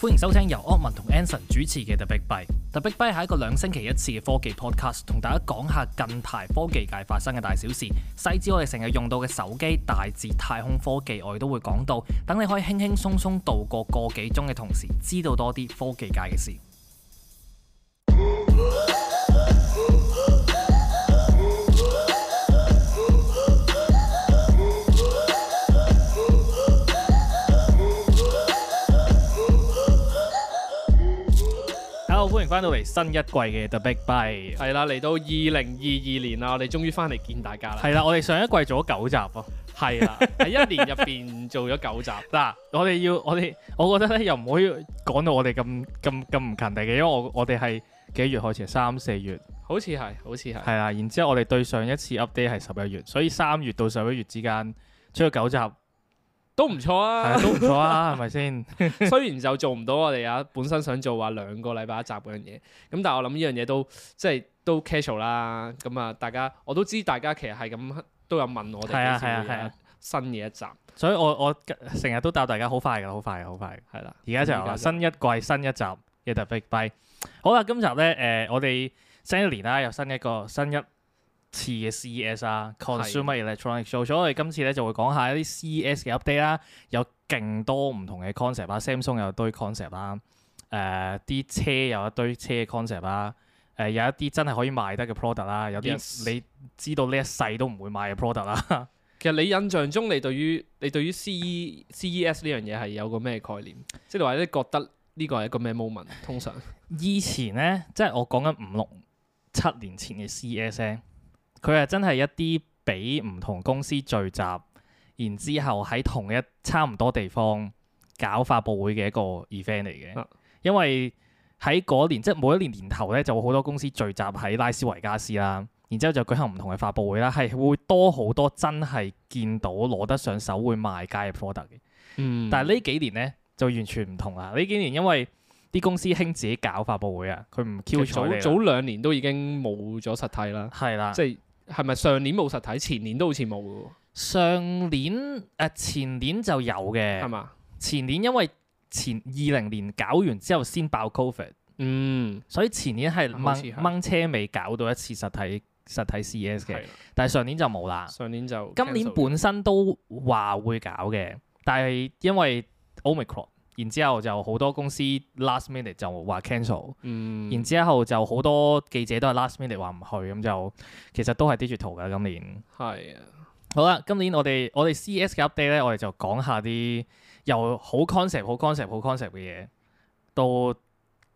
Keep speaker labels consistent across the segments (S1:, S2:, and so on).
S1: 歡迎收聽由柯文同 Anson 主持嘅 The Big Byte。The Big Byte 係一個兩星期一次嘅科技 podcast，同大家講下近排科技界發生嘅大小事，細至我哋成日用到嘅手機，大至太空科技，我哋都會講到，等你可以輕輕鬆鬆度過個幾鐘嘅同時，知道多啲科技界嘅事。Hello，歡迎翻到嚟新一季嘅 The Big Byte。
S2: 係啦，嚟到二零二二年啦，我哋終於翻嚟見大家啦。
S1: 係啦，我哋上一季做咗九集啊咯。
S2: 係啦，喺一年入邊做咗九集，
S1: 嗱，我哋要我哋，我覺得咧又唔可以講到我哋咁咁咁唔勤力嘅，因為我我哋係幾月開始？啊三四月
S2: 好似係，好似係。
S1: 係啦，然之後我哋對上一次 update 係十一月，所以三月到十一月之間出咗九集，係
S2: 都唔錯啊。
S1: 都唔錯啊，係咪先？
S2: 雖然就做唔到我哋啊本身想做話兩個禮拜一集嗰樣嘢，咁但係我諗呢樣嘢都即係都 casual 啦。咁啊，大家我都知大家其實係咁都有問我
S1: 係啊
S2: 哋幾時
S1: 係啊係
S2: 會有
S1: 啊
S2: 新嘅一集，
S1: 所以我我成日都答大家好快㗎，好快㗎，好快㗎。
S2: 係啦。
S1: 而家就有啦
S2: 而家就
S1: 新一季新一集嘅特 Big Bye。好啦，今集咧誒、呃我哋新一年啦，又新一個新一次嘅 CES 啊，Consumer Electronics Show。所以我哋今次咧就會講下一啲 CES 嘅 update 啦，有勁多唔同嘅 concept 啦，Samsung 有一堆 concept 啊啦，誒、啲車有一堆車嘅 concept 啦。誒、有一啲真係可以賣得嘅 product 啦，有啲
S2: Yes
S1: 你知道呢一世都唔會買嘅 product 啦。
S2: 其實你印象中你對於你對於 E, CE CES 呢樣嘢係有個咩概念？即係話你覺得呢個係一個咩 moment？通常
S1: 以前咧，即係我講緊五六七年前嘅 CES 咧，佢係真係一啲俾唔同公司聚集，然之後喺同一差唔多地方搞發佈會嘅一個 event 嚟嘅。
S2: 啊
S1: 因為喺嗰年，即係每一年年頭咧，就會好多公司聚集喺拉斯維加斯啦，然之後就舉行唔同嘅發佈會啦，係會多好多真係見到攞得上手會賣街嘅 product 嘅。
S2: 嗯
S1: 但係呢幾年咧就完全唔同啦。呢幾年因為啲公司興自己搞發佈會啊，佢唔 Q
S2: 其實
S1: 彩你啦
S2: 早早兩年都已經冇咗實體啦，
S1: 係啦，
S2: 即係係咪上年冇實體，前年都好似冇嘅
S1: 上年誒、呃前年就有
S2: 喎，係
S1: 嘅，
S2: 嘛？
S1: 前年因為前二零年搞完之後先爆 Covid，
S2: 嗯，
S1: 所以前年係
S2: 好似
S1: 掹
S2: 係
S1: 掹車尾搞到一次實體實體 CES 嘅，
S2: 係啦
S1: 但係上年就冇啦。
S2: 上年就
S1: 今年
S2: cancel 咗
S1: 本身都話會搞嘅，但係因為 Omicron，然之後就好多公司 last minute 就話 cancel。
S2: 嗯，
S1: 然之後就好多記者都係 last minute 話唔去，咁就其實都係 digital 㗎今年。
S2: 係啊，
S1: 好啦，今年我哋我哋 CES 嘅 update 咧，我哋就講下啲由好 concept、好 concept、好 concept 嘅嘢，到實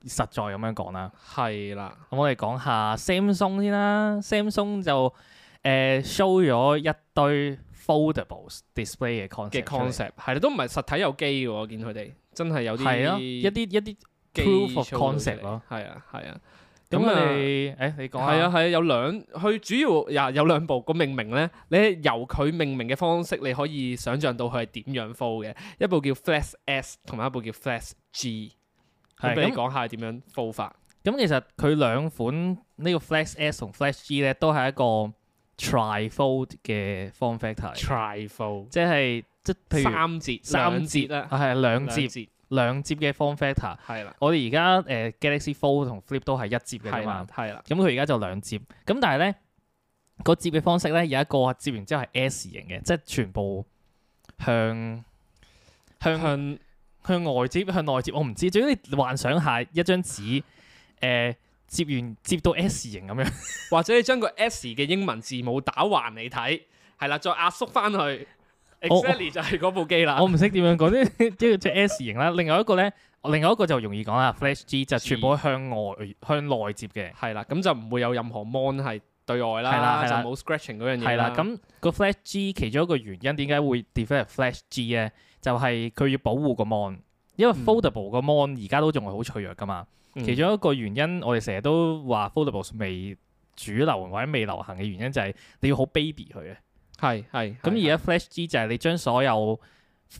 S1: 在咁樣講啦。
S2: 係啦，
S1: 咁我哋講下 Samsung 先啦，Samsung 就誒、呃 show 咗一堆 foldable display 嘅 concept
S2: 嘅
S1: 出嚟
S2: concept 係啦，都唔係實體有機嘅喎，我見佢哋真係有啲
S1: 係咯，一啲一啲 proof of concept 咯。，
S2: 係啊，係啊，
S1: 咁
S2: 咁
S1: 我
S2: 啊
S1: 哋誒你講
S2: 係啊
S1: 下，
S2: 係啊，有兩佢主要有有兩部個命名咧，你由佢命名嘅方式，你可以想象到佢係點樣 fold 嘅。一部叫 Flash S，同埋一部叫 Flash G。
S1: 係
S2: 咁俾
S1: 咁
S2: 你講下係點樣 fold 法。
S1: 咁其實佢兩款呢個 Flash S 同 Flash G 咧，都係一個 trifold 嘅 form factor，嚟
S2: Tri fold
S1: 即係即係譬如
S2: 三折
S1: 三
S2: 兩
S1: 折
S2: 折啦，
S1: 啊係兩
S2: 兩
S1: 摺
S2: 折
S1: 兩摺嘅 form factor。
S2: 係啦，
S1: 我哋而家誒 Galaxy Fold 同 Flip 都係一摺嘅啫
S2: 係
S1: 嘛
S2: 啦，，係啦，
S1: 咁佢而家就兩摺。咁但係咧個摺嘅方式咧有一個摺完之後係 S 型嘅，即係全部向向
S2: 向
S1: 向外接向內接，我唔知。總之你幻想下一張紙誒、呃、接完接到 S 型咁樣。
S2: 或者你將個 S 嘅英文字母打橫嚟睇，係啦，再壓縮翻去
S1: 我我
S2: ，exactly 就係嗰部機啦
S1: 我。唔識點樣講，即即係即係 S 型啦。另外一個咧，另外一個就容易講啦，Flash G 就全部向外向內接嘅，
S2: 係啦，咁就唔會有任何 mon 係對外
S1: 係啦
S2: 啦，
S1: 係
S2: 就
S1: 啦
S2: 冇 scratching 嗰樣嘢
S1: 係啦。咁個 Flash G 其中一個原因點解會 develop Flash G 咧，就係佢要保護個 mon，因為
S2: 嗯
S1: foldable 個 mon 而家都仲係好脆弱噶嘛。
S2: 嗯
S1: 其中一個原因，我哋成日都話 foldable 未主流或者未流行嘅原因就係你要好 baby 佢啊。
S2: 係係
S1: 咁而
S2: 家
S1: 家 Flash G 就係你將所有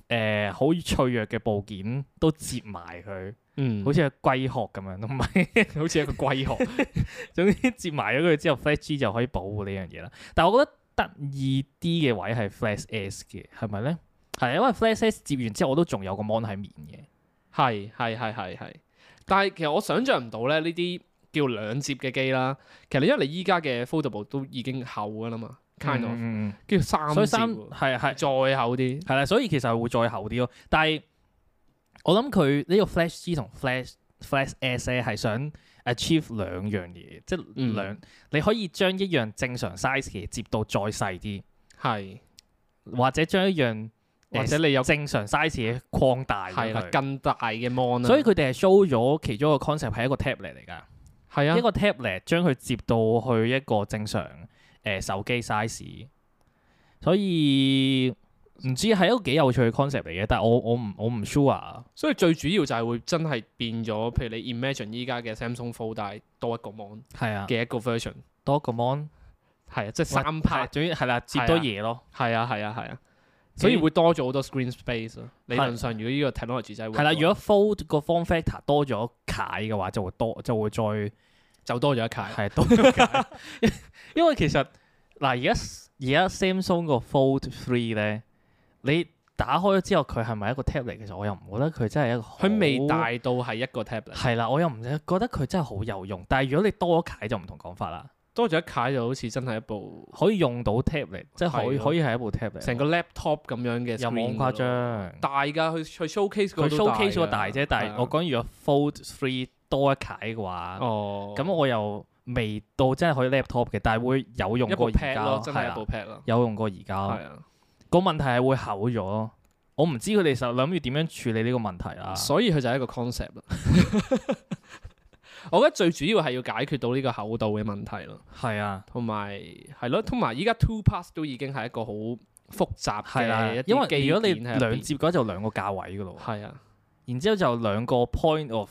S1: 誒好、脆弱嘅部件都接埋佢。
S2: 嗯
S1: 好
S2: 好
S1: 似個龜殼咁樣，都唔係。
S2: 好似一個龜殼，
S1: 總之接埋咗佢之後，Flash G 就可以保護呢樣嘢啦。但係我覺得得意啲嘅位係 Flash S 嘅，係咪咧？係因為 Flash S 接完之後，我都仲有個 mon 喺面嘅，
S2: 係係係係係，但係其實我想象唔到咧呢啲叫兩接嘅機啦。其實因為你依家嘅 foldable 都已經厚噶啦嘛，kind of，
S1: 嗯嗯
S2: 跟住三
S1: 嗯所
S2: 接
S1: 以三
S2: 喎，
S1: 係係
S2: 再厚啲，
S1: 係啦，所以其實會再厚啲咯。但係我諗佢呢個 Flash G 同 Flash Flash S 咧係想 achieve 兩樣嘢，即係
S2: 嗯
S1: 兩、你可以將一樣正常 size 嘅接到再細啲，
S2: 係
S1: 或者將一樣
S2: 或者你有
S1: 正常 size 嘅擴大咗
S2: 係啦
S1: 佢。
S2: 更大嘅 mon 啊啦，
S1: 所以佢哋係 show 咗其中一個 concept 係一個 tablet 嚟㗎。
S2: 係
S1: 一
S2: 啊，
S1: 個 tablet 將佢接到去一個正常誒、呃手機 size，所以唔知係一個幾有趣嘅 concept 嚟嘅，但係我我唔我唔 sure 啊。
S2: 所以最主要就係會真係變咗，譬如你 imagine 依家嘅 Samsung Fold 但係多一個 mon
S1: 係啊，
S2: 嘅一個 version，
S1: 多個 mon
S2: 係啊，即係三
S1: 拍
S2: part，
S1: 總之係啦，接多嘢咯。
S2: 係啊係啊係啊，所以會多咗好多 screen space 咯。理論上如果呢個 technology 真係 work
S1: 係啦，
S2: 嘅話
S1: 如果 fold 個 form factor 多咗解嘅話，就會多就會再
S2: 就多咗一屆，
S1: 係多 咗解。 因為其實嗱，而家而家 Samsung 個 Fold Three 咧，你打開咗之後，佢係咪一個 tablet？其實我又唔覺得佢真係一個好
S2: 佢未大到係一個 tablet，
S1: 係啦，我又唔覺得佢真係好有用，但係如果你多咗解就唔同講法啦，
S2: 多咗一屆就好似真係一部
S1: 可以用到 tablet，即係可以
S2: 係咯
S1: 可以係一部 tablet，
S2: 成個 laptop 咁樣嘅，
S1: 又冇咁誇，張，
S2: 大㗎，佢佢
S1: 佢
S2: showcase 嗰個都
S1: showcase 咗
S2: 㗎
S1: 大啫，但
S2: 係啊
S1: 係我講如果 Fold Three 多一解嘅話，
S2: 哦，
S1: 咁我又未到真係可以 laptop 嘅，但係會有用
S2: 一
S1: 過而
S2: 部 pad
S1: 家
S2: 咯
S1: 咯，，
S2: 真
S1: 係啊哦
S2: 係一
S1: 啦
S2: 部 pad 咯，
S1: 有用過而家咯
S2: 係，啊。
S1: 個問題係會厚咗咯，我唔知佢哋實諗住點樣處理呢個問題啦，
S2: 所以佢就係一個 concept 啦。 我覺得最主要係要解決到呢個厚度嘅問題咯，
S1: 係啊。
S2: 同埋係咯，同埋依家 two pass 都已經係一個好複雜
S1: 係啦
S2: 嘅一，
S1: 因
S2: 啲
S1: 為
S2: 基
S1: 如果你
S2: 件喺入
S1: 兩
S2: 邊
S1: 接嘅話，就兩個價位噶咯喎。
S2: 係啊，
S1: 然之後就兩個 point of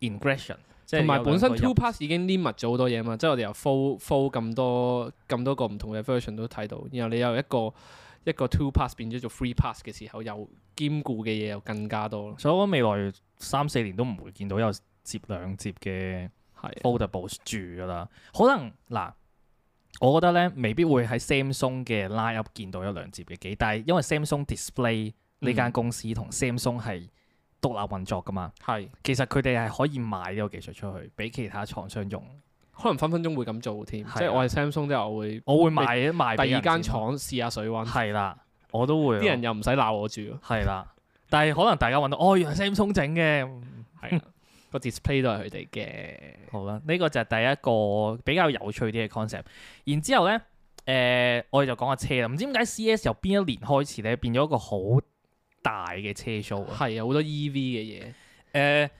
S1: ingression，即係
S2: 同埋
S1: 有
S2: 本身
S1: 兩個
S2: two
S1: 入
S2: pass 已經 limit 咗好多嘢嘛，即係我哋由 full full 咁多咁多個唔同嘅 version 都睇到，然後你有一個一個 two pass 變咗做 three pass 嘅時候，又兼顧嘅嘢又更加多咯，
S1: 所以我未來三四年都唔會見到有接兩接嘅
S2: 係啊
S1: foldable 住噶啦。可能嗱，我覺得咧未必會喺 Samsung 嘅 line up 見到有兩接嘅機，但係因為 Samsung Display 呢間
S2: 嗯
S1: 公司同 Samsung 係獨立運作噶嘛，
S2: 係
S1: 其實佢哋係可以賣呢個技術出去俾其他廠商用。
S2: 可能分分鐘會咁做添，
S1: 係啊
S2: 即係我係 Samsung 之後，我會
S1: 我會賣賣俾
S2: 第二
S1: 人
S2: 間
S1: 先咯，
S2: 廠試下水温。
S1: 係啊啦，我都會
S2: 啲
S1: 咯
S2: 人又唔使鬧我住咯，
S1: 係啦，但係可能大家揾到哦，原來 Samsung 整嘅，
S2: 係啊， 個 display 都係佢哋嘅，
S1: 好啦，呢、個就係第一個比較有趣啲嘅 concept。然之後呢，誒、我哋就講下車啦。唔知點解 CS 由邊一年開始呢變咗一個好大嘅車 show 啊？
S2: 係啊，好多 EV 嘅嘢。
S1: 誒、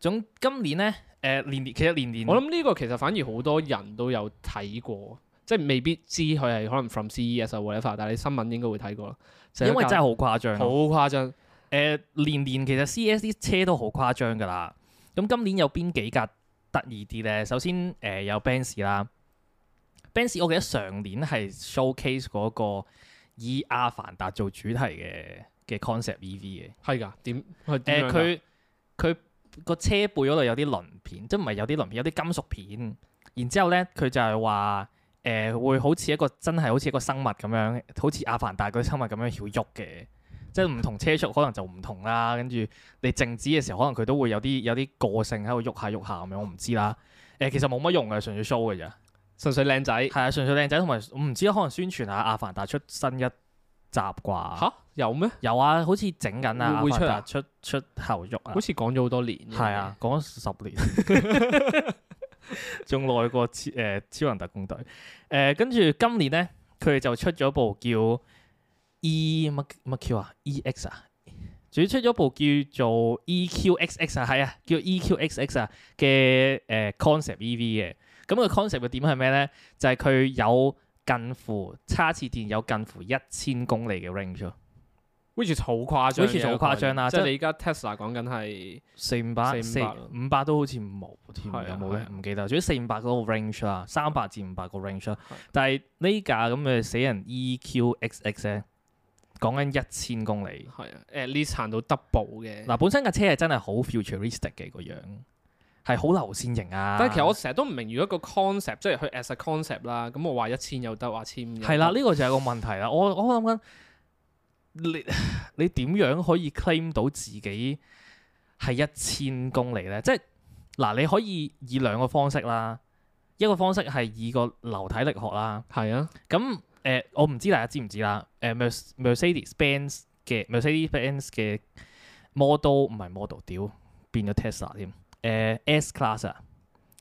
S1: 總今年呢，誒、年年其實年年
S2: 我諗呢個其實反而好多人都有睇過，即係未必知佢係可能 from CES 啊 whatever，但係你新聞應該會睇過啦。就係
S1: 因為
S2: 一
S1: 真係
S2: 架
S1: 好誇張啊
S2: 好
S1: 咯。
S2: 誇張，
S1: 誒、年呃年其實 CS 啲車都好誇張㗎啦。咁今年有邊幾架得意啲呢？首先誒、有 Benz 啦，Benz 我記得上年係 showcase 嗰個以阿凡達做主題嘅嘅 concept EV 嘅。
S2: 係㗎點佢點
S1: 誒
S2: 樣㗎
S1: 佢佢個車背嗰度有啲鱗片，即係唔係有啲鱗片，有啲金屬片。然之後咧，佢就係話誒會好似一個真係好似一個生物咁樣，好似阿凡達嗰啲生物咁樣曉喐嘅。即係唔同車速可能就唔同啦，跟住你靜止嘅時候，可能佢都會有啲有啲個性喺度喐下喐下咁樣，我唔知啦。誒、其實冇乜用嘅，純粹 show 嘅咋。
S2: 純粹靚仔
S1: 係啊，純粹靚仔同埋我唔知，可能宣傳下啊阿凡達出新一集啩。
S2: 吓？有咩？
S1: 有啊，好似整緊啊，阿
S2: 會會
S1: 凡
S2: 出啊
S1: 達出出後肉啊
S2: 好。似講咗好多年嘅。
S1: 係啊，講咗十年，仲耐過超誒、呃超人特工隊。誒、呃跟住今年咧，佢哋就出咗部叫 E 乜乜 Q 啊，EX 啊，仲要出咗部叫做 EQXX 啊，係啊，叫 EQXX 啊嘅誒、呃 concept EV 嘅。咁、個 concept 嘅點係咩咧？就係、佢有近乎叉次電有近乎一千公里嘅 range 咯
S2: which is 好誇張嘅
S1: which is 好
S2: 一個概
S1: 誇
S2: 念
S1: 張啦
S2: 即係
S1: 即係
S2: 你而家 Tesla 講緊係
S1: 四五百、
S2: 四
S1: 四
S2: 五百咯
S1: 五百都好似冇添，
S2: 係啊
S1: 有冇咧
S2: 係啊？
S1: 唔記得。總之四五百嗰個 range 啦，三百至五百個 range 啦
S2: 係。
S1: 但係呢架咁嘅死人 E EQXX 咧，講緊一千公里。
S2: 係啊，at least 行到 double 嘅。
S1: 嗱，本身架車係真係好 futuristic 嘅個樣，係好流線型啊。
S2: 但係其實我成日都唔明，如果個 concept 即係佢 as a concept 啦，咁我話一千又得，話千五又得
S1: 係啦，呢個就係個問題啦。我我 諗緊你你點樣可以 claim 到自己係一千公里咧？即係嗱，你可以以兩個方式啦，一個方式係以個流體力學啦。
S2: 係啊，
S1: 咁誒、呃我唔知大家知唔知啦。誒、Mer- Mercedes-Benz 嘅 Mercedes-Benz 嘅 model 唔係 model，屌變咗 Tesla 添。誒、S class 啊，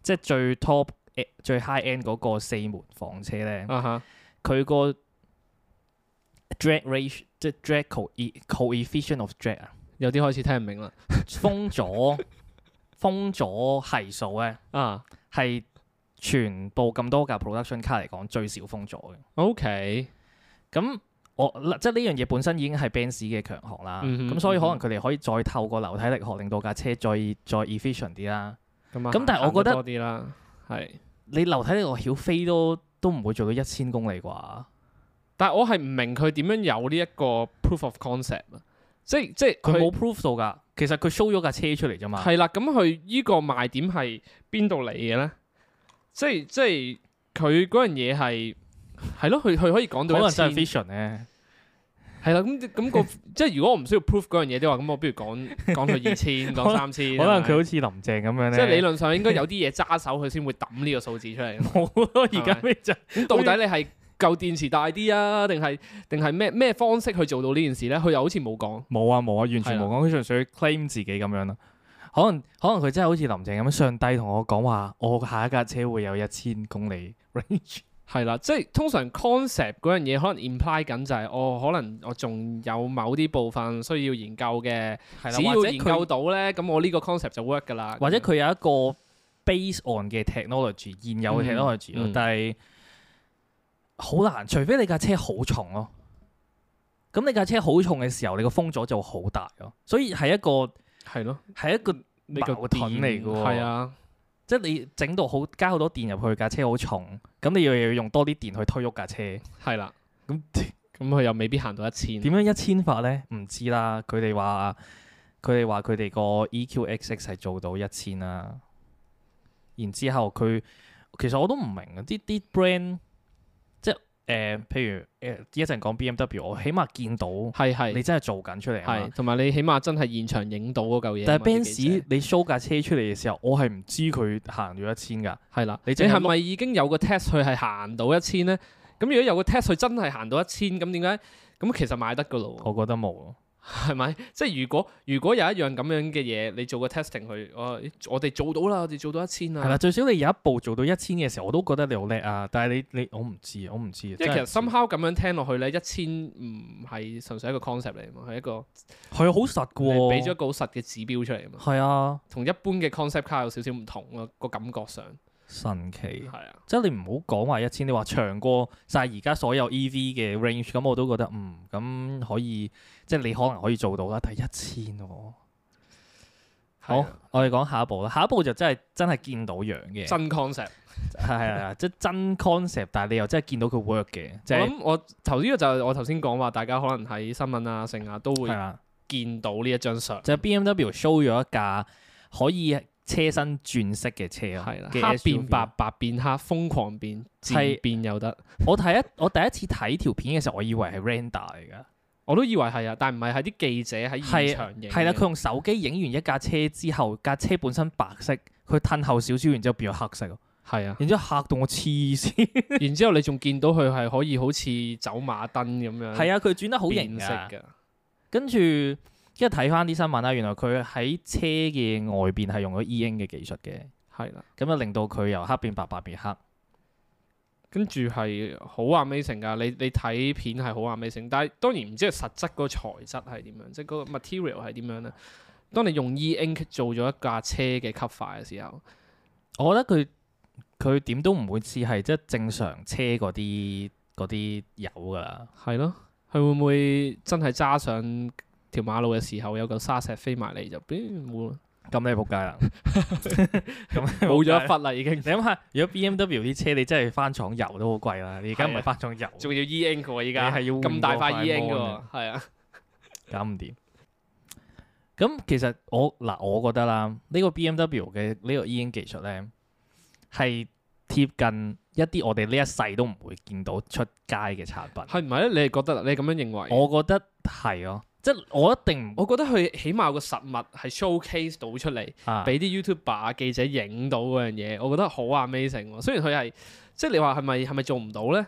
S1: 即係最 top 呃最 high end 嗰個四門房車咧，
S2: 啊哈，
S1: 佢個 drag ratio 即係 drag co- coefficient of drag 啊，
S2: 有啲開始聽唔明啦。
S1: 封咗 封咗係數咧，
S2: 啊
S1: 係全部咁多架 production car 嚟講最少封咗嘅。
S2: ，OK，
S1: 咁我即係呢樣嘢本身已經係 Benz 嘅強項啦，咁、
S2: 嗯哼
S1: 所以可能
S2: 嗯
S1: 佢哋可以再透過流體力學令到架車再再 efficient 啲啦。
S2: 咁啊，
S1: 咁但係我覺得
S2: 行多啲啦，係。
S1: 你流體力學曉飛都都唔會做到一千公里啩？
S2: 但係我係唔明佢點樣有呢一個 proof of concept 啊，即係即係
S1: 佢冇 proof 到㗎，其實佢 show 咗架車出嚟啫嘛。
S2: 係啦，咁佢依個賣點係邊度嚟嘅咧？即係即係佢嗰樣嘢係係咯，佢佢可以講
S1: 可
S2: 到
S1: 能
S2: 一
S1: 真係
S2: 千
S1: vision 咧，
S2: 係啦，咁咁個即係如果我唔需要 proof 嗰樣嘢的話，咁我不如講講佢二千，
S1: 可
S2: 講
S1: 能
S2: 三千，
S1: 可能
S2: 啊係咪
S1: 佢好似林鄭咁樣咧。
S2: 即係理論上應該有啲嘢揸手，佢先會抌呢個數字出 嚟。
S1: 冇咯，而家
S2: 係咪
S1: 咩就
S2: 咁到底你係夠電池大啲啊，定係定係咩咩方式去做到呢件事咧？佢又好似冇講。
S1: 冇啊冇啊，完全
S2: 係啦
S1: 冇講，佢純粹 claim 自己咁樣啦。可能可能佢真係好似林鄭咁樣，上帝同我講話，我下一架車會有一千公里 range。
S2: 係啦，即係通常 concept 嗰樣嘢可能 imply 緊就係、哦，可能我仲有某啲部分需要研究嘅，
S1: 係
S2: 只要研究到咧，咁我呢個 concept 就 work 㗎啦。
S1: 或者佢有一個 base on 嘅 technology，現有嘅
S2: 嗯
S1: technology 咯、
S2: 嗯
S1: 但係好難，除非你架車好重咯。咁你架車好重嘅時候，你個風阻就好大咯，所以係一個
S2: 係咯，
S1: 係一個
S2: 呢個
S1: 矛盾嚟㗎喎
S2: 係啊，
S1: 即係你整到好加好多電入去，架車好重，咁你又要用多啲電去推喐架車，咁
S2: 係啦，
S1: 點
S2: 咁佢又未必行到一千。
S1: 點樣一千法呢？唔知啦。佢哋話佢哋話佢哋個 E EQXX 係做到一千啦，然之後佢其實我都唔明啊，啲啲 brand 即係誒、呃譬如誒、呃一陣講 BMW，我起碼見到
S2: 係係
S1: 你真係做緊出嚟啊嘛
S2: 係，。同埋你起碼真係現場影到嗰嚿嘢啊嘛。
S1: 但係
S2: 啲記者
S1: Benz 你 show 架車出嚟嘅時候，我係唔知佢行咗一千㗎。
S2: 係啦，
S1: 你
S2: 你
S1: 淨係
S2: 係咪已經有個 test 佢係行到一千咧？咁如果有個 test 佢真係行到一千，咁點解？咁其實買得㗎咯喎。
S1: 我覺得冇咯，
S2: 係咪？即係如果如果有一樣咁樣嘅嘢，你做個 testing 去，我我哋做到啦，我哋做到一千
S1: 係
S2: 啦
S1: 啦，。最少你有一步做到一千嘅時候，我都覺得你好叻啊！但係你你我唔知，啊我唔知。
S2: 因為其實
S1: 真係唔
S2: somehow 咁樣聽落去咧，一千唔係純粹一個 concept 嚟嘛，係一個
S1: 知係好實
S2: 你
S1: 㗎喎，
S2: 俾咗一個好實嘅指標出嚟嘛，
S1: 係啊，
S2: 同一般嘅 concept car 有少少唔同咯，個感覺上
S1: 神奇。
S2: 係啊，
S1: 即係你唔好講話一千，你話長過晒而家所有 EV 嘅 range，咁我都覺得嗯，咁可以，即係你可能可以做到啦。但係一千喎，
S2: 啊係
S1: 好
S2: 啊，
S1: 我哋講下一步啦。下一步就真係真係見到樣嘅，係
S2: 真 concept。
S1: 係係，即係真 concept，但係你又真係見到佢 work 嘅，即
S2: 我
S1: 係
S2: 諗我頭呢個就係我頭先講話，大家可能喺新聞啊、成啊都會
S1: 係啦。
S2: 見到呢一張相，
S1: 就係 BMW show 咗一架可以車身轉色嘅車咯，
S2: 係啦，
S1: 嘅
S2: 黑變
S1: SUV
S2: 白，白變黑，瘋狂變，
S1: 係
S2: 漸變又得。
S1: 我睇一我第一次睇條片嘅時候，我以為係 render 嚟㗎。
S2: 我都以為係啊，但唔係係啲記者
S1: 係
S2: 喺
S1: 啊
S2: 現場影嘅。
S1: 係啦，佢用手機影完一架車之後，架車本身白色，佢褪後少少，然之後變咗黑色咯，
S2: 係啊。
S1: 然之後嚇到我黐 線。
S2: 然之後你仲見到佢係可以好似走馬燈咁樣，
S1: 係
S2: 啊，
S1: 啊，佢轉得好
S2: 好
S1: 型
S2: 色
S1: 㗎。
S2: 㗎。
S1: 跟住跟住睇翻啲新聞啦，原來佢喺車嘅外邊係用咗 E Ink 嘅技術嘅，
S2: 係啦，
S1: 咁啊就令到佢由黑變白，白變黑。
S2: 跟住係好 amazing 㗎。你你睇片係好 amazing，但係當然唔知係實質嗰個材質係點樣，即係嗰個 material 係點樣咧。當你用 e ink 做咗一架車嘅 cover 嘅時候，
S1: 我覺得佢佢點都唔會似係即係正常車嗰啲嗰啲油㗎啦。
S2: 係咯，佢會唔會真係揸上條馬路嘅時候有嚿沙石飛埋嚟就邊冇啦
S1: 咁你仆街啦，咁你 仆
S2: 冇
S1: 街啦
S2: 咗一忽啦已經，
S1: 你諗下，如果 BMW 啲車你真係翻廠油都好貴啦，你而家唔係翻廠油，
S2: 啊仲要 e ink 喎依
S1: 你
S2: 家。
S1: 係要換
S2: 咁大
S1: 個
S2: 塊 E N
S1: 膜
S2: 㗎
S1: 啊，
S2: 喎，係啊，
S1: 搞唔掂。咁其實我嗱，我覺得啦，呢、個 BMW 嘅呢個 E N 技術咧，係貼近一啲我哋呢一世都唔會見到出街嘅產品。
S2: 係唔係咧？你係覺得你係咁樣認為？
S1: 我覺得係咯，即係我一定唔
S2: 我覺得佢起碼有個實物係 showcase 到出嚟，
S1: 啊，
S2: 俾啲 YouTuber 啊記者影到嗰樣嘢，我覺得好 amazing 喎。雖然佢係即係你話係咪係咪做唔到咧？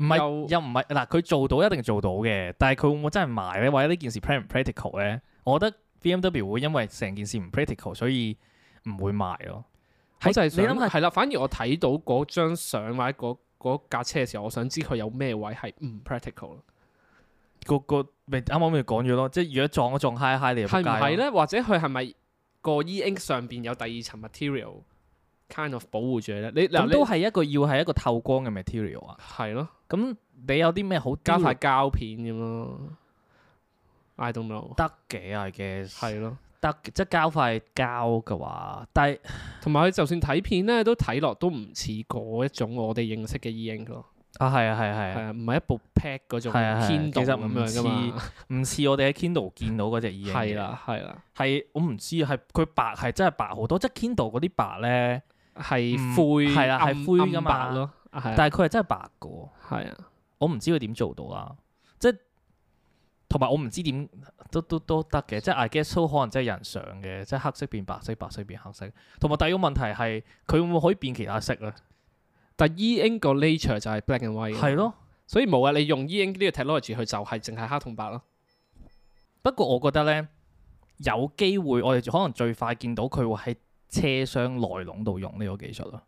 S1: 唔係
S2: 又
S1: 又唔係嗱，佢做到一定做到嘅，但係佢會唔會真係賣咧？或者呢件事 practical 唔 practical 咧？我覺得 BMW 會因為成件事唔 practical，所以唔會賣咯。
S2: 我就係
S1: 你諗
S2: 想
S1: 下
S2: 係啦，反而我睇到嗰張相或者嗰嗰架車嘅時候，我想知佢有咩位係唔 practical 咯。
S1: 個個咪啱啱咪講咗咯，即係如果撞一撞嗨嗨你就仆
S2: 係唔
S1: 街咯啊
S2: 係？咧？或者佢係咪個 E ink 上邊有第二層 material kind of 保護住你咧？你嗱
S1: 咁都
S2: 你
S1: 係一個要係一個透光嘅 material 啊。
S2: 係咯，
S1: 咁你有啲咩好刁
S2: 加塊膠片咁咯。I don't know，
S1: 得嘅，I guess
S2: 係咯。
S1: 得嘅即係交塊膠嘅話，但係
S2: 同埋佢就算睇片咧，都睇落都唔似嗰一種我哋認識嘅 E ink 咯，
S1: 啊係啊係啊
S2: 係
S1: 係啊，
S2: 啊，唔係一部 pad 嗰種
S1: 係啊係啊
S2: Kindle
S1: 其實
S2: 咁
S1: 唔 E
S2: 樣噶嘛，
S1: 唔似我哋喺 Kindle 見到嗰隻耳
S2: 係，啦係啦，
S1: 係我唔知係佢白係真係白好多，即係 Kindle 嗰啲白咧，
S2: 係
S1: 嗯
S2: 灰
S1: 係啦係
S2: 暗
S1: 灰㗎嘛
S2: 暗白咯，係啊
S1: 但係佢係真係白嘅喎，
S2: 係啊，
S1: 我唔知佢點做到啦，即係同埋我唔知點都都都得嘅，即係 I guess so 可能真係人上嘅，即係黑色變白色，白色變黑色，同埋第二個問題係佢會唔會可以變其他色咧？
S2: 但 E ink 個 nature 就係 black and white，㗎嘛
S1: 係咯。
S2: 所以冇啊！你用 E ink 呢個 technology，佢就係淨係黑同白咯。
S1: 不過我覺得咧，有機會我哋可能最快見到佢會喺車廂內籠度用呢個技術咯。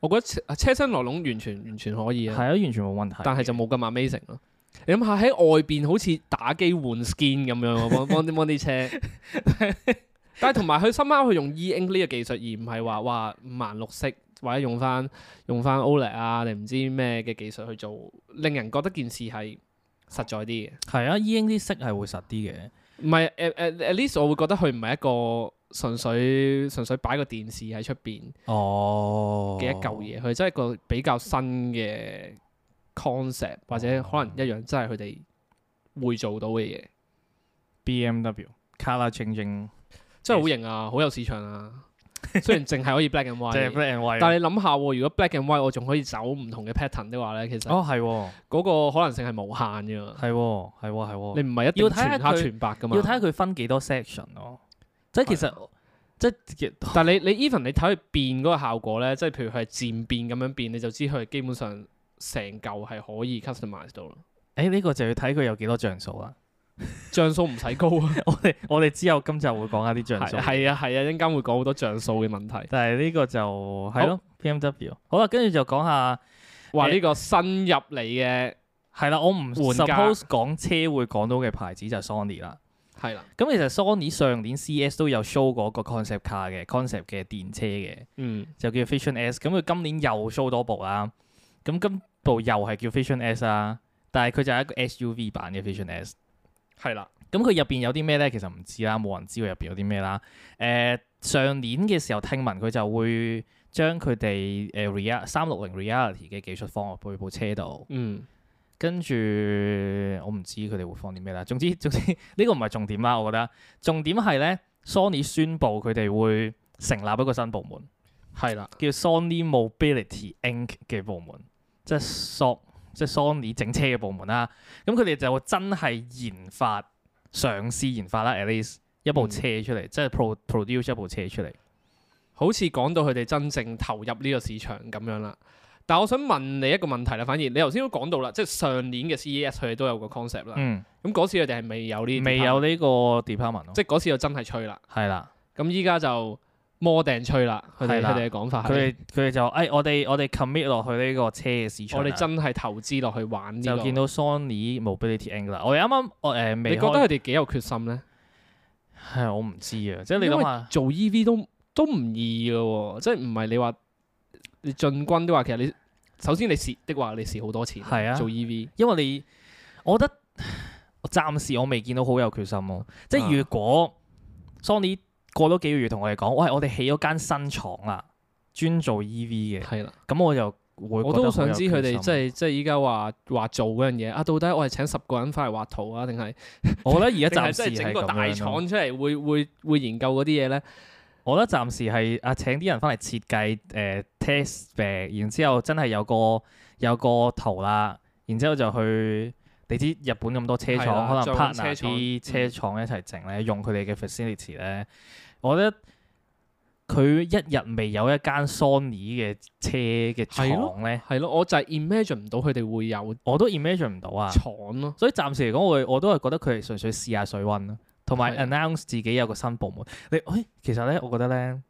S2: 我覺得車啊車身內籠完全完全可以
S1: 係
S2: 啊，
S1: 啊，完全冇問題嘅。
S2: 但係就冇咁 amazing 咯。你諗下喺外邊好似打機換 skin 咁樣啊喎，幫幫啲幫啲車。但係同埋佢深刻佢用 E ink 呢個技術，而唔係話哇五顏六色或者用翻用翻 OLED 啊，定唔知咩嘅技術去做，令人覺得件事係實在啲嘅。
S1: 係啊，E N 啲色係會實啲嘅。
S2: 唔係誒誒，at least 我會覺得佢唔係一個純粹純粹擺個電視喺出邊。
S1: 哦
S2: 嘅一嚿。嘢，佢真係一個比較新嘅 concept，或
S1: 哦
S2: 者可能一樣真係佢哋會做到嘅嘢，
S1: B M W Color Changing，
S2: 真係好型啊，好有市場 啊。雖然淨係可以 black and
S1: 即係
S2: white，
S1: black and white。
S2: 但係你諗下喎，如果 black and white 我仲可以走唔同嘅 pattern 的話咧，其實
S1: 哦，係喎，
S2: 嗰個可能性係無限嘅嘛。
S1: 係喎，係喎，係喎。
S2: 你唔係一定
S1: 哦要睇下
S2: 全黑
S1: 佢
S2: 全白噶嘛
S1: 要睇。下佢分幾多 section 咯。即係其實即係
S2: 但係你你 even 你睇佢變嗰個效果咧，即係譬如佢係漸變咁樣變，你就知佢基本上成嚿係可以 customize 到啦。
S1: 誒呢個就要睇佢有幾多像素啦。
S2: 像素唔使高啊，
S1: 我哋我哋之後今集會講下啲像
S2: 係
S1: 素。
S2: 係啊係啊，一陣間會講好多像素嘅問題。
S1: 但係呢個就係咯，BMW 好啦，跟住就講下
S2: 話
S1: 誒
S2: 呢個新入嚟嘅
S1: 係啦，我唔
S2: 換價
S1: suppose 講車會講到嘅牌子就係 Sony 啦。
S2: 係啦，
S1: 咁其實 Sony 上年 CS 都有 show 過個 concept car 嘅 concept 嘅電車嘅，
S2: 嗯，
S1: 就叫 Vision S。咁佢今年又 show 多部啦，咁今部又係叫 Vision S 啦，但係佢就係一個 SUV 版嘅 Vision S。
S2: 係啦，
S1: 咁佢入邊有啲咩咧？其實唔知啦，冇人知佢入邊有啲咩啦。誒、上年嘅時候聽聞佢就會將佢哋誒 real 三六零 reality 嘅技術放落去部車度，
S2: 嗯，
S1: 跟住我唔知佢哋會放啲咩啦。總之 總之呢個唔係重點啦，我覺得重點係咧，Sony 宣布佢哋會成立一個新部門，
S2: 係啦，
S1: 叫 Sony Mobility Inc 嘅部門，即係索即係 Sony 整車嘅部門啦。咁佢哋就會真係研發嘗試研發啦，at least 一部車出嚟，即係 pro produce 一部車出嚟。
S2: 好似講到佢哋真正投入呢個市場咁樣啦。但我想問你一個問題啦，反而你頭先都講到啦，即係上年嘅 CES 佢哋都有個 concept 啦。
S1: 嗯，
S2: 咁嗰、次佢哋係未有呢啲，
S1: 未有，呢個 department 咯，
S2: 即係嗰次就真係吹啦。
S1: 係啦。
S2: 咁依家就摩定吹啦，佢哋
S1: 啊係啦
S2: 佢哋嘅講法
S1: 佢
S2: 係，
S1: 哋佢哋就誒、哎，我哋我哋 commit 落去呢個車嘅市場
S2: 我
S1: 啦。
S2: 哋真係投資落去玩呢、
S1: 就
S2: 個。
S1: 見到 Sony Mobility Inc 啦。我哋啱啱我誒
S2: 你
S1: 未
S2: 覺得佢哋幾有決心咧？
S1: 係我唔知啊，即係你
S2: 因
S1: 諗
S2: 為
S1: 下
S2: 做 EV 都都唔易嘅喎，即係唔係你話你進軍的話，其實你首先你蝕的話，你蝕好多錢。
S1: 係啊
S2: 做 E EV
S1: 因為你我覺得我暫時我未見到好有決心咯。即
S2: 啊
S1: 係如果 Sony 過多幾個月同我哋講，喂，我哋起咗間新廠啦，專做 EV 嘅，
S2: 係啦，
S1: 咁我就會
S2: 我都好
S1: 覺得
S2: 想
S1: 有
S2: 知佢
S1: 決
S2: 哋
S1: 心
S2: 即係即係依家話話做嗰樣嘢啊，到底我係請十個人翻嚟畫圖啊，定係
S1: 我覺得而
S2: 定
S1: 家
S2: 係
S1: 暫時
S2: 真係整個
S1: 個
S2: 大廠出嚟會會會研究嗰啲嘢咧？
S1: 我覺得暫時係啊請啲人翻嚟設計誒、呃 test 誒，然之後真係有個有個圖啦，然之後就去你知日本咁多車
S2: 係啦
S1: 廠，可能
S2: 再搵車
S1: partner
S2: 廠嗯
S1: 啲車廠一齊整咧，用佢哋嘅 facility 咧，我覺得佢一日未有一間 Sony 嘅車嘅
S2: 係咯
S1: 廠咧，
S2: 係咯，我就係 imagine 唔到佢哋會有
S1: 我都 imagine 唔到啊。
S2: 廠咯。
S1: 所以暫時嚟講，我會我都係覺得佢係純粹試下水温咯，同埋
S2: 係啊
S1: announce 自己有個新部門。你，誒、其實咧，我覺得咧，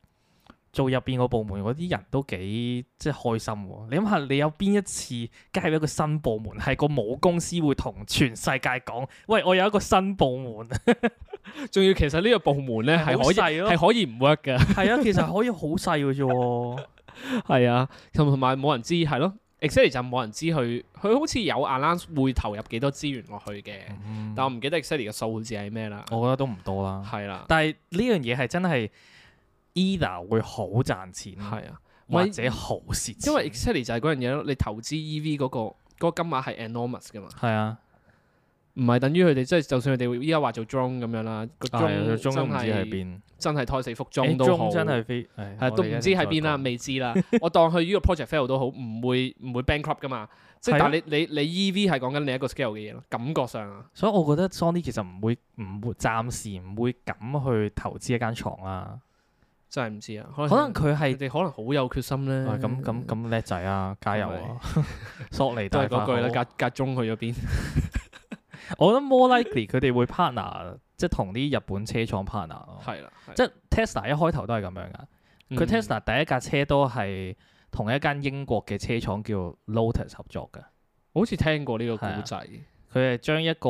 S1: 做入邊個部門嗰啲人都幾即係開心喎。你諗下，你有邊一次加入一個新部門，係個母公司會同全世界講：喂，我有一個新部門，
S2: 仲要其實呢個部門咧係可以
S1: 以
S2: 係可以唔 work 嘅。
S1: 係 啊，其實可以好細嘅啫喎。
S2: 係啊，同埋冇人知係咯。exactly 就冇人知佢，佢好似有 announce 會投入幾多資源落去嘅，
S1: 嗯
S2: 但我唔記得 exactly 嘅數字係咩啦。
S1: 我覺得都唔多啦。
S2: 係啦，
S1: 但係呢樣嘢係真係 either 會好賺錢，
S2: 係啊，
S1: 或
S2: 咪
S1: 者好蝕錢。
S2: 因為 exactly 就係嗰樣嘢咯。你投資 EV 嗰個嗰個金額係 enormous 噶嘛，
S1: 係啊。
S2: 唔係等於佢哋即係就算佢哋依家話做 drone 咁樣啦，個
S1: 係啊，佢中
S2: drone
S1: 都
S2: 真
S1: 唔知喺
S2: 係
S1: 邊，
S2: 真係胎死腹
S1: 誒
S2: 中都好
S1: 中。真係飛，係
S2: 係都唔知喺邊啦，。未知啦。 我當佢呢個 project fail 都好，唔會唔會 bankrupt 噶嘛。即係
S1: 係啊
S2: 但係你你你 EV 係講緊另一個 scale 嘅嘢咯，感覺上啊，
S1: 所以我覺得 Sony 其實唔會唔會暫時唔會敢去投資一間廠啦。
S2: 真係唔知啊。可
S1: 可能
S2: 能
S1: 佢
S2: 佢
S1: 係
S2: 哋可能好有決心咧。
S1: 喂咁咁咁叻仔啊，加油啊！ 索尼
S2: 嗯都
S1: 大
S2: 係嗰句
S1: 法
S2: 啦，
S1: 好
S2: 隔隔中去咗邊？
S1: 我覺得 more likely 佢哋會 partner，即係同啲日本車廠 partner 咯。
S2: 係嗯啦，
S1: 即係 Tesla 一開頭都哦係咁樣噶。佢 Tesla 第一架車都係同一間英國嘅車廠叫 Lotus 合作嘅。
S2: 我好似聽過呢個
S1: 係啊
S2: 故仔，
S1: 佢係將一個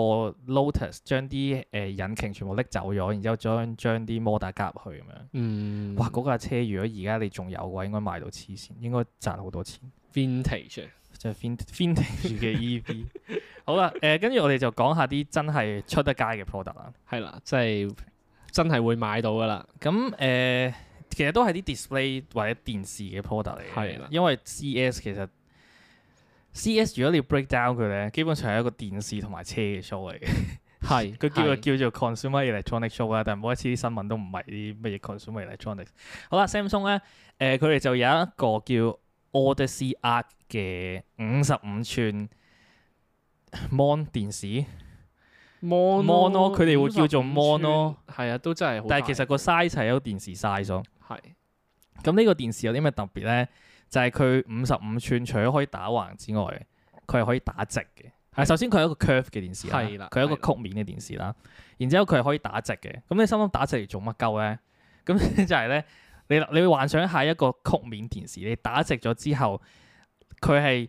S1: Lotus 將啲誒、呃引擎全部拎走咗，然之後將將啲摩打加入去咁樣。
S2: 嗯，
S1: 哇！嗰架車如果而家你仲有嘅話，應該賣到黐線，應該賺好多錢。
S2: vintage 啊
S1: 即係 fin vintage 嘅 EV。好 啦，誒、跟住我哋就講下啲真係出得街嘅 product 啦。
S2: 係啦，即係真係會買到噶啦。
S1: 咁誒、呃其實都係啲 display 或者電視嘅 product 嚟
S2: 係啦
S1: 嘅，因為 CS 其實 CS 如果你要 break down 佢咧，基本上係一個電視同埋車嘅 show 嚟嘅。
S2: 係
S1: 佢叫
S2: 係
S1: 佢叫做 consumer electronic show 啊啦，但係每一次啲新聞都唔係啲乜嘢 consumer electronics。好啦，Samsung 咧，誒佢哋就有一個叫 Odyssey Arc 嘅五十五寸 mon 電視，
S2: mono
S1: mono，佢哋會叫做 mono
S2: 55寸係啊，都真係好大。
S1: 但係其實個 size 係一個電視 size 咗。
S2: 係
S1: 咁呢個電視有啲咩特別咧？就係佢五十五寸，除咗可以打橫之外，佢係可以打直嘅。係首先佢係一個 curve 嘅電視
S2: 係
S1: 啦
S2: 啦，
S1: 佢係一
S2: 係
S1: 個曲面嘅電視啦。然之後佢係可以打直嘅。咁你心諗打直嚟做乜鳩咧？咁 就係咧，你你會幻想下一個曲面電視，你打直咗之後，佢係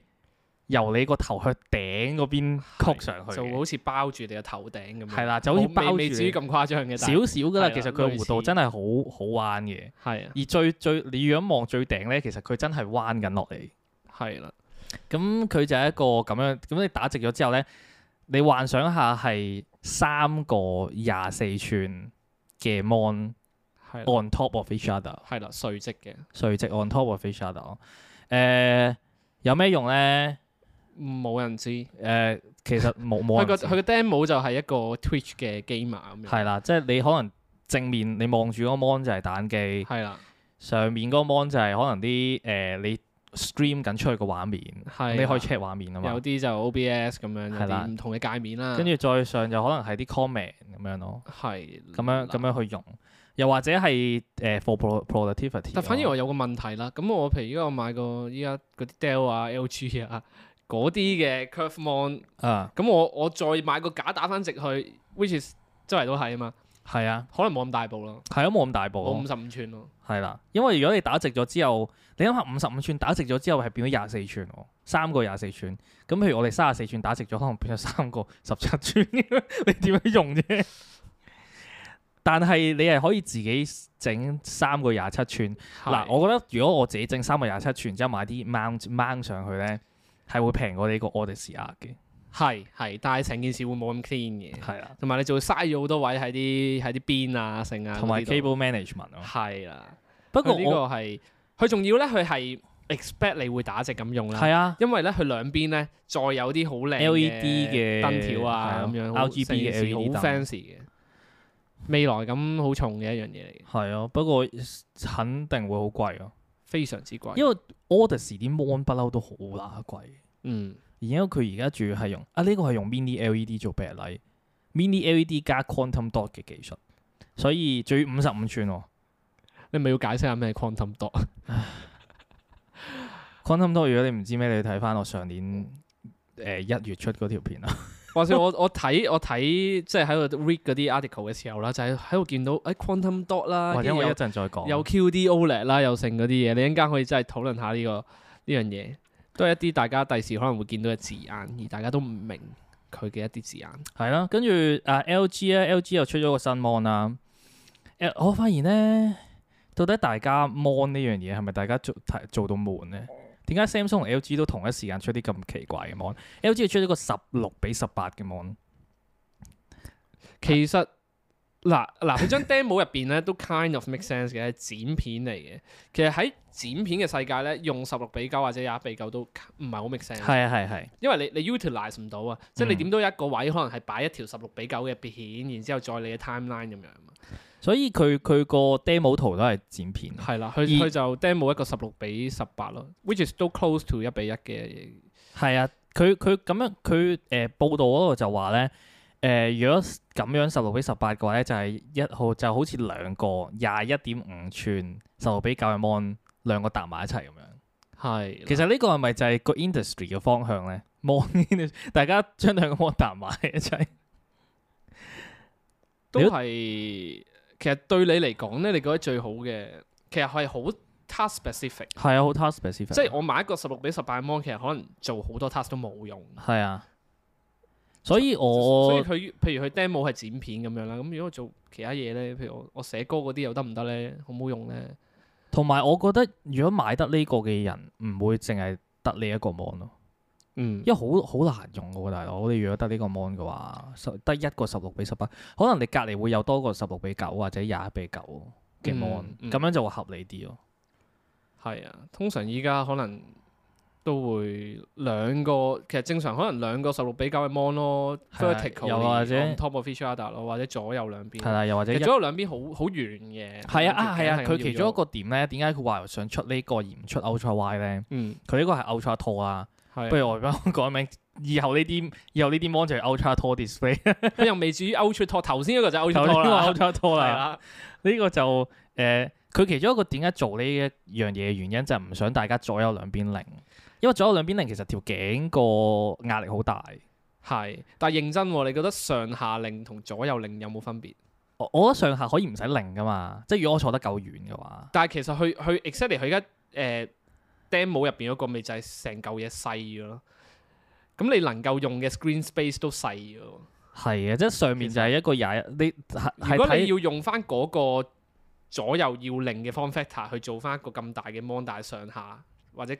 S1: 由你個頭向頂嗰邊曲上去
S2: 就
S1: 嘅，
S2: 好似包住你個頭頂咁樣。
S1: 係啊啦，就好似
S2: 冇
S1: 包住
S2: 未未至於咁誇張嘅，
S1: 少少噶啦。
S2: 係啦啊
S1: 其實佢
S2: 類
S1: 嘅弧
S2: 似
S1: 度真係好好彎嘅。
S2: 但係啊
S1: 而最最你如果望最頂咧，其實佢真係彎緊落嚟。
S2: 啊，係啦，
S1: 咁佢就係一個咁樣，咁你打直咗之後咧，你幻想下係三個廿四寸嘅 mon
S2: 係啦
S1: on top of each other，
S2: 係啦，垂直嘅，
S1: 垂直 on top of each other。誒、有咩用咧？
S2: 冇人知。
S1: 誒、其實冇冇
S2: 佢
S1: 人
S2: 個
S1: 知
S2: 佢個 demo 就係一個 Twitch 嘅 gamer 咁樣，
S1: 係啦，即係你可能正面你望住嗰個 mon 就係蛋機，
S2: 係啦，
S1: 上面嗰個 mon 就係可能啲誒、你 stream 緊出去個畫面，
S2: 係
S1: 你可以
S2: 啦
S1: check 畫面啊嘛。
S2: 有啲就 OBS 咁樣，有
S1: 係啦
S2: 啲唔同嘅界面啦，
S1: 跟住再上就可能係啲 comment 咁樣咯，
S2: 係
S1: 咁樣咁
S2: 啦。
S1: 樣去用，又或者係誒、呃 for pro- productivity 咯。
S2: 但反而我有個問題啦，咁我譬如依家我買個依家嗰啲 Dell 啊、LG 啊 嗰啲嘅 Curve Mon，
S1: 啊，
S2: 咁我我再買個架打翻直去，which is 周圍都係啊嘛，
S1: 係啊，
S2: 可能冇咁大部咯，
S1: 係啊，冇咁大部
S2: 冇
S1: 咯
S2: 五，十五寸咯，
S1: 係啦，因為如果你打直咗之後，你諗下五十五寸打直咗之後係變咗廿四寸喎，三個廿四寸，咁譬如我哋三十四寸打直咗，可能變咗三個 十七寸，你點樣用啫？但係你係可以自己整三個廿七寸。嗱，
S2: 係
S1: 我覺得如果我自己整三個廿七寸，之後買啲 mount mount 上去咧，係會平過你個 Odyssey R 嘅，
S2: 係係，但係成件事會冇咁 clean 嘅，
S1: 係啦，
S2: 同埋你就會嘥咗好多位喺啲喺啲邊啊、剩啊嗰啲度，
S1: 同埋 cable management 咯。
S2: 係啦。
S1: 不
S2: 不過
S1: 過
S2: 啊呢
S1: 我
S2: 個係佢仲要咧，佢係 expect 你會打直咁用啦。
S1: 係啊
S2: 因為咧佢兩邊咧再有啲好靚
S1: LED 嘅
S2: 燈條
S1: 係
S2: 啊
S1: 啊
S2: 咁樣
S1: RGB
S2: 成件事
S1: 嘅 LED 燈
S2: 好 fancy 嘅。未來咁好重嘅一樣嘢嚟嘅，
S1: 係啊，不過肯定會好貴咯，
S2: 非常之貴。
S1: 因為 Odyssey 啲 mon 不嬲都好乸貴。
S2: 嗯，
S1: 而家佢而家仲要係用啊呢、個係用 mini LED 做 backlight mini LED 加 quantum dot 嘅技術，所以最五十五寸喎。
S2: 你咪要解釋下咩 quantum dot？
S1: quantum dot 如果你唔知咩，你睇翻我上年誒一、月出嗰條片啦。
S2: 話說我我睇我睇即係喺度 read 嗰啲 article 嘅時候啦，就係喺度見到誒 quantum dot 啦，
S1: 或者
S2: 啊跟住
S1: 我一
S2: 有
S1: 陣再講。
S2: 有 QD OLED E 啦，有剩嗰啲嘢，你一陣間可以真係討論下呢、個呢樣嘢，都係一啲大家第時可能會見到嘅字眼，而大家都唔明佢嘅一啲字眼。
S1: 係啦，跟住啊 LG 咧，LG 又出咗個新 mon 啦。誒，我發現咧，到底大家 mon 呢樣嘢係咪大家做睇做到悶咧？點解 Samsung 同 LG 都同一時間出啲咁奇怪嘅 mon？LG 出咗個十六比十八嘅 mon，
S2: 其實嗱嗱，佢張 demo 入邊咧都 kind of make sense 嘅，係剪片嚟嘅。其實喺剪片嘅世界咧，用十六比九或者廿一比九都唔係好 make sense，
S1: 係啊係係，
S2: 因為你你 utilize 唔到啊，即係你
S1: 嗯
S2: 點都有一個位可能係擺一條十六比九嘅片，然之後再你嘅 timeline 咁樣嘛。
S1: 所以佢佢個 demo 圖都係剪片。
S2: 係啦，佢
S1: 而
S2: 佢就 demo 一個十六比十八咯，which is 都 close to 一比一嘅。
S1: 係啊，佢佢咁樣佢誒、呃、報道嗰度就話咧，誒、如果咁樣十六比十八嘅話咧，就係、一號就好似兩個廿一點五寸十六比九嘅 mon 兩個搭埋一齊咁樣。
S2: 係
S1: 其
S2: 其實
S1: 實呢個係咪就係個 industry 嘅方向咧？mon 大家將兩個 mon 搭埋一齊，
S2: 都係其實對你嚟講咧，你覺得最好嘅其實係好 task specific。
S1: 係啊，好 task specific，
S2: 即係我買一個十六比十八 mon，其實可能做好多 task 都冇用。
S1: 係啊。所以
S2: 所以
S1: 我
S2: 佢譬如佢 demo 係剪片咁樣啦，咁如果做其他嘢咧，譬如我我寫歌嗰啲又得唔得咧？好唔好用咧？
S1: 同埋我覺得，如果買得呢個嘅人，唔會淨係得呢一個 mon 咯。
S2: 嗯
S1: 因，為好好難用嘅喎，大佬。你如果得呢個 mon 嘅話，十得一個十六比十八，可能你隔離會有多個十六比九或者廿一比九嘅 mon，咁、
S2: 嗯嗯
S1: 樣就會合理啲咯。
S2: 係啊，通常依家可能都會兩個，其實正常可能兩個十六比九嘅 mon 咯
S1: 係啊
S2: ，vertical
S1: 又或者
S2: top of each other 咯，或者左右兩邊。
S1: 係啦，又或者
S2: 嗯其實
S1: 一
S2: 左右兩邊好好圓嘅。
S1: 係啊啊係啊，
S2: 條頸係咁
S1: 佢其中一
S2: 要咗
S1: 個點咧，點解佢話想出呢個而唔出 Ultra Y 咧？
S2: 嗯
S1: 佢呢個係 Ultra 拖啦，
S2: 係啊
S1: 不如我哋改名，以後呢啲以後呢啲 mon 就係 Ultra 拖 display，
S2: 佢又未至於 Ultra 拖，頭先一個就
S1: 頭
S2: Ultra
S1: 先
S2: 拖啦，
S1: 話 Ultra 拖
S2: 係
S1: 啦。
S2: 啦，
S1: 呢個就誒，呃佢、其中一個點解做呢一樣嘢嘅原因就係唔想大家左右兩邊擰，因為左右兩邊擰其實條頸個壓力好大。
S2: 係，但係認真喎，你覺得上下令同左右令有冇分別？
S1: 我我覺得上下可以唔使擰噶嘛，即係如果我坐得夠遠嘅話，
S2: 但係其實佢佢 exactly 佢而家誒 demo 入邊嗰個咪就係成嚿嘢細咗咯。咁你能夠用嘅 screen space 都細咗喎。
S1: 係嘅，啊即係上面就係一個廿一，你係係
S2: 如果你
S1: 睇
S2: 要用翻嗰個左右要令嘅 form factor 去做翻一個咁大嘅 mon 但係上下或者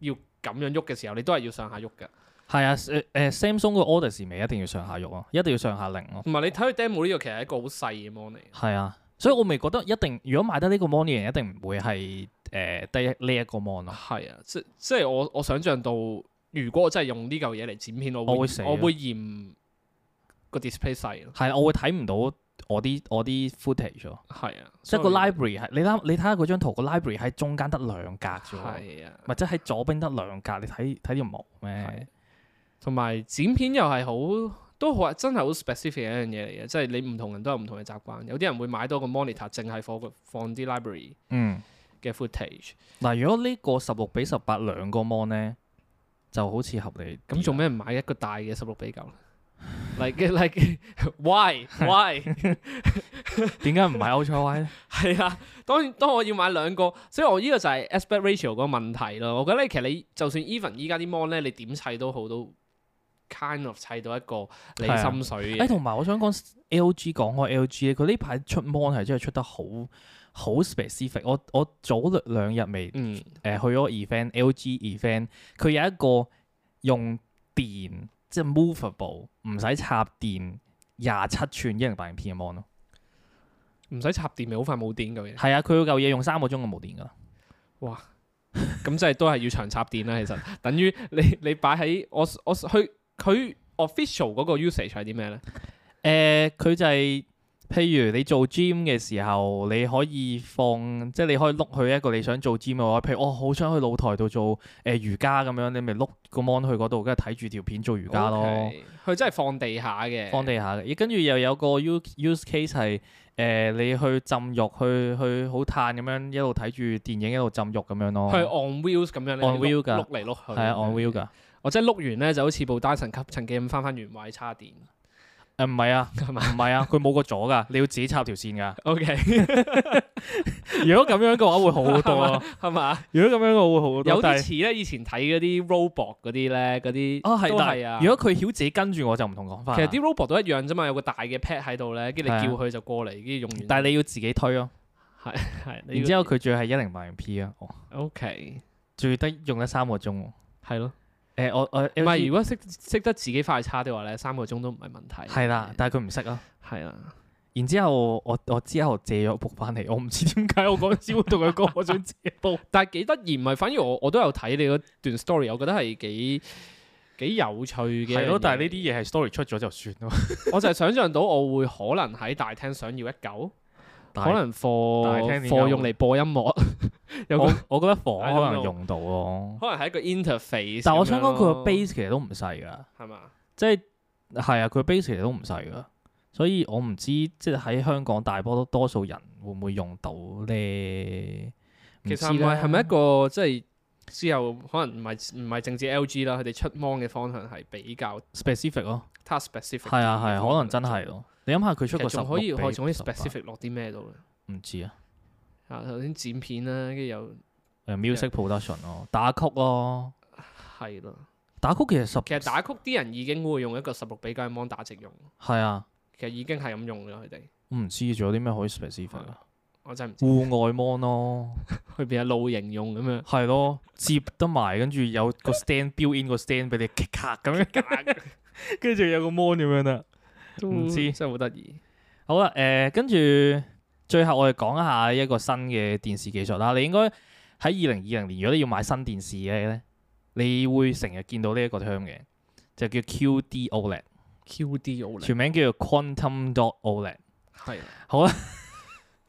S2: 要咁樣喐嘅時候，你都係要上下喐㗎。
S1: 係啊誒、呃 Samsung 個 Odyssey 咪一定要上下喐咯，一定要上下擰咯，
S2: 同埋你睇佢 demo 呢個其實係一個好細嘅 mon 嚟嘅。
S1: 係啊，所以我咪覺得一定如果買得呢個 mon 嘅人一定唔會係誒得一呢一個 mon 咯，
S2: 係啊，即即係我我想象到，如果我真係用呢嚿嘢嚟剪片，我會
S1: 我會死啊
S2: 我會嫌個 display 細咯。
S1: 係啊我會睇唔到我啲我啲 footage 咯。
S2: 係啊，
S1: 即係個
S2: 所以
S1: library 係你睇你睇下嗰張圖個 library 喺中間得兩格啫喎，
S2: 係啊，
S1: 咪即係喺左邊得兩格，你睇睇條毛
S2: 係
S1: 咩？
S2: 同埋剪片又係好都好真係好 specific 嘅一樣嘢嚟嘅，即係你唔同人都有唔同嘅習慣。有啲人會買多個 monitor，淨係放個放啲 library
S1: 嗯，
S2: 嘅 footage。
S1: 嗱，如果呢個十六比十八兩個 mon 咧，就好似合理啲啦。
S2: 咁做咩唔買一個大嘅十六比九？Like like why why？
S1: 點解唔買 Ultra Y 咧？
S2: 係啊，當然當我要買兩個，所以我呢個就係 aspect ratio 嗰個問題咯。我覺得你其實你就算 even 依家啲 mon 咧，你點砌都好，都 kind of 砌到一個你
S1: 係啊
S2: 心水
S1: 誒，
S2: 嘅。
S1: 同埋我想講 LG 講開 LG 咧，佢呢排出 mon 係真係出得好好 specific。我我早兩日未
S2: 嗯，
S1: 誒、呃去咗 event LG event，佢有一個用電即係 movable 唔使插電廿七寸一零八零 P 嘅 mon 咯。
S2: 唔使插電咪好快冇電嘅嘢。
S1: 係啊，佢嗰嚿嘢用三個鐘就冇電㗎啦。
S2: 咁即係都係要長插電啦。其實等於你你擺喺我我佢佢 official 嗰個 usage 係啲咩咧？
S1: 呃誒、佢就係譬如你做 gym 嘅時候，你可以放，即係你可以碌去一個你想做 gym 嘅話，譬如我哦好想去露台度做誒、呃瑜伽咁樣，你咪碌個 mon 去嗰度，跟住睇住條片做瑜伽咯。
S2: OK，佢真係放地下嘅，
S1: 放地下嘅，跟住又有個 use use case 係誒、呃你去浸浴，去去好嘆咁樣，一路睇住電影一路浸浴咁樣咯。
S2: 佢係 on wheels 咁樣咧
S1: On wheel 㗎
S2: 碌嚟碌去，
S1: 係啊，on wheel 㗎。
S2: 我真係碌完咧就好似部單神吸塵機咁翻翻原位叉電，
S1: 誒唔係啊，
S2: 係嘛
S1: 唔係啊，佢冇個咗 㗎，你要自己插條線㗎。
S2: ？OK
S1: 如果咁樣嘅話會好好多咯。
S2: 係嘛？
S1: 如果咁樣我會好好多。
S2: 有
S1: 但
S2: 啲
S1: 係
S2: 似咧以前睇嗰啲 robot 嗰啲咧，嗰啲
S1: 啊
S2: 都
S1: 係，但
S2: 係啊
S1: 係。如果佢曉自己跟住我就唔同講法。
S2: 其實啲 robot 都一樣啫嘛，有個大嘅 pad 喺度咧，跟住
S1: 係
S2: 你
S1: 啊
S2: 叫佢就過嚟，跟住用完。
S1: 但係你要自己推咯。
S2: 係你
S1: 然之後佢仲要係一零八零 P 啊，哦
S2: 要 OK
S1: 仲要得用得三個鐘喎。
S2: 係咯，
S1: 誒我我
S2: 唔係如果識識得自己快叉嘅話咧，三個鐘都唔係問題。
S1: 係啦，但係佢唔識啊。
S2: 係啦，
S1: 然之後我我之後借咗 book 翻嚟，我唔知點解我嗰陣時會同佢講，我想借 book。
S2: 但係幾得意，唔係反而我我都有睇你嗰段 story，我覺得係幾幾有趣 嘅。
S1: 係咯，但係呢啲嘢係 story 出咗就算咯。
S2: 啲， 我就係想象到我會可能喺大廳想要一嚿，
S1: 大
S2: 可能
S1: 廳
S2: for
S1: 點解
S2: for
S1: 會
S2: 用嚟播音樂， 有個
S1: 我我覺得房
S2: 係啊
S1: 可
S2: 咁樣
S1: 能用到咯。
S2: 可能係一個 interface 咁樣咯。
S1: 但我想講佢個 base 其實都唔細㗎，
S2: 係嘛？
S1: 即係係啊，佢 base 其實都唔細㗎。所以我唔知即係喺香港大波多多數人會唔會用到咧？
S2: 其實
S1: 唔
S2: 唔
S1: 知啦
S2: 係係咪一個即係之後可能唔係唔係淨止 LG 啦，佢哋出 mon 嘅方向係比較
S1: specific 咯？
S2: task specific 啲嘅方
S1: 係
S2: 向。
S1: 啊係啊，可能真係咯。你諗下佢
S2: 其
S1: 出個
S2: 實
S1: 十
S2: 仲可以可以仲可以
S1: 六比18
S2: specific 落啲咩度咧？
S1: 唔知啊。
S2: 啊，頭先剪片啦，跟住又
S1: 誒 music production 咯，打曲咯，
S2: 係 咯。
S1: 打曲其實十
S2: 其實打曲啲人已經會用一個十六比九嘅 mon 打直用，
S1: 係啊，
S2: 其實已經係咁用嘅啦佢哋。
S1: 我唔知仲有啲咩可以 specific 啊？
S2: 我真係唔知
S1: 戶外 mon 咯，
S2: 佢變係露營用咁樣。
S1: 係咯，接得埋，跟住有個 stand built in 個 stand 俾你 kick 卡咁樣。 跟住有個 mon 咁樣啊啦。唔知
S2: 真係好得意。
S1: 好啦，誒、跟住最後我哋講一下一個新嘅電視技術啦。你應該喺二零二零年，如果你要買新電視嘅咧，你會成日見到呢一個 term 嘅，就叫 QD OLED，
S2: QD 好靚，
S1: E 全名叫做 Quantum Dot E OLED。
S2: 係啊
S1: 好 啦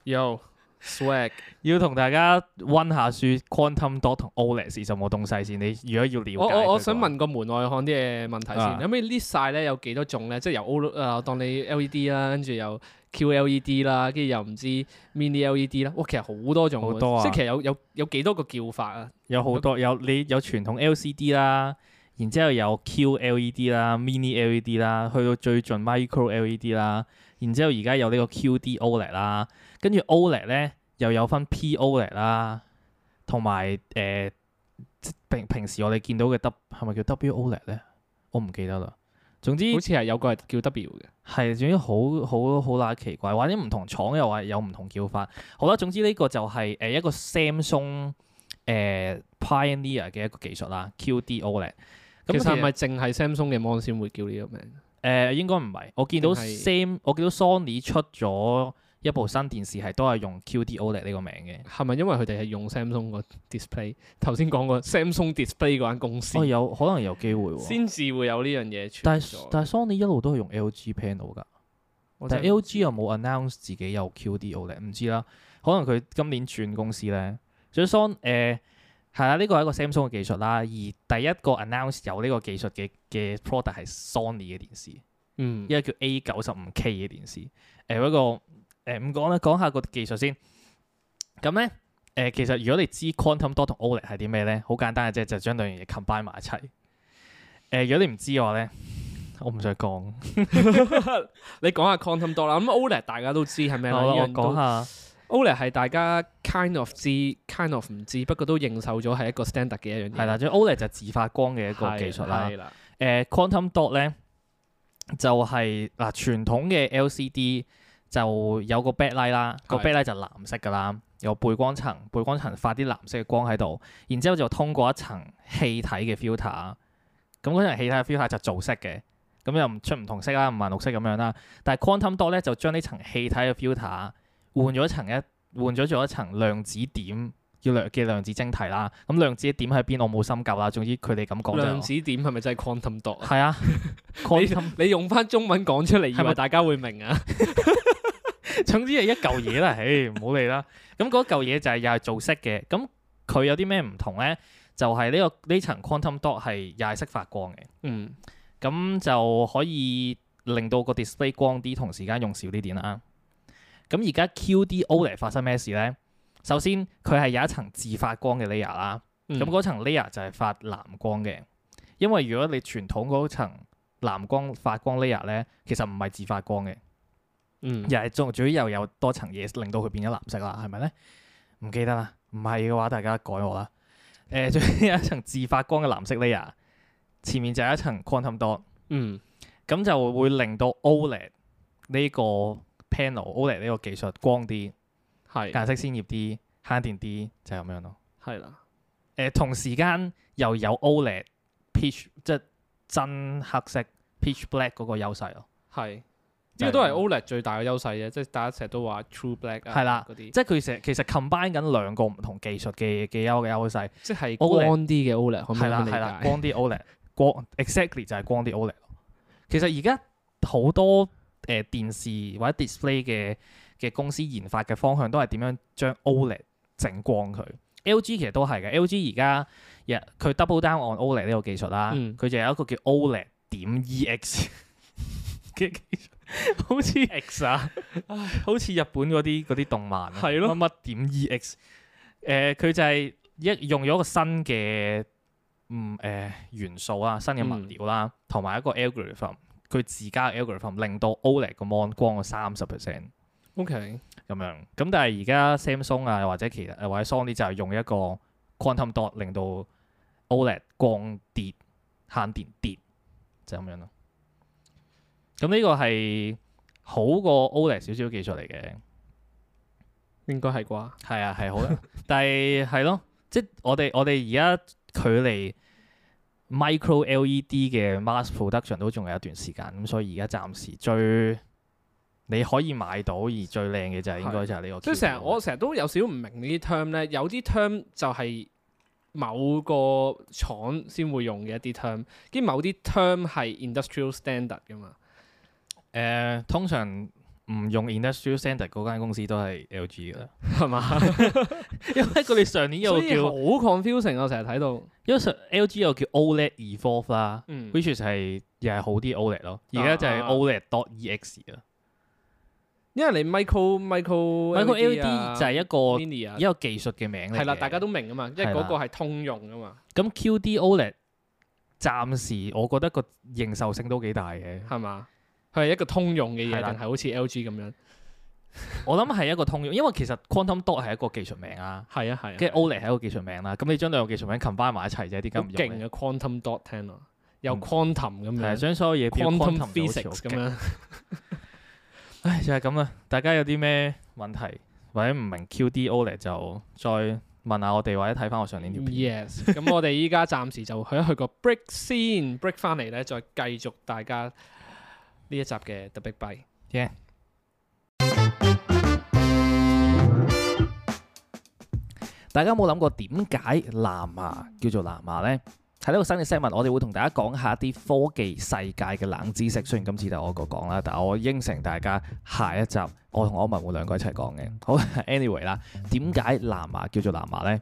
S2: ，Yo swag
S1: 要同大家温下書 Quantum Dot 同 OLED 是什麼東西先。你如果要了解
S2: 我我我
S1: 佢嘅
S2: 想
S1: 話，
S2: 問個門外漢啲嘅問題先，
S1: 啊
S2: 可唔可以 list 晒咧有幾多種咧？即係由 O 誒當你 LED 啦，跟住又 QLED 啦，跟住又唔知 mini LED 啦，哇，其實好多種喎，
S1: 好多啊
S2: 即係其實有有有幾多個叫法啊？
S1: 有好多有你有傳統 LCD 啦，然之後有 QLED 啦、Mini LED 啦，去到最盡 Micro LED 啦，然之後而家有呢個 QD OLED 啦，跟住 OLED 咧又有分 P OLED 啦，同埋誒即平平時我哋見到嘅 W 係咪叫 W OLED 咧？我唔記得啦。總之
S2: 好似係有個係叫 W 嘅，
S1: 係，總之好好好乸奇怪，或者唔同廠又話有唔同叫法。好啦，總之呢個就係誒一個 Samsung 誒、呃 Pioneer 嘅一個技術啦，QD OLED。咁
S2: 其實係
S1: 咪
S2: 咪淨係 Samsung 嘅 mon 先會叫呢個名？
S1: 誒應該唔係，我見到
S2: 定係
S1: Sam 我見到 Sony 出咗一部新電視係都係用 QD OLED 呢個名嘅。
S2: 係咪因為佢哋係用 Samsung 個 display？頭先講過 Samsung display 嗰間公司
S1: 哦，有可能有機會喎。
S2: 先至會有呢樣嘢存
S1: 但係
S2: 在。
S1: 但係 Sony 一路都係用 LG panel 㗎，
S2: 我
S1: 但
S2: 真
S1: 係
S2: 係
S1: LG 又冇 announce 自己有 QD OLED，唔知啦。可能佢今年轉公司咧，所以 Son 誒係啦，呢個係一個 Samsung 嘅技術啦。而第一個 announce 有呢個技術嘅嘅 product 係 Sony 嘅電視，
S2: 嗯
S1: 一個叫 A 九十五 K 嘅電視。誒、呃不過誒唔講啦，講下個技術先。咁咧誒，其實如果你知 Quantum Dot 同 OLED 係啲咩咧，好簡單嘅啫，就將兩樣嘢 combine 埋一齊。誒、呃如果你唔知嘅話咧，我唔想講。
S2: 你講下 quantum 多啦，咁 OLED 大家都知係咩啦？
S1: 好啦，哦
S2: 呢
S1: 我
S2: 樣都
S1: 講下。
S2: OLED 係大家 kind of 知，kind of 唔知，不過都認受咗係一個 standard 嘅一樣嘢。
S1: 係啦，即係 OLED 就係自發光嘅一個
S2: 係，
S1: 技術啦。
S2: 係啦，
S1: 誒、Quantum Dot 咧就係、嗱、傳統嘅 LCD 就有個 backlight 啦，個
S2: 係
S1: backlight 就藍色㗎啦，有背光層，背光層發啲藍色嘅光喺度，然之後就通過一層氣體嘅 filter，咁嗰層氣體嘅 filter 就造色嘅，咁又唔出唔同色啦，五顏六色咁樣啦。但係 Quantum Dot 咧就將呢層氣體嘅 filter 換咗一層一換咗做一層量子點。叫量嘅量子晶體啦，咁量子點喺邊我冇深究啦。總之佢哋咁講就
S2: 量子點係咪真係 quantum dot 啊？
S1: 係啊，quantum
S2: 你用翻中文講出嚟，以
S1: 係咪
S2: 為大家會明啊？
S1: 總之係一嚿嘢啦，唉，唔好理 啦。咁嗰嚿嘢就係又係做色嘅，咁佢有啲咩唔同咧？就係、呢、個呢層 quantum dot 係又係識發光嘅，
S2: 嗯
S1: 咁就可以令到個 display 光啲，同時間用少啲電啦。咁而家 QD OLED 發生咩事咧？首先佢係有一層自發光嘅 layer 啦。
S2: 嗯
S1: 咁嗰層 layer 就係發藍光嘅，因為如果你傳統嗰層藍光發光 layer 咧，其實唔係自發光嘅，
S2: 嗯
S1: 又係仲主要又有多層嘢令到佢變咗藍色啦，係咪咧？唔記得啦，唔係嘅話大家改我啦。誒、總之有一層自發光嘅藍色 layer，前面就有一層 quantum dot，
S2: 嗯
S1: 咁就會令到 OLED 呢個 panel OLED 呢個技術光啲，
S2: 係
S1: 顏色鮮豔啲，慳電啲，就係、咁樣咯。
S2: 係啦，
S1: 誒、同時間又有 OLED peach 即係真黑色 peach black 嗰個優勢咯，
S2: 係
S1: 就係啊
S2: 呢個都係
S1: 咁
S2: OLED 最大嘅優勢嘅，即係大家成日都話 True Black 啊
S1: 係啦
S2: 嗰啲，
S1: 即係佢成其實 combine 緊兩個唔同技術嘅嘅優嘅優勢，
S2: 即係
S1: OLED
S2: 光啲嘅 OLED 可唔可
S1: 係
S2: 以
S1: 啦
S2: 咁理
S1: 係啦，
S2: 解？
S1: 光啲 OLED 光 exactly 就係光啲 OLED 咯。其實而家好多誒、呃、電視或者 display 嘅嘅公司研發嘅方向都係點樣將 OLED 整光佢。LG 其實都係嘅，LG 而家日佢 double down on OLED 呢個技術啦，
S2: 嗯
S1: 佢就有一個叫 OLED 點 EX 嘅技術，好似 X 啊，好似日本嗰啲嗰啲動漫啊
S2: 係咯
S1: 乜乜點 EX，誒、佢就係一用咗一個新嘅嗯誒、元素啊，新嘅物料
S2: 嗯
S1: 啦，同埋、一個 algorithm，佢自家嘅 algorithm 令到 OLED 個 mon 光咗三十 percent。
S2: OK，
S1: 咁樣。咁但係而家 Samsung 啊，或者其他或者 Sony 就係用一個 quantum dot 令到 OLED 光跌慳電跌，就咁樣咯。咁呢個係好過 OLED 少少嘅技術嚟嘅，
S2: 應該係啩？
S1: 係啊係好啦。但係係咯，即係我哋我哋而家距離 micro LED 嘅 mass production 都仲有一段時間，咁所以而家暫時最你可以買到而最靚嘅就係應該就係呢個 QD 啦。
S2: 即係成日我成日都有少少唔明呢啲 term 咧，有啲 term 就係某個廠先會用嘅一啲 term，跟住某啲 term 係 industrial standard 噶嘛。
S1: 誒、通常唔用 Industrial Standard 嗰間公司都係 LG 噶啦，
S2: 係嘛？
S1: 因為佢哋上年又
S2: 所以好
S1: 叫，
S2: confusing 啊我成日睇到，
S1: 因為上 LG 又叫 OLED Evolve 啦、
S2: 嗯
S1: w h i c h is 係又係好啲 OLED 咯，而家就係
S2: 啊
S1: OLED dot E 啊 EX 啦。
S2: 因為你 micro micro
S1: Micro
S2: LED 啊
S1: LED 就係一個
S2: mini 啊
S1: 一，個技術嘅名嚟嘅，
S2: 係啦，大家都明啊嘛，因為
S1: 係啦
S2: 嗰個係通用啊嘛，
S1: 咁 QD OLED E 暫時我覺得個認受性都幾大嘅，
S2: 係嘛？佢係一個通用嘅
S1: 係
S2: 嘢，
S1: 啦
S2: 定係好似 LG 咁樣？
S1: 我諗係一個通用，因為其實 Quantum dot 係一個技術名啊，
S2: 係啊係啊，
S1: 跟住 OLED 係一個技術名啦，咁你將兩個技術名 combine 埋一齊啫，點解
S2: 好
S1: 唔用
S2: 勁啊
S1: 咧？
S2: 嘅 quantum dot 聽落，有
S1: 嗯
S2: quantum 咁
S1: 係啊
S2: 樣
S1: 將所有嘢變咗
S2: quantum
S1: quantum 就好似
S2: physics
S1: 好
S2: 咁
S1: 勁
S2: 樣。
S1: 唉，就係啊咁啦。大家有啲咩問題或者唔明 QD OLED E 就再問下我哋，或者睇翻我上年條片。
S2: 嗯 Yes，咁我哋依家暫時就去一去個 break 先，break 翻嚟咧，再繼續大家呢一集嘅 The Big Bye。
S1: Yeah 大家有冇諗過點解藍牙叫做藍牙呢？喺呢個新嘅 segment，我哋會同大家講下啲科技世界嘅冷知識。雖然今次就我一個講啦，但我應承大家下一集我同柯文會兩個一齊講嘅。 好，anyway 啦，點解藍牙叫做藍牙呢？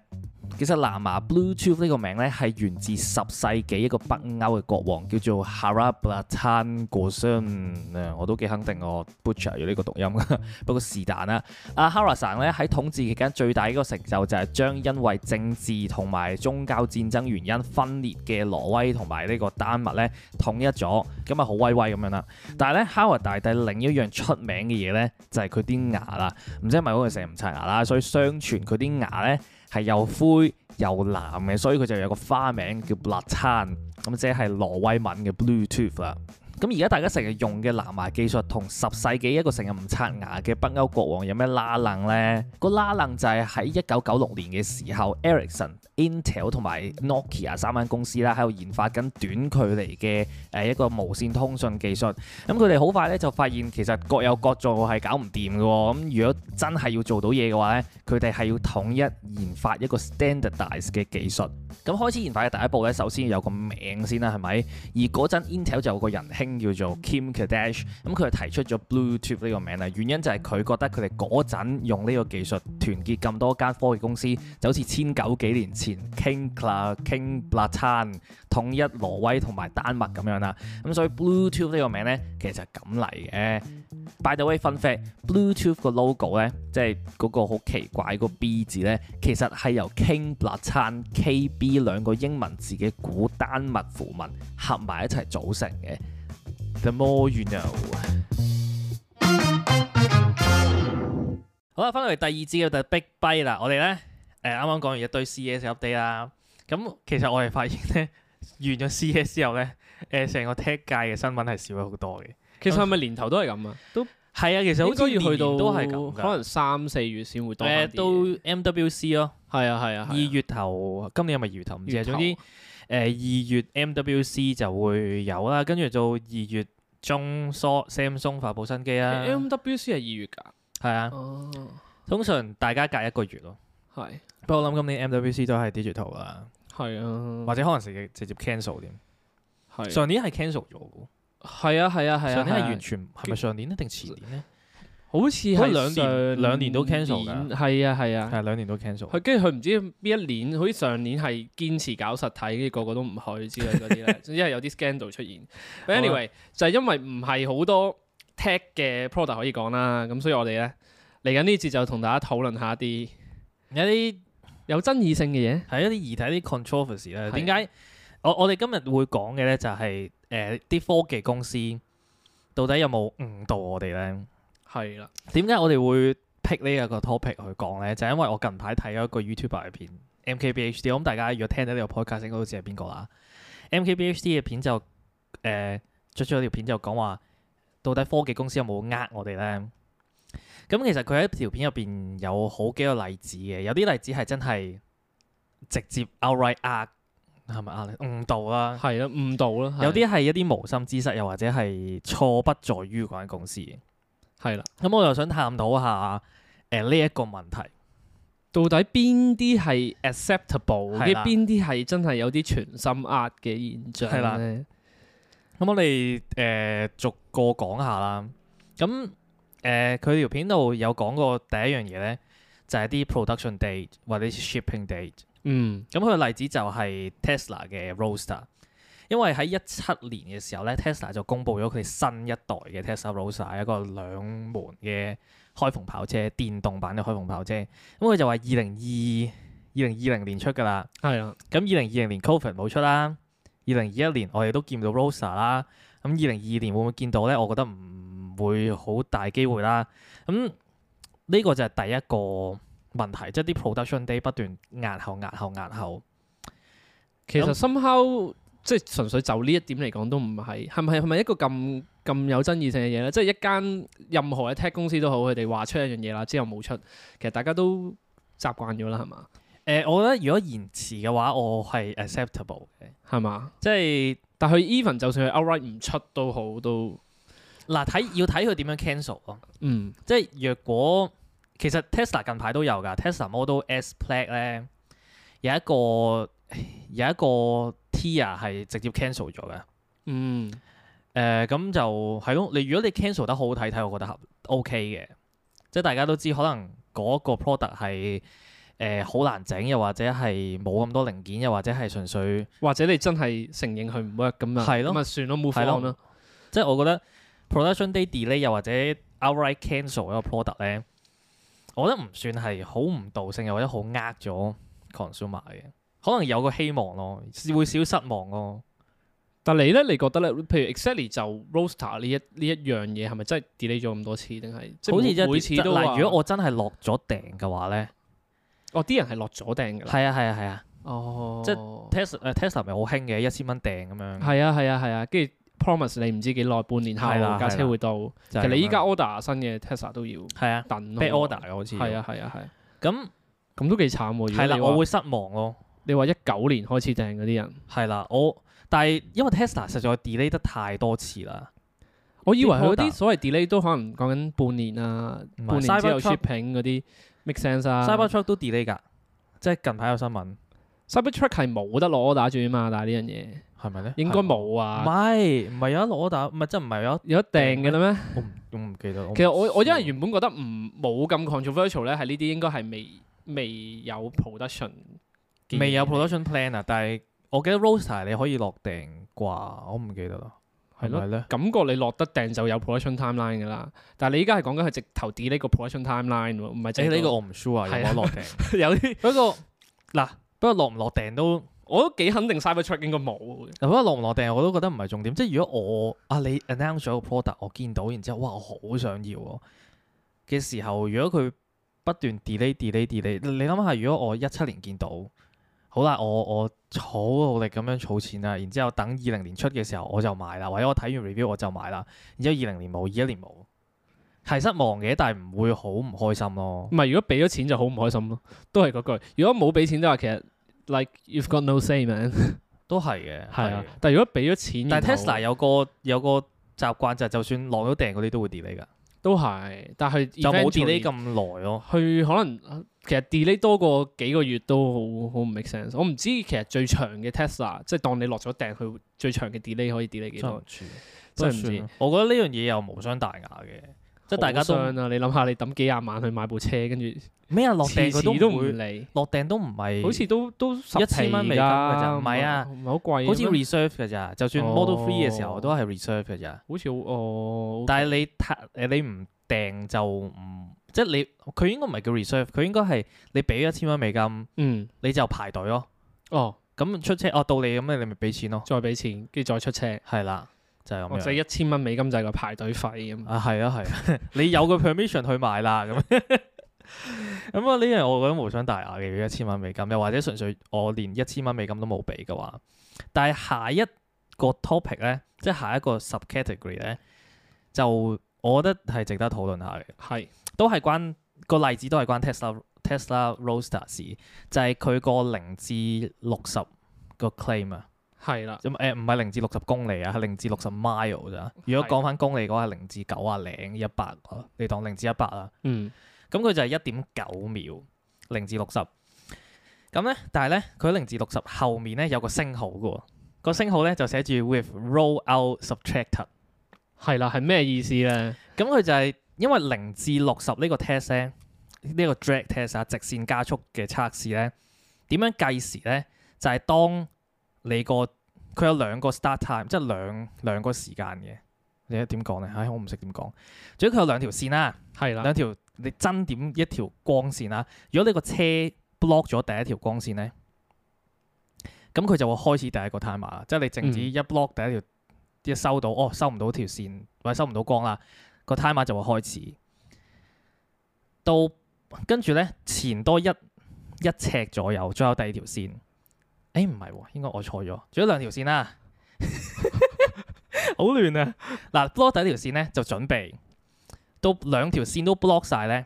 S1: 其實藍牙 Bluetooth 呢個名呢，係源自十世紀一個北歐嘅國王叫做 Haraldsson Guðmundsson 誒我都幾肯定我 butcher 咗呢個讀音， 不過是但啦。阿 Haraldsson 咧喺統治期間最大一個成就就係將因為政治同埋宗教戰爭原因分裂嘅挪威同埋呢個丹麥咧統一咗，咁啊好威威咁樣啦。但係咧，哈維大帝另一樣出名嘅嘢咧就係佢啲牙啦，唔知係咪嗰陣成日唔刷牙啦，所以相傳佢啲牙咧係又灰又藍嘅，所以佢就有個花名叫 b l a t a n 咁即係挪威文嘅 Bluetooth 啦。咁而家大家成日用嘅藍牙技術同十世紀一個成日唔刷牙嘅北歐國王有咩拉楞呢？個拉楞就係喺一九九六年嘅時候，Ericsson、Intel 同埋 Nokia 三間公司啦，喺度研發緊短距離嘅誒一個無線通訊技術。咁佢哋好快咧就發現其實各有各做係搞唔掂嘅喎。咁如果真係要做到嘢嘅話咧，佢哋係要統一研發一個 standardize 嘅技術。咁開始研發嘅第一步咧，首先要有個名先啦，係咪？而嗰陣 Intel 就有個人興星叫做 Kim Kardashian，咁佢就提出咗 BlueTube 呢個名啦。原因就係佢覺得佢哋嗰陣用呢個技術團結咁多間科技公司，就好似千九幾年前 King Kla King Blatan 統一挪威同埋丹麥咁樣啦。咁所以 BlueTube 呢個名呢，其實係咁嚟嘅。By the way，fun fact，BlueTube 個 logo 呢，即係嗰個好奇怪個 B 字呢，其實係由 King Blatan KB 兩個英文字嘅古丹麥符文合埋一齊組成嘅。The more you know。好啦，翻到嚟第二節嘅就 Big Byte 啦。我哋呢，誒啱啱講完一堆 CS update 啦。咁其實我哋發現呢， 完咗 CS 之後呢，誒、成個 tech 界嘅新聞係少咗好多嘅。
S2: 其實係咪年頭都係咁啊？都
S1: 係啊，其實好似
S2: 應該要去到
S1: 年年都係咁㗎
S2: 可能三四月先會多翻
S1: 誒
S2: 啲
S1: 都
S2: 嘢。
S1: MWC 咯，
S2: 係啊係啊，
S1: 二月頭今年係咪二月頭唔知啊？
S2: 月頭
S1: 總之誒二月 MWC 就會有啦，跟住到二月中 so- Samsung 發布新機啦，
S2: M W C 係二月㗎。
S1: 係啊，
S2: 哦，
S1: 通常大家隔一個月咯。
S2: 係
S1: 不過我諗今年 MWC 都係 digital 啦，
S2: 係啊，
S1: 或者可能直接直接 cancel 添。
S2: 係啊
S1: 上年係 cancel 咗嘅
S2: 係啊係啊
S1: 喎，
S2: 係啊，
S1: 上年係
S2: 係啊
S1: 完全係咪上年咧定前年咧？
S2: 好似
S1: 好
S2: 係
S1: 似兩年
S2: 上
S1: 兩年都 cancel 㗎
S2: 年係啊係啊。
S1: 係兩年都 cancel。
S2: 佢跟住佢唔知邊一年，好似上年係堅持搞實體，跟住個個都唔去之類嗰啲 咧，總之係有啲 scandal 出現。But
S1: 好啦
S2: anyway，就係因為唔係好多 tech 嘅 product 可以講啦，咁所以我哋咧嚟緊呢節就同大家討論下一啲
S1: 有啲
S2: 有爭議性嘅嘢。
S1: 係一啲議題啲 controversy 咧。
S2: 係
S1: 點解我我哋今日會講嘅咧就係誒啲科技公司到底有冇誤導我哋咧？
S2: 係啦，
S1: 點解我哋會 pick 呢一個 topic 去講咧？就係因為我近排睇咗一個 YouTuber 嘅片 MKBHD，我諗大家如果聽到呢個 podcast 應該都知係邊個啦。MKBHD 嘅片就誒出咗條片就講話，到底科技公司有冇呃我哋咧？咁其實佢喺條片入邊有好幾個例子嘅，有啲例子係真係直接 outright 呃，係咪呃你誤導啦？
S2: 係啦，誤導啦，係
S1: 有啲係一啲無心之失，又或者係錯不在於嗰間公司嘅。
S2: 係啦。
S1: 咁我又想探討下誒呢一個問題，
S2: 到底邊啲係 acceptable，
S1: 係
S2: 跟
S1: 啦
S2: 邊啲係真係有啲全心呃嘅現
S1: 係啦
S2: 象咧？
S1: 咁我哋誒、呃逐個講下啦。咁誒佢條片度有講過第一樣嘢咧，就係、啲 production date 或者 shipping date。
S2: 嗯，
S1: 咁佢嘅例子就係 Tesla 嘅 Roadster，因為喺一七年嘅時候咧，Tesla 就公布咗佢哋新一代嘅 Tesla Roadster，一個兩門嘅開篷跑車，電動版嘅開篷跑車。咁佢就話二零二二零二零年出㗎啦。
S2: 係啦，
S1: 咁二零二零年 Covid 冇出啦，二零二一年我哋都見唔到 Rosa 啦，咁二零二二年會唔會見到咧？我覺得唔會好大機會啦。咁呢個就係第一個問題，即係啲 production day 不斷壓後、壓後、壓後。
S2: 其實
S1: 咁
S2: somehow 即係純粹就呢一點嚟講都唔係，係咪係咪一個咁咁有爭議性嘅嘢咧？即係一間任何嘅 tech 公司都好，佢哋話出一樣嘢啦，之後冇出，其實大家都習慣咗啦，係嘛？
S1: 誒、我覺得如果延遲嘅話，我係 acceptable 嘅，
S2: 係嘛？
S1: 即係
S2: 但佢 even 就算佢 outright 唔出都好，都
S1: 嗱睇要睇佢點樣 cancel 咯。
S2: 嗯
S1: 即係若果其實 Tesla 近排都有㗎，Tesla Model S Plaid 咧有一個有一個 Tia 係直接 cancel 咗嘅。
S2: 嗯
S1: 誒、呃咁就係咯，你如果你 cancel 得好好睇睇，我覺得合 OK 嘅。即係大家都知，可能嗰個 product 係誒好難整，又或者係冇咁多零件，又或者係純粹
S2: 或者你真係承認佢唔 work 咁啊，
S1: 係咯
S2: 咁啊算咯
S1: 係咯
S2: ，move on 啦，
S1: 即係我覺得 production day delay 又或者 outright cancel 一個 product 咧，我覺得唔算係好唔道性，又或者好呃咗 consumer 嘅，可能有個希望咯，會少失望咯。
S2: 但你咧，你覺得咧，譬如 exactly 就 roaster 呢一呢一樣嘢係咪真係 delay 咗咁多次，定係即係
S1: 好似
S2: 每
S1: 即係
S2: 每次都話
S1: 嗱，如果我真係落咗訂嘅話咧，
S2: 哦啲人係落咗訂㗎啦，
S1: 係啊係啊係啊
S2: 哦，
S1: 即，Tesla 誒呃 Tesla 咪好興嘅，一千蚊訂咁樣，
S2: 係啊係啊係啊，跟住 promise 你唔知幾耐，半年後
S1: 係啦
S2: 架
S1: 係
S2: 車
S1: 啦
S2: 會到。
S1: 其
S2: 其實你依家 order 新嘅 Tesla 都要
S1: 係啊
S2: 等咯。
S1: b a order 嘅好似
S2: 係啊係啊係，
S1: 咁
S2: 咁都幾慘喎。
S1: 係啦，我
S2: 會
S1: 會失望咯。
S2: 你話一九年開始訂嗰啲人，
S1: 係啦，我但係因為 Tesla 實在 delay 得太多次啦，
S2: 我以為
S1: 啲
S2: 佢啲
S1: order
S2: 所謂 delay 都可能講緊半年啊，
S1: 唔係
S2: 半年之後
S1: Cybertruck-
S2: shipping 嗰啲 make sense 啊。
S1: Cybertruck 都 delay 㗎，即係近排有新聞
S2: Cybertruck 係冇得攞 order 住啊嘛，但係呢樣嘢
S1: 係咪咧？
S2: 應該冇啊
S1: 唔，係，唔係有得攞，但唔係真唔係有得，
S2: 有得訂嘅啦咩？
S1: 我唔我唔啊記得。
S2: 其實我我因為
S1: 原
S2: 原本覺得唔冇咁 controversial 咧，係呢啲應該係未未有 production，嘅
S1: 未有
S2: 嘢嚟
S1: production plan 啊，但係我記得 roster 你可以落訂啩，我唔記得啦，係
S2: 係咯
S1: 咪咧？
S2: 感覺你落得訂就有 production timeline 㗎啦。但係你依家係講緊係直頭 delay 個 production timeline 喎，唔
S1: 誒
S2: 係淨
S1: 呢個我唔 sure 啊，有冇得落訂？
S2: 個有啲，
S1: 不過嗱，不過落唔落訂都，
S2: 我都幾肯定 Cybertruck 應該冇啊嘅。
S1: 不過落唔落訂我都覺得唔係重點。即係如果我啊你 announce 咗個 product，我見到然之後，哇我好想要喎嘅時候，如果佢不斷 delay delay delay，你諗下，如果我一七年見到，好啦，我我好努力咁樣儲錢啦，然之後等二零年出嘅時候我就買啦，或者我睇完 review 我就買啦，然之後二零年冇，二一年冇，係失望嘅，但係唔會好唔開心咯
S2: 唔。係，如果俾咗錢就好唔開心咯，都係嗰句。如果冇俾錢都話其實 like you've got no say man，
S1: 都係嘅，
S2: 係
S1: 嘅
S2: 啊。但係如果俾咗錢，
S1: 但係
S2: 然後
S1: Tesla 有個有個習慣就係，就算落咗訂嗰啲都會 delay 㗎，
S2: 都係，但係
S1: 就冇 delay
S2: eventually
S1: 咁耐咯。
S2: 去可能其實 delay 多過幾個月都好好唔 make sense。我唔知其實最長嘅 Tesla，即係當你落咗訂，佢最長嘅 delay 可以 delay 幾
S1: 真係唔
S2: 多？
S1: 知，
S2: 真係唔
S1: 算
S2: 知
S1: 啦。我覺得呢樣嘢又無傷大雅嘅，即係大家
S2: 好傷
S1: 都
S2: 啊！你諗下，你抌幾廿萬去買部車，跟住
S1: 咩啊落訂
S2: 次
S1: 佢
S2: 次
S1: 都
S2: 都
S1: 唔
S2: 唔
S1: 會
S2: 理，
S1: 落訂都唔係，
S2: 好似都都十
S1: 一千蚊
S2: 皮
S1: 美金㗎咋
S2: 㗎，
S1: 唔係啊
S2: 唔係好貴嘅咩，
S1: 好似 reserve 㗎咋，就算 Model
S2: 哦
S1: Three 嘅時候都係 reserve 㗎咋。
S2: 好似好哦，
S1: 但係你太誒你唔訂就唔即係你佢應該唔係叫 reserve，佢應該係你俾一千蚊美金
S2: 嗯
S1: 你就排隊咯。
S2: 哦，
S1: 咁出車哦到你咁你咪俾錢咯，
S2: 再俾錢，跟住再出車，
S1: 係啦，哦就係
S2: 或
S1: 咁
S2: 者
S1: 樣。
S2: 一千蚊美金就係個排隊費咁。
S1: 啊，係啊，係啊， 你有個 permission 去買啦，咁 咁啊，呢樣我覺得無傷大雅嘅，要一千蚊美金，又或者純粹我連一千蚊美金都冇俾嘅話，但係下一個 topic 咧，即係下一個 sub category 咧，就我覺得係值得討論下嘅，
S2: 係
S1: 都係關個例子都係關 Tesla Tesla Roadster 事，就係佢個零至六十個 claim 啊。
S2: 係啦，
S1: 咁誒唔係零至六十公里啊，係零至六十 mile 咋。如果講翻公里嘅話，係零至九啊零一百啊，你當零至一百啦。
S2: 嗯
S1: 咁佢就係一點九秒，零至六十。咁咧，但係咧，佢零至六十後面咧有個星號嘅喎，個星號咧就寫住 with roll out subtracted。
S2: 係啦，係咩意思咧？
S1: 咁佢就係因為零至六十呢個 test 咧，呢個 drag test 啊，直線加速嘅測試咧，點樣計時咧？就係、當你個佢有兩個 start time，即係兩兩個時間嘅。你點講咧？唉、我唔識點講。總之佢有兩條線啦，
S2: 係啦
S1: 兩。條你真點一條光線啦。如果你個車 block 咗第一條光線咧，咁佢就會開始第一個 timer 啦。即係你靜止
S2: 嗯
S1: 一 block 第一條，一收到哦收唔到條線或者收唔到光啦，個 timer 就會開始。到跟住咧前多一一尺左右，最後第二條線。誒唔係喎，應該我錯咗，仲有兩條線啦。 好亂啊！嗱，block 第一條線咧就準備，到兩條線都 block 晒咧，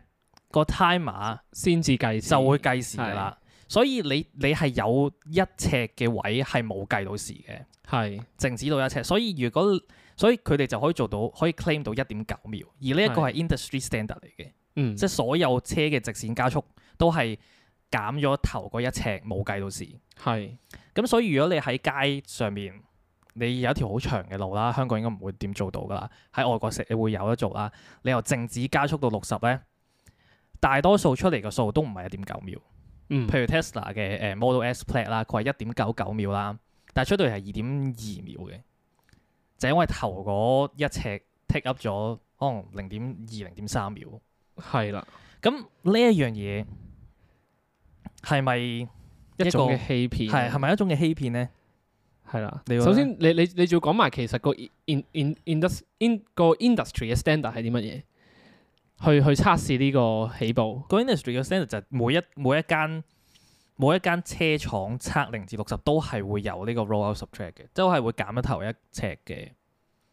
S1: 個 timer
S2: 先至計時
S1: 就會計時㗎啦。所以你你係有一尺嘅位係冇計到時嘅，
S2: 係
S1: 靜止到一尺。所以如果所以佢哋就可以做到可以 claim 到一點九秒，而呢一個係 industry standard 嚟嘅，
S2: 嗯
S1: 即係所有車嘅直線加速都係減咗頭嗰一尺冇計到時。
S2: 係
S1: 咁所以如果你喺街上面，你有一條好長嘅路啦，香港應該唔會點做到噶啦，喺外國食會有得做啦。你由靜止加速到六十咧，大多數出嚟嘅數都唔係一點九秒。
S2: 嗯
S1: 譬如 Tesla 嘅誒、呃 Model S Plaid 啦，佢係一點九九秒啦，但係出到嚟係二點二秒嘅，就因為頭嗰一尺 take up 咗可能零點二、零點三秒。
S2: 係啦，
S1: 咁呢一樣嘢係咪一
S2: 一種
S1: 個
S2: 嘅欺騙
S1: 係係咪一種嘅欺騙咧？
S2: 係啦
S1: 你。覺得
S2: 首先你你你仲要講埋其實個 in in indus in 個 industry 嘅 standard 係啲乜嘢？去去測試呢個起步
S1: 個 industry 嘅 standard 就係每一每一間每一間車廠測零至六十都係會有呢個 roll out subtract 嘅，都係會減一頭一尺嘅，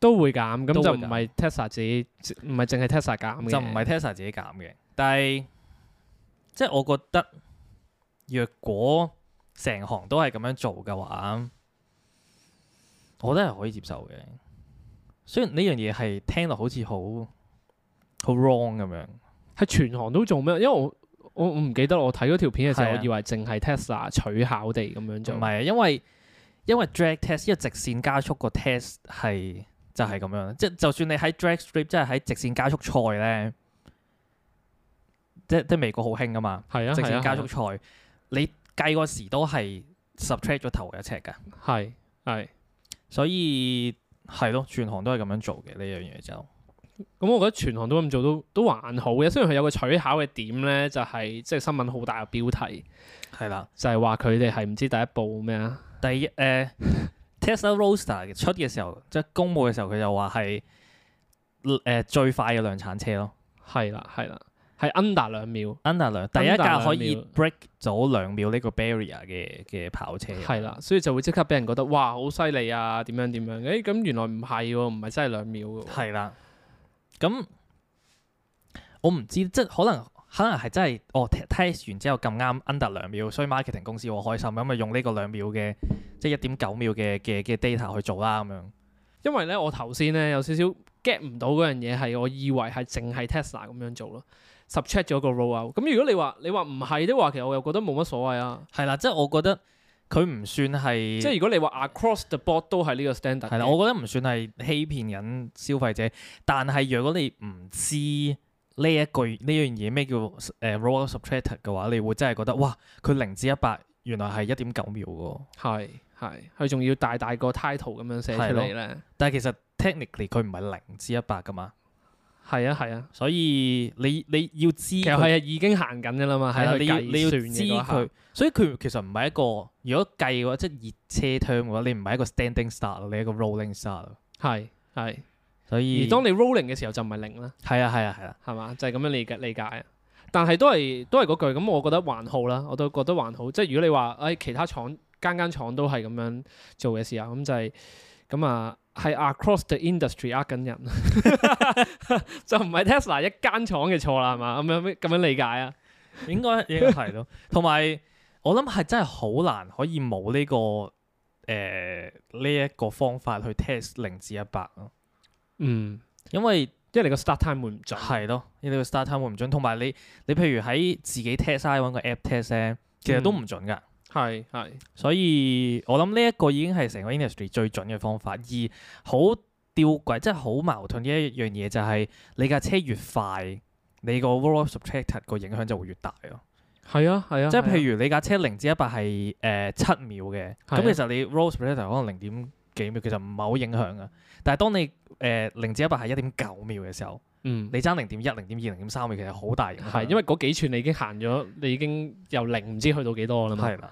S2: 都會減，咁
S1: 都會
S2: 就
S1: 減
S2: 唔係 Tesla 自己，唔係淨係 Tesla 減嘅，
S1: 就唔係 Tesla 自己減嘅。但係即係我覺得，若果成行都係咁樣做嘅話，我覺得係可以接受嘅。雖然呢樣嘢係聽落好似好好 wrong 咁樣，
S2: 係全行都做咩？因為我我我唔記得我睇嗰條片嘅時候，
S1: 係啊
S2: 我以為淨係 Tesla 取巧地咁樣做
S1: 唔，係因為因為 drag test 因為直線加速個 test 係就係咁樣，即係就算你喺 drag strip 即係喺直線加速賽咧，即即係美國好興噶嘛，
S2: 係啊，
S1: 直
S2: 係啊
S1: 線加速
S2: 係
S1: 賽，你計嗰時都係 subtract 咗頭一尺㗎，
S2: 啊係係。
S1: 所以係咯，全行都係咁樣做嘅呢樣嘢就。
S2: 咁我覺得全行都咁做都都還好嘅，雖然佢有個取巧嘅點咧，就係即係新聞好大嘅標題，
S1: 係啦，
S2: 就係話佢哋係唔知第一步咩啊，
S1: 第一誒、呃 Tesla Roadster 出嘅時候，即係公佈嘅時候，佢就話係誒最快嘅量產車咯
S2: 係啦係啦，係 under 兩秒，
S1: ，under 兩第一
S2: Under
S1: 架
S2: 兩
S1: 可以
S2: 秒
S1: break 咗兩秒呢個 barrier 嘅嘅跑車。
S2: 係啦，所以就會即刻俾人覺得哇好犀利啊，點樣點樣，誒、咁原來唔係喎，唔係真係兩秒嘅喎，
S1: 係啦，咁我唔知，即係可能可能係真係哦 te- test 完之後咁啱 under 兩秒，所以 marketing 公司好開心，咁咪用呢個兩秒嘅即係一點九秒嘅嘅嘅 data 去做啦咁樣。
S2: 因為咧我頭先咧有少少 get 唔到嗰樣嘢係我以為係淨係 Tesla 咁樣做咯，subtract 咗個 roll out，咁如果你話你話唔係的話，其實我又覺得冇乜所謂啊，
S1: 係啦，即係我覺得佢唔算係
S2: 即係如果你話 across the board 都係呢個 standard，
S1: 係啦，我覺得唔算係欺騙緊消費者，但係若果你唔知呢一句呢樣嘢咩叫誒 roll subtract 嘅話，你會真係覺得哇，佢零至一百原來係一點九秒喎。
S2: 係係，佢仲要大大個 title 咁樣寫出
S1: 係咯
S2: 嚟咧。
S1: 但係其實 technically 佢唔係零至一百噶嘛，
S2: 係啊係啊，
S1: 所以你你要知
S2: 其
S1: 佢
S2: 實係已經行緊㗎啦嘛，
S1: 係
S2: 喺
S1: 啦，
S2: 佢
S1: 你要你要
S2: 計
S1: 知
S2: 算嘅嗰
S1: 佢
S2: 下。，
S1: 所以佢其實唔係一個如果計嘅話，即係熱車 term 嘅話，你唔係一個 standing start 咯，你係一個 rolling start 咯。
S2: 係係。
S1: 所以
S2: 而當你 rolling 嘅時候就唔係零啦，
S1: 係啊係啊係啦，
S2: 係嘛？就係咁樣理解理解啊。但係都係都係嗰句，咁我覺得還好啦，我都覺得還好。即係如果你話，誒、哎其他廠間間廠都係咁樣做嘅時候，咁就係咁啊，係 across the industry 呃緊人， 就唔係 Tesla 一間廠嘅錯啦，係嘛？咁樣咁樣理解啊。
S1: 應該應該係咯。同埋我諗係真係好難可以冇呢、個誒呢一個方法去 test 零至一百咯，
S2: 嗯，
S1: 因為
S2: 因為你個 start time 會唔準。
S1: 係咯，你個 start time 會唔準，同埋你你譬如喺自己 test 啊揾個 app test 咧，其實都
S2: 嗯
S1: 唔準㗎。
S2: 係係。
S1: 所以我諗呢一個已經係成個 industry 最準嘅方法，而好吊詭，即係好矛盾嘅一樣嘢就係、你架車越快，你個 roll subtractor 個影響就會越大咯。
S2: 係啊，係啊，
S1: 即係
S2: 係啊
S1: 譬如你架車零至一百係誒七秒嘅，
S2: 係
S1: 咁
S2: 啊
S1: 其實你 roll subtractor 可能零點幾秒，其實唔係好影響噶。但係當你誒零至一百係一點九秒嘅時候，
S2: 嗯，
S1: 你爭零點一、零點二、零點三秒，其實好大影響。
S2: 係因為嗰幾寸你已經行咗，你已經由零唔知去到幾多啦嘛。
S1: 係啦。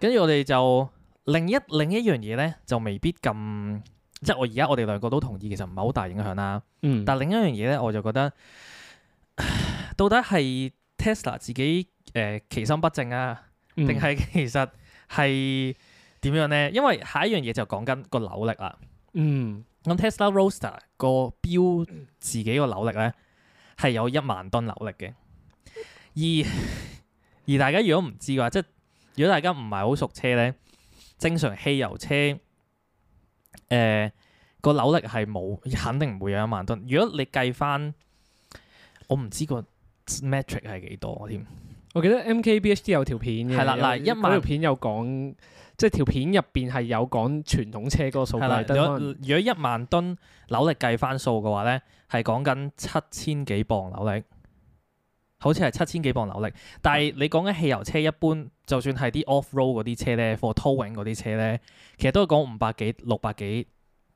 S1: 跟住我哋就另一另一樣嘢咧，就未必咁，即係我而家我哋兩個都同意，其實唔係好大影響啦。
S2: 嗯，
S1: 但另一樣嘢咧，我就覺得唉到底係 Tesla 自己誒、呃其心不正啊，
S2: 定
S1: 定係其實係點樣咧？因為下一樣嘢就講緊個扭力啦。
S2: 嗯
S1: 咁 Tesla Roadster 個標自己個扭力咧係有一萬噸扭力嘅，而 而大家如果唔知嘅話，即係如果大家唔係好熟車咧，正常汽油車誒、呃、個扭力係冇，肯定唔會有一萬噸。如果你計翻，我唔知個 metric 係幾多添，
S2: 我記得 MKBHD 有條片嘅，
S1: 係啦嗱
S2: 有
S1: 一萬
S2: 嗰條片有講，即係條片入邊係有講傳統車嗰個數
S1: 係啦
S2: 據，。
S1: 如
S2: 但
S1: 果
S2: 可
S1: 如
S2: 能
S1: 果一萬噸扭力計翻數嘅話咧，係講緊七千幾磅扭力，好似係七千幾磅扭力。但係你講緊汽油車，一般就算係啲 off road 嗰啲車咧，for towing 嗰啲車咧，其實都係講五百幾、六百幾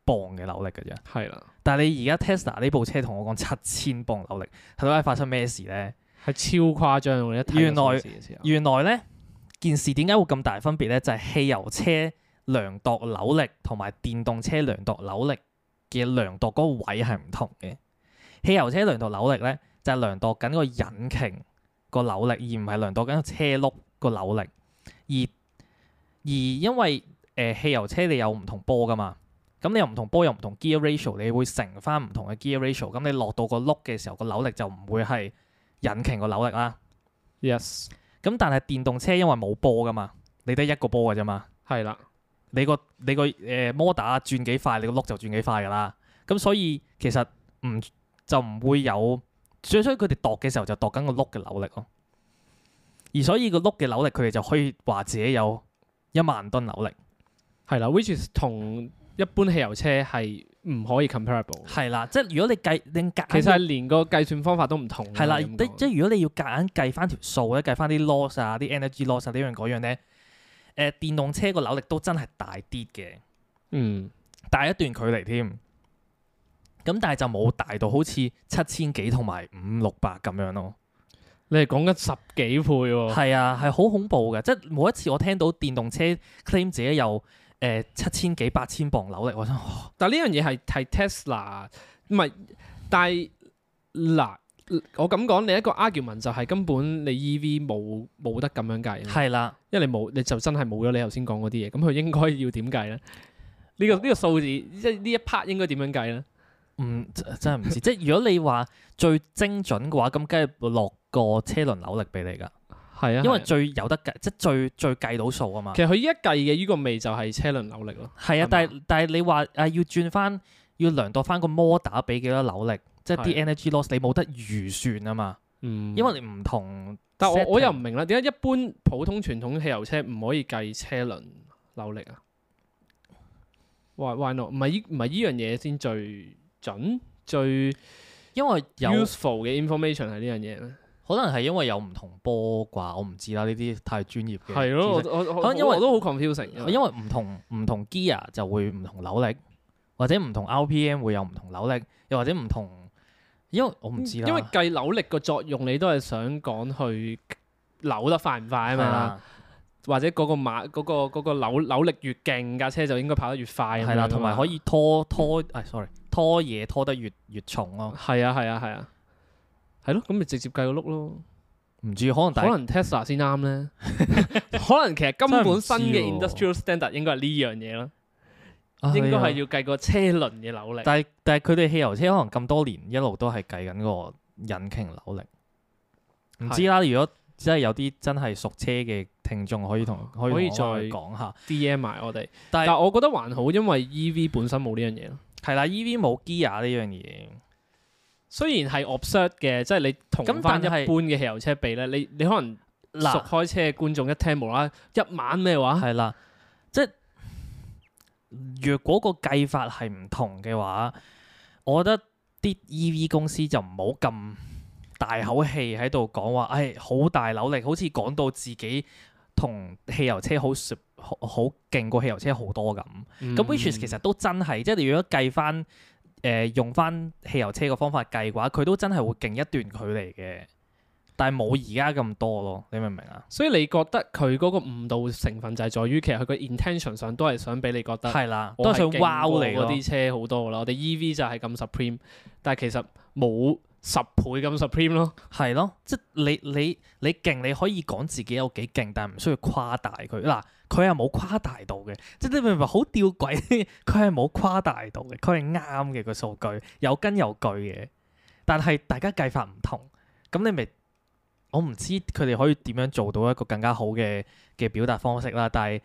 S1: 磅嘅扭力嘅啫。
S2: 係啦，
S1: 但係你而家 Tesla 呢部車同我講七千磅扭力，睇到底發生咩事咧？
S2: 係超誇張嘅一睇
S1: 原來
S2: 個數字嘅時候
S1: 原來咧件事點解會咁大分別咧？就係、汽油車量度扭力同埋電動車量度扭力嘅量度嗰個位係唔同嘅。汽油車量度扭力咧就係、量度緊個引擎個扭力，而唔係量度緊個車轆個扭力。而而因為誒、呃汽油車你有唔同波噶嘛，咁你有唔同波有唔同 gear ratio，你會乘翻唔同嘅 gear ratio，咁你落到個轆嘅時候個扭力就唔會係引擎個扭力啦。
S2: yes
S1: 咁但係電動車因為冇波噶嘛，你得一個波嘅啫嘛，
S2: 係啦，
S1: 你個你個誒摩打轉幾快，你個轆就轉幾快噶啦。咁所以其實唔就唔會有，所以所以佢哋度嘅時候就度緊個轆嘅扭力咯。而所以個轆嘅扭力，佢哋就可以話自己有一萬噸扭力。
S2: 係啦，which is 同一般汽油車係唔可以 comparable 嘅。
S1: 係啦，即係如果你計你夾
S2: 其
S1: 硬
S2: 實係連個計算方法都唔同㗎。
S1: 係啦，
S2: 你咁
S1: 即
S2: 講
S1: 即係如果你要夾硬計翻條數咧，計翻啲 loss 啊、啲 energy loss 啊呢樣嗰樣咧，誒、呃電動車個扭力都真係大啲嘅，
S2: 嗯
S1: 大一段距離添。咁但係就冇大到好似七千幾同埋五六百咁樣咯。
S2: 你係講緊十幾倍喎。
S1: 係啊，係好恐怖嘅，即係每一次我聽到電動車 claim 自己有誒七千幾八千磅扭力，我想
S2: 但呢樣嘢係係 Tesla 唔係，但係嗱，我咁講，你一個 argument 就係根本你 EV 冇冇得咁樣計啦，
S1: 係啦，
S2: 因為你冇你就真係冇咗你頭先講嗰啲嘢，咁佢應該要點計咧？呢、個呢、個數字即係呢一 part 應該點樣計咧？
S1: 唔真真係唔知。即係如果你話最精準嘅話，咁梗係落個車輪扭力俾你㗎。
S2: 係啊，
S1: 因為
S2: 係啊
S1: 最有得計，即係最最計到數啊嘛。
S2: 其實佢依一計嘅呢個味就係車輪扭力咯。
S1: 係
S2: 係
S1: 啊
S2: 嘛，
S1: 但係但係你話啊，要轉翻要量度翻個摩打俾幾多扭力，即係啲 energy loss 你冇得預算啊嘛，
S2: 嗯
S1: 因為你唔同 setting。
S2: 但我我又唔明啦，點解一般普通傳統汽油車唔可以計車輪扭力啊？Why why not？唔係依唔係依樣嘢先最準最
S1: 因為有
S2: useful 嘅 information 係呢樣嘢咩？
S1: 可能係因為有唔同波啩，我唔知啦，呢啲太專業嘅。
S2: 係咯，我，我
S1: 可
S2: 我
S1: 能因為
S2: 我都好 confusing 嘅。
S1: 因為唔同唔同 gear 就會唔同扭力，或者唔同 RPM 會有唔同扭力，又或者唔同，因為我唔知啦。
S2: 因為計扭力個作用，你都係想講去扭得快唔快啊
S1: 係
S2: 嘛，
S1: 啦，
S2: 或者嗰個馬嗰、個嗰個扭扭力越勁，架車就應該跑得越快咁樣㗎嘛。
S1: 係啦，同埋可以拖拖，誒 sorry，拖嘢拖得越越重咯。
S2: 係啊係啊係啊，係咯，咁咪直接計個碌咯。
S1: 唔知可能大
S2: 可能 Tesla 先啱咧， 可能其實根本新
S1: 真係
S2: 嘅
S1: 唔知
S2: industrial standard 應該係呢樣嘢啦，
S1: 啊
S2: 應該係
S1: 係啊
S2: 要計個車輪嘅扭力。
S1: 但係但係佢哋汽油車可能咁多年一路都係計緊個引擎扭力，唔知啦。如果真係有啲真係熟車嘅聽眾，可以同可以
S2: 可以
S1: 同我哋
S2: 再
S1: 講下。
S2: DM 埋我哋，
S1: 但
S2: 但
S1: 係
S2: 係我覺得還好，因為 EV 本身冇呢樣嘢咯。
S1: 係啦，EV 冇 gear 呢樣嘢，
S2: 雖然係 absurd 嘅，即係你
S1: 咁
S2: 同
S1: 但
S2: 翻一
S1: 係
S2: 般嘅汽油車比咧，你你可能熟
S1: 嗱
S2: 開車嘅觀眾一聽無啦啦一晚咩話，
S1: 係啦，即係若果個計法係唔同嘅話，我覺得啲 EV 公司就唔好咁大口氣喺度講話，唉、好大扭力，好似講到自己同汽油車好 sup- 好好勁過汽油車好多咁。
S2: 嗯
S1: 咁 which is 其實都真係，即係你如果計翻誒、呃用翻汽油車個方法計嘅話，佢都真係會勁一段距離嘅，但係冇而家咁多咯，你明唔明啊？
S2: 所以你覺得佢嗰個誤導成分就係在於其實佢個 intention 上都係想俾你覺得。
S1: 係啦，都
S2: 我
S1: 係想
S2: 係勁
S1: wow
S2: 過
S1: 你
S2: 嗰
S1: 咯。
S2: 啲車好多啦，我哋 EV 就係咁 supreme，但係其實冇十倍咁 supreme 咯。
S1: 係咯，即係你你你勁，你可以講自己有幾勁，但係唔需要誇大佢。嗱，佢係冇誇大到嘅，即係你明唔明？好吊詭， 佢係冇誇大到嘅，佢係啱嘅個數據，有根有據嘅。但係大家計法唔同，咁你咪我唔知佢哋可以點樣做到一個更加好嘅嘅表達方式啦。但係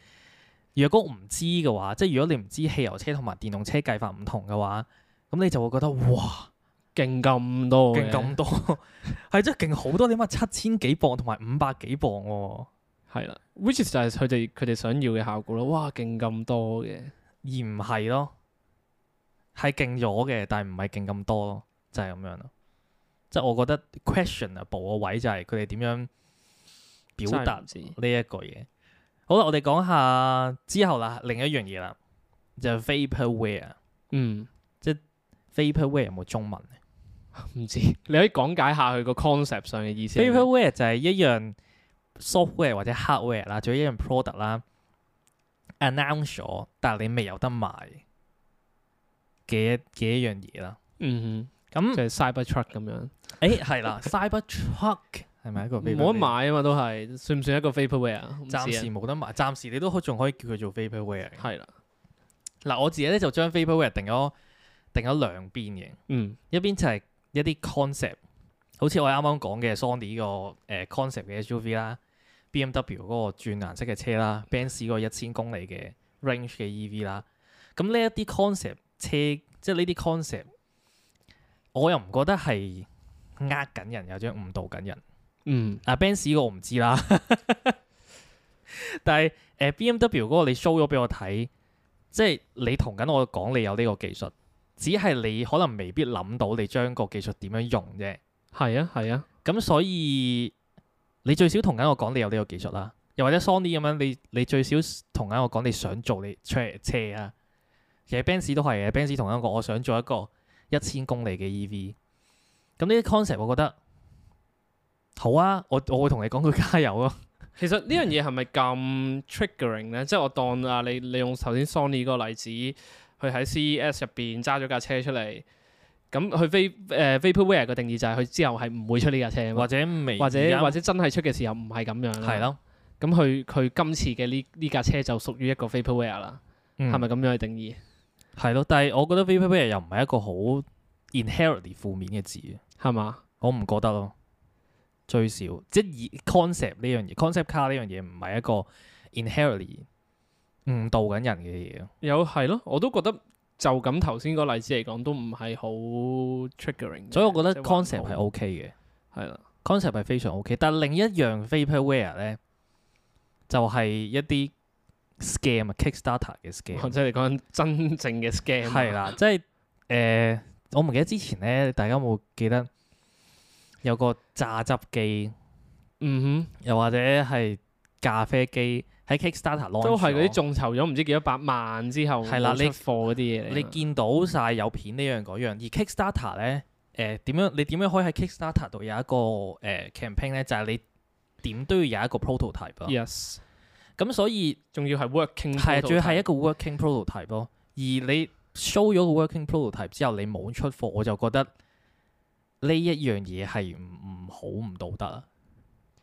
S1: 若果唔知嘅話，即係如果你唔知汽油車同埋電動車計法唔同嘅話，咁你就會覺得哇〜
S2: 勁咁多嘅，
S1: 勁咁多， 係真係勁好多，點解七千幾磅同埋五百幾磅喎、
S2: 係啦，which is 就係佢哋佢哋想要嘅效果咯。哇，勁咁多嘅，
S1: 而唔係咯，係勁咗嘅，但係唔係勁咁多咯，就係、咁樣咯。即係我覺得 questionable 個位就係佢哋點樣表達
S2: 真係唔知
S1: 呢一個嘢。好啦，我哋講下之後啦，另一樣嘢啦，就係 vaporware。
S2: 嗯，
S1: vaporware 有冇中文啊
S2: 唔知你可以講解下佢個 concept 上嘅意思係咩。
S1: Vaporware 就係一樣 software 或者 hardware 啦，仲有一樣 product 啦，announce 咗，但係你未有得賣嘅一嘅一樣嘢啦。
S2: 嗯哼，
S1: 咁
S2: 就係 Cybertruck 咁樣，
S1: 誒係 啦，Cybertruck 係咪一個 vaporware？
S2: 冇得買啊嘛，都係算唔算一個 vaporware 啊？唔知啊
S1: 暫時冇得賣，暫時你都可仲可以叫佢做 vaporware。
S2: 係啦，
S1: 嗱，我自己咧就將 vaporware 定咗定咗兩邊嘅，
S2: 嗯
S1: 一邊就係一啲 concept，好似我啱啱講嘅 Sony 個誒 concept 嘅 SUV 啦，BMW 嗰個轉顏色嘅車啦，Benz 嗰個一千公里嘅 range 嘅 EV 啦，咁呢一啲 concept 車，即係呢啲 concept，我又唔覺得係呃緊人，有種誤導緊人。
S2: 嗯
S1: 啊 Benz 嗰個我唔 知啦，但係誒、呃 BMW 嗰個你 show 咗俾我睇，即係你同緊我講你有呢個技術，只係你可能未必諗到你將個技術點樣用啫。
S2: 係啊係啊，
S1: 咁所以你最少同緊我講你有呢個技術啦，又或者 Sony 咁樣，你你最少同緊我講你想做你出嚟車啊。其實 Benz 都係嘅，Benz 啊同緊我講我想做一個一千公里嘅 EV。咁呢啲 concept 我覺得好啊，我我會同你講佢加油咯。
S2: 其實呢樣嘢係咪咁 triggering 咧？即係我當啊，你你用頭先 Sony 嗰個例子，佢喺 CES 入邊揸咗架車出嚟，咁佢 v 誒 vaporware 嘅定義就係佢之後係唔會出呢架車啊 嘛
S1: 或者未
S2: 或者
S1: 而家
S2: 或者真係出嘅時候唔係咁樣啦。
S1: 係，咯，
S2: 咁佢佢今次嘅呢呢架車就屬於一個 vaporware 啦，係
S1: 係
S2: 咪咁樣去定義？
S1: 嗯係咯？但係我覺得 vaporware 又唔係一個好 inherently 負面嘅字，
S2: 係嘛？
S1: 我唔覺得咯。最少即係以 concept 呢樣嘢，concept car 呢樣嘢唔係一個 inherently 誤導緊人嘅嘢咯。
S2: 有係咯，我都覺得就咁頭先個例子嚟講，都唔係好 triggering 嘅。
S1: 所以我覺
S2: 即
S1: 得
S2: 係還好
S1: concept 係 OK 嘅。
S2: 係啦，
S1: concept 係非常 OK，但係另一樣 vaporware 咧，就係、一啲 scam 啊，Kickstarter 嘅
S2: 或
S1: scam
S2: 者你講緊真正嘅哦 scam 啊
S1: 係，啦，即係誒、呃我唔記得之前咧，大家有冇記得有個榨汁機，
S2: 嗯哼。
S1: 又或者係咖啡機喺 Kickstarter launch
S2: 都係嗰啲
S1: 咗
S2: 眾籌咗唔知幾多百萬之後
S1: 係啦
S2: 冇出
S1: 你
S2: 貨嗰啲嘢嚟㗎。啊
S1: 你見到晒有片呢樣嗰樣，而 Kickstarter 咧，誒、點樣你點樣可以喺 Kickstarter 度有一個誒、campaign 咧？就係、你點都要有一個 prototype 啊。
S2: yes，
S1: 咁所以
S2: 仲要係 working，
S1: 係啊，仲要係一
S2: 一
S1: 個 working prototype 咯。而你 show 咗個 working prototype 之後，你冇出貨，我就覺得呢一樣嘢係唔唔好唔道德啊。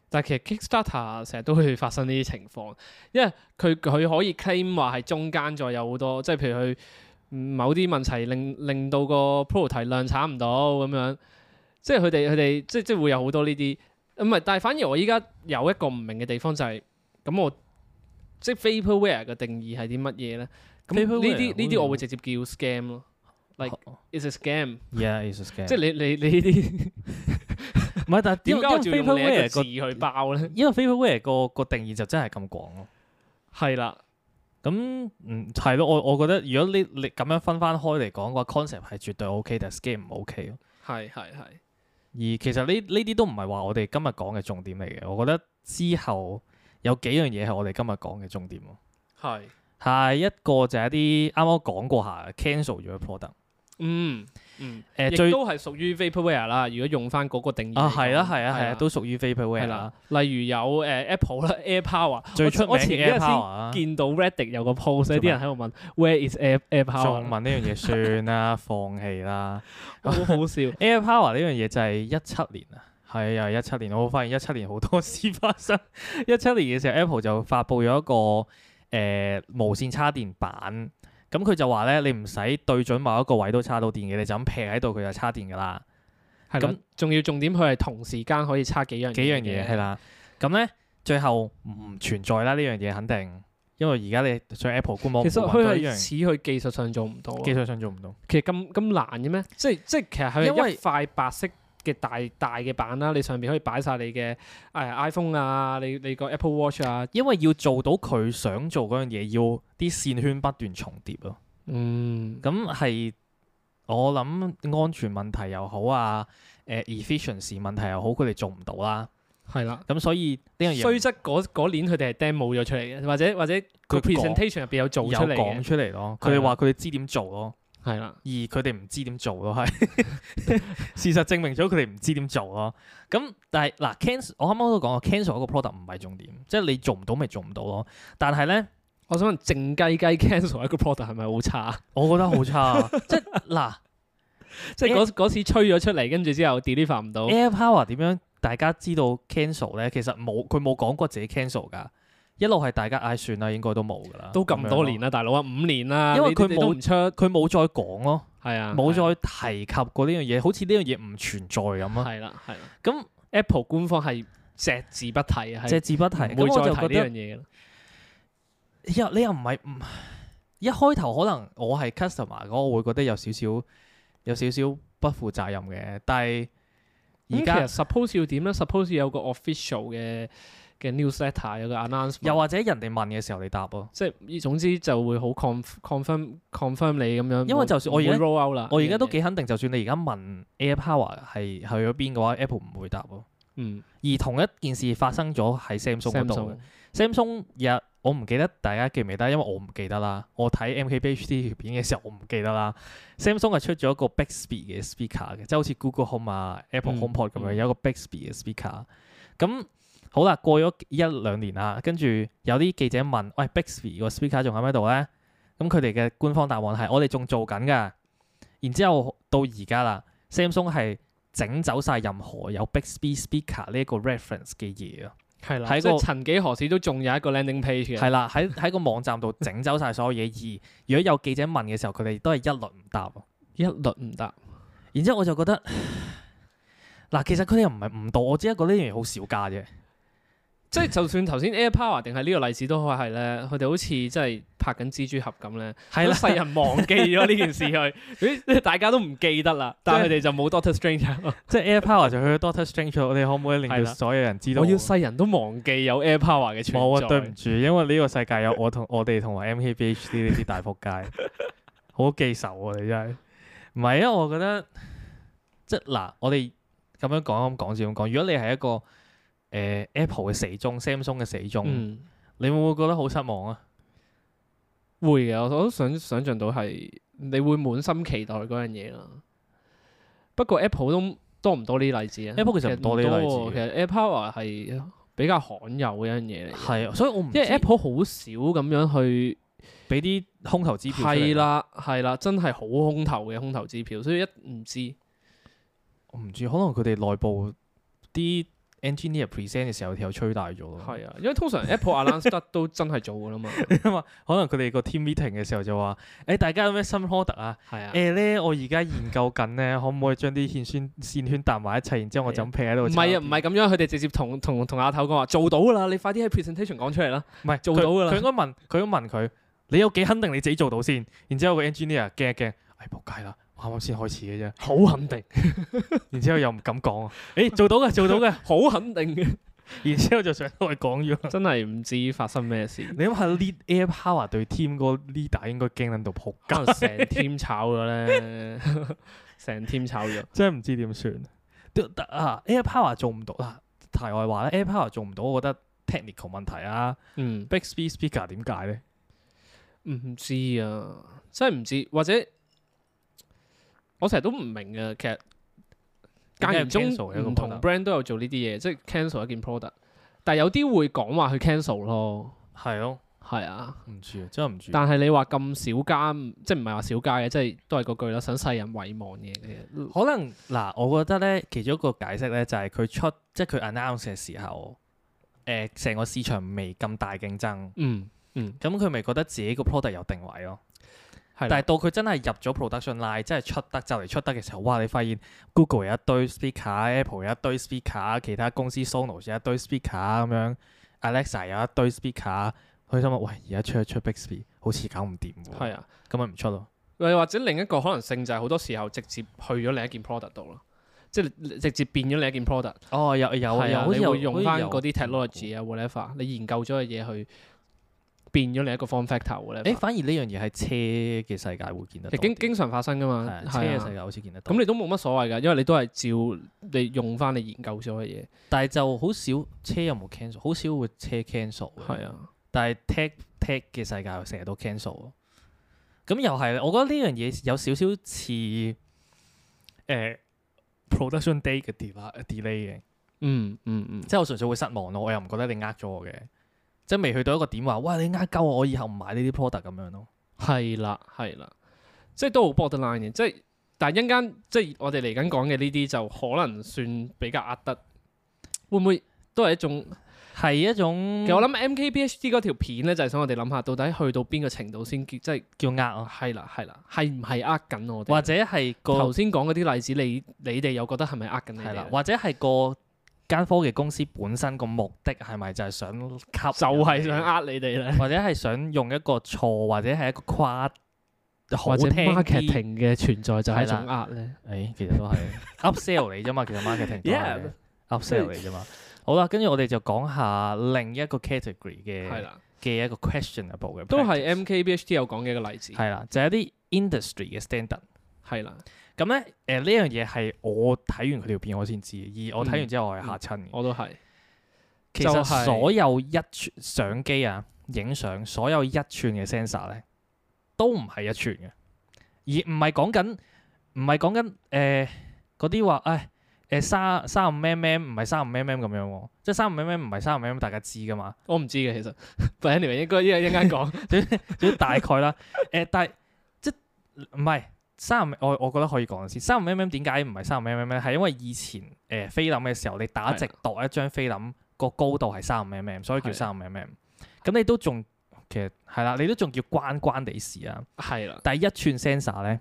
S2: 但係其實 Kickstarter 成日都會發生呢啲情況，因為佢佢可以 claim 話係中間再有好多，即係譬如佢嗯某啲問題令令到個 prototype 量產唔到咁樣，即係佢哋佢哋即即會有好多呢啲，唔係，但係反而我依家有一個唔明嘅地方就係、咁我即係 vaporware 嘅定義係啲乜嘢咧？咁呢
S1: Vaporware
S2: 啲呢
S1: 啊
S2: 啲
S1: 好似
S2: 我會直接叫 scam 咯，like is a scam，
S1: Yeah, it's a scam。
S2: 哦即係你你 你呢啲
S1: 唔係，但係
S2: 點解我
S1: 因
S2: 仲
S1: 為
S2: 要用你一個
S1: vaporware
S2: 字
S1: 個
S2: 去爆咧？
S1: 因為 vaporware 個個定義就真係咁廣咯。
S2: 係啦。
S1: 咁嗯係咯，我我覺得如果你你咁樣分翻開嚟講嘅話，concept 係絕對 OK，但係 scam 唔 OK 咯。
S2: 係係係，
S1: 而其實呢呢啲都唔係話我哋今日講嘅重點嚟嘅，我覺得之後有幾樣嘢係我哋今日講嘅重點咯。
S2: 係，
S1: 下一個就係一啲啱啱講過下 cancel 咗嘅 product，
S2: 嗯嗯，
S1: 誒
S2: 亦
S1: 最
S2: 都係屬於 vaporware 啦。如果用翻嗰個定義
S1: 啊
S2: 嚟講
S1: 係啦係啦係啦，
S2: 啦
S1: 都屬於 vaporware 啊
S2: 係
S1: 啦
S2: 啦，。例如有誒 Apple 啦，Air Power，
S1: 最出名
S2: 我前幾
S1: 嘅
S2: 日
S1: Air
S2: 先
S1: Power 啊，
S2: 見到 Reddit 有個 post，
S1: 做
S2: 有啲
S1: 咩
S2: 人喺度問 Where is Air Air
S1: 仲
S2: Power？
S1: 問呢樣嘢算啦，放棄啦。
S2: 好好笑，
S1: Air Power 呢樣嘢就係一七年啊，係又係一七年，我發現一七年好多事發生。 一七年嘅時候，Apple 就發布咗一個誒、呃、無線插電板，咁佢就話咧，你唔使對準某一個位都插到電嘅，你就咁劈喺度佢就插電㗎啦。
S2: 係
S1: 咁
S2: 咁，仲要重點佢係同時間可以差幾樣
S1: 幾樣嘢係
S2: 啦，
S1: 啦。咁咧最後唔存在啦，呢樣嘢肯定，因為而家你上 Apple 官網
S2: 其實
S1: 冇揾
S2: 佢
S1: 到呢
S2: 係
S1: 樣
S2: 似佢技術上做唔到啊，
S1: 技術上做唔到。
S2: 其實咁咁難嘅咩？即係即係其實佢
S1: 因
S2: 係
S1: 為
S2: 一塊白色嘅大大嘅板啦，你上邊可以擺晒你嘅誒 iPhone 啊，你你個 Apple Watch 啊，
S1: 因為要做到佢想做嗰樣嘢，要啲線圈不斷重疊咯。
S2: 嗯，
S1: 咁係我諗安全問題又好啊，誒、efficiency 問題又好，佢哋做唔到啦。
S2: 係啦。
S1: 咁所以呢樣嘢
S2: 雖則嗰嗰年佢哋係 demo 咗出嚟嘅，或者或者個
S1: 佢講
S2: presentation 入邊有做
S1: 有
S2: 出嚟
S1: 講
S2: 嘅，
S1: 出嚟咯。佢哋
S2: 係
S1: 話
S2: 啊
S1: 佢哋知點做咯，
S2: 係啦，
S1: 而佢哋唔知點做咯，係 事實證明咗佢哋唔知點做咯。咁但係嗱，cancel 我啱啱都講過，cancel 一個 product 唔係重點，即係你做唔到咪做唔到咯。但係咧，
S2: 我想問靜雞雞 cancel 一個 product 係咪 好差？
S1: 我覺得好差啊，即係嗱
S2: 即係嗰嗰次吹咗出嚟，跟住之後 deliver 唔到，
S1: ，Air Power 點樣大家知道 cancel 咧？其實冇佢冇講過自己 cancel 㗎，一路係大家唉算啦，應該都冇㗎啦，
S2: 都咁多年
S1: 啦，
S2: 啦，大佬啊，五年啦，
S1: 因為
S2: 你
S1: 佢
S2: 你都
S1: 冇
S2: 唔出，係
S1: 佢冇再講咯，
S2: 啊，
S1: 冇
S2: 係
S1: 再提及過呢樣嘢，好似呢樣嘢唔存在咁
S2: 啊
S1: 啊。
S2: 係啦，係啦
S1: 咁
S2: ，Apple 官方係隻字不提啊，係
S1: 隻字不提，
S2: 唔
S1: 咁
S2: 會
S1: 我就
S2: 再
S1: 覺
S2: 提呢
S1: 得
S2: 樣。嘢啦。
S1: 又你又唔係唔一開頭可能我係 customer 嗰，我會覺得有少少有少少不負責任嘅，但係
S2: 而
S1: 而
S2: 家
S1: 家
S2: suppose 要點咧？suppose 要有個 official 嘅嘅 newsletter 有個 announcement，
S1: 又或者人哋問嘅時候你答咯。
S2: 即係總之就會好 conf- confirm confirm 你咁樣。
S1: 因為就算我而家
S2: 唔會 roll out 啦，
S1: 我而家都
S2: 啊呢樣嘢
S1: 幾肯定，就算你而家問 Air Power 係去咗邊嘅話，Apple 唔會答咯。
S2: 嗯
S1: 而同一件事發生咗喺 Samsung 嗰度嘅
S2: Samsung
S1: Samsung 日我唔記得大家記唔記得，因為我唔記得啦。我睇 MKBHD 條片嘅時候，我唔記得啦。Samsung 係出咗一個 Bixby 嘅 speaker 嘅，即係好似 Google Home 啊、Apple
S2: 嗯
S1: HomePod 咁樣，
S2: 嗯
S1: 有一個 Bixby 嘅 speaker。咁好啦，過咗一兩年啦，跟住有啲記者問：喂，Bixby 個 speaker 仲喺唔喺度咧？咁佢哋嘅官方答案係：我哋仲做緊㗎。然之後到而家啦，Samsung 係整走晒任何有 Bixby speaker 呢一個 reference 嘅嘢啊！
S2: 係啦，
S1: 喺
S2: 即係
S1: 個
S2: 曾幾何時都仲有一個 landing page 嘅。
S1: 係啦，喺喺個網站度整走晒所有 嘢，而如果有記者問嘅時候，佢哋都係一律唔答喎。
S2: 一律唔答，
S1: 然之後我就覺得， 嗱，其實佢哋又唔係唔到，我只係覺得呢樣嘢好少價啫。
S2: 即係就算頭先 Air Power 定係呢個例子都可以係咧，佢哋好似即係拍緊蜘蛛俠咁咧，
S1: 係啦
S2: 世人忘記咗呢件事去，咦大家都唔記得啦，但係佢哋就冇 Doctor Strange 啊。
S1: 即係 Air Power 就去咗 Doctor Strange，我哋可唔可以
S2: 係
S1: 令
S2: 啦
S1: 到所有人知道
S2: 我
S1: 我？
S2: 要世人都忘記有 Air Power 嘅存在。
S1: 冇啊，對唔住，因為呢個世界有我同我哋同埋 MKBHD 呢啲大仆街， 好記仇啊！你真係唔係啊？我覺得即係嗱，我哋咁樣講咁講先咁講。如果你係一個誒、呃 Apple 嘅死忠、Samsung 嘅死忠。
S2: 嗯。
S1: 你會唔會覺得好失望啊？
S2: 會嘅，我我都想想像到係你會滿心期待嗰樣嘢啦。不過 Apple 都多唔多呢啲例子啊
S1: Apple 其實唔多呢啲例子
S2: 唔多喎其實 Apple Power 係比較罕有嘅一樣嘢嚟嘅，
S1: 係啊，所以我唔
S2: 因為
S1: 知
S2: Apple 好少咁樣去
S1: 俾啲空頭支票出嚟
S2: 係，啦係啦，真係好空頭嘅空頭支票，所以一唔知
S1: 我唔知可能佢哋內部啲 engineer present 嘅時候條友吹大咗咯，
S2: 係啊，因為通常 Apple announce 得都真係做㗎啦嘛，
S1: 可能佢哋個 team meeting 嘅時候就話：，誒、大家有咩新 product 啊？
S2: 係啊
S1: 誒、。咧，我而家研究緊咧，可唔可以將啲線圈線圈搭埋一齊，然之後我就咁劈喺度
S2: 唔
S1: 炒
S2: 係
S1: 片？
S2: 啊，唔係咁樣，佢哋直接同同同阿頭講話做到㗎啦，你快啲喺 presentation 講出嚟啦。
S1: 唔係
S2: 做到㗎啦
S1: 佢佢應該問佢應該問佢，你有幾肯定你自己做到先？然之後個 engineer 驚一驚，唉仆街啦，我啱啱先開始嘅啫。
S2: 好肯定，
S1: 然之後又唔敢講啊，誒、做到嘅，做到嘅。
S2: 好肯定嘅，
S1: 然之後就上台講咗。
S2: 真係唔知發生咩 事。
S1: 你諗下 lead air power 對 team 個 leader 應該驚撚到仆街，
S2: 可能成 team 炒咗咧， 成 team 炒咗。
S1: 真係唔知點算。都得啊，air power 做唔到啊。題外話咧，air power 做唔到，我覺得 technical 問題啊。
S2: 嗯，
S1: Bixby speaker 點解咧？
S2: 唔知啊，真係唔知，或者我成日都唔明啊。其實
S1: 點解
S2: 間
S1: 要
S2: 唔中
S1: cancel 一個
S2: 唔同
S1: product？
S2: brand 都有做呢啲嘢，即係 cancel 一件 product，但係有啲會講話去 cancel 咯，
S1: 係咯，
S2: 係啊。
S1: 唔知啊，真係唔知。
S2: 但係你話咁少家，嗯即係唔係話少家嘅，即係都係嗰句啦，想世人遺忘嘅嘢。
S1: 可能嗱，我覺得咧，其中一個解釋咧就係佢出即係佢 announce 嘅時候，誒、成個市場未咁大競爭，
S2: 嗯嗯，
S1: 咁佢咪覺得自己個 product 有定位咯。但
S2: 係
S1: 係
S2: 啦。
S1: 到佢真係入咗 production line，真係出得就嚟出得嘅時候，哇！你發現 Google 有一堆 speaker，Apple 有一堆 speaker，其他公司 Sonos 有一堆 speaker 咁樣，Alexa 有一堆 speaker，佢心諗喂，而家出一出 Bixby 好似搞唔掂喎，
S2: 係啊。
S1: 咁咪唔出咯。
S2: 又或者另一個可能性就係好多時候直接去咗另一件 product 度咯，即係直接變咗另一件 product，
S1: 哦，有有
S2: 係
S1: 有，
S2: 啊
S1: 好似
S2: 你
S1: 有
S2: 會用翻嗰啲 technology 啊 whatever，你研究咗嘅嘢去變咗另一個 form factor whatever，
S1: 誒，反而呢樣嘢喺車嘅世界會見得
S2: 其
S1: 到
S2: 實經
S1: 啲，
S2: 經常發生噶嘛，
S1: 係啊車
S2: 係
S1: 嘅世
S2: 啊
S1: 界好似見得到。
S2: 咁你都冇乜所謂㗎，因為你都係照你用翻你研究咗嘅嘢，
S1: 但係就好少車有冇 cancel，好少會車 cancel 嘅。
S2: 係啊，
S1: 但係 tech tech 嘅世界成日都 cancel 咯咁又係，我覺得呢樣嘢有少少似誒 production day 嘅 delay delay 嘅，
S2: 嗯嗯嗯，
S1: 即係我純粹會失望咯。我又唔覺得你呃咗我嘅，即係未去到一個點話，哇你呃鳩我，我以後唔買呢啲 product 咁樣咯。
S2: 係啦係啦，即係都好 borderline 嘅，即係但係一間即係我哋嚟緊講嘅呢啲就可能算比較呃得，會唔會都係一種？
S1: 嗯係一種
S2: 其實我諗 MKBHD 嗰條片咧，就係想我哋諗下，到底去到邊個程度先結，即係
S1: 叫呃啊，
S2: 係啦係啦，係唔係呃緊我
S1: 或
S2: 哋？
S1: 者係個
S2: 頭先講嗰啲例子，你你哋又覺得係咪呃緊你
S1: 係
S2: 哋
S1: 啦
S2: 呢？，
S1: 或者係個間科技公司本身個目的係咪就係想吸引
S2: 就係
S1: 你
S2: 想呃你哋咧，
S1: 或者係想用一個錯，或者係一個誇好
S2: 或者
S1: 聽啲
S2: marketing 嘅存在就係一
S1: 係
S2: 種呃咧。
S1: 誒，其實都係 upsell 你啫嘛，其實 marketing 都係
S2: Yeah
S1: upsell 你啫嘛。好啦，跟住我哋就講下另一個 category
S2: 係
S1: 嘅
S2: 啦，
S1: 嘅一個 questionable 嘅 practice，
S2: 都係 MKBHD 有講嘅一個例子，
S1: 係啦，就係一啲 industry 嘅 standard。
S2: 係啦，
S1: 咁咧，誒呢樣嘢係我睇完佢條片我先知，而我睇完之後我係嚇親嘅。
S2: 我都係，
S1: 其
S2: 就
S1: 實
S2: 係
S1: 所有一寸相機啊、影相，所有一寸嘅 sensor 咧，都唔係一寸嘅，而唔係講緊，唔係講緊誒嗰啲話，唉誒三三五 mm 唔係三五 mm 咁樣喎，即係三五 mm 唔係三五 mm，大家知噶嘛，
S2: 我唔知嘅其實 ，but anyway 應該一一陣 間講，
S1: 總之大概啦。 誒、但係即係唔係三五，我我覺得可以講先。三五 mm 點解唔係三五 mm 咧？係因為以前誒、菲林嘅時候，你打直度一張菲林個高度係三五 mm，所以叫
S2: 係
S1: 三五 mm。咁你都仲其實係啦，你都仲叫關關地事啊。
S2: 係啦，
S1: 但係一寸 sensor 咧，誒、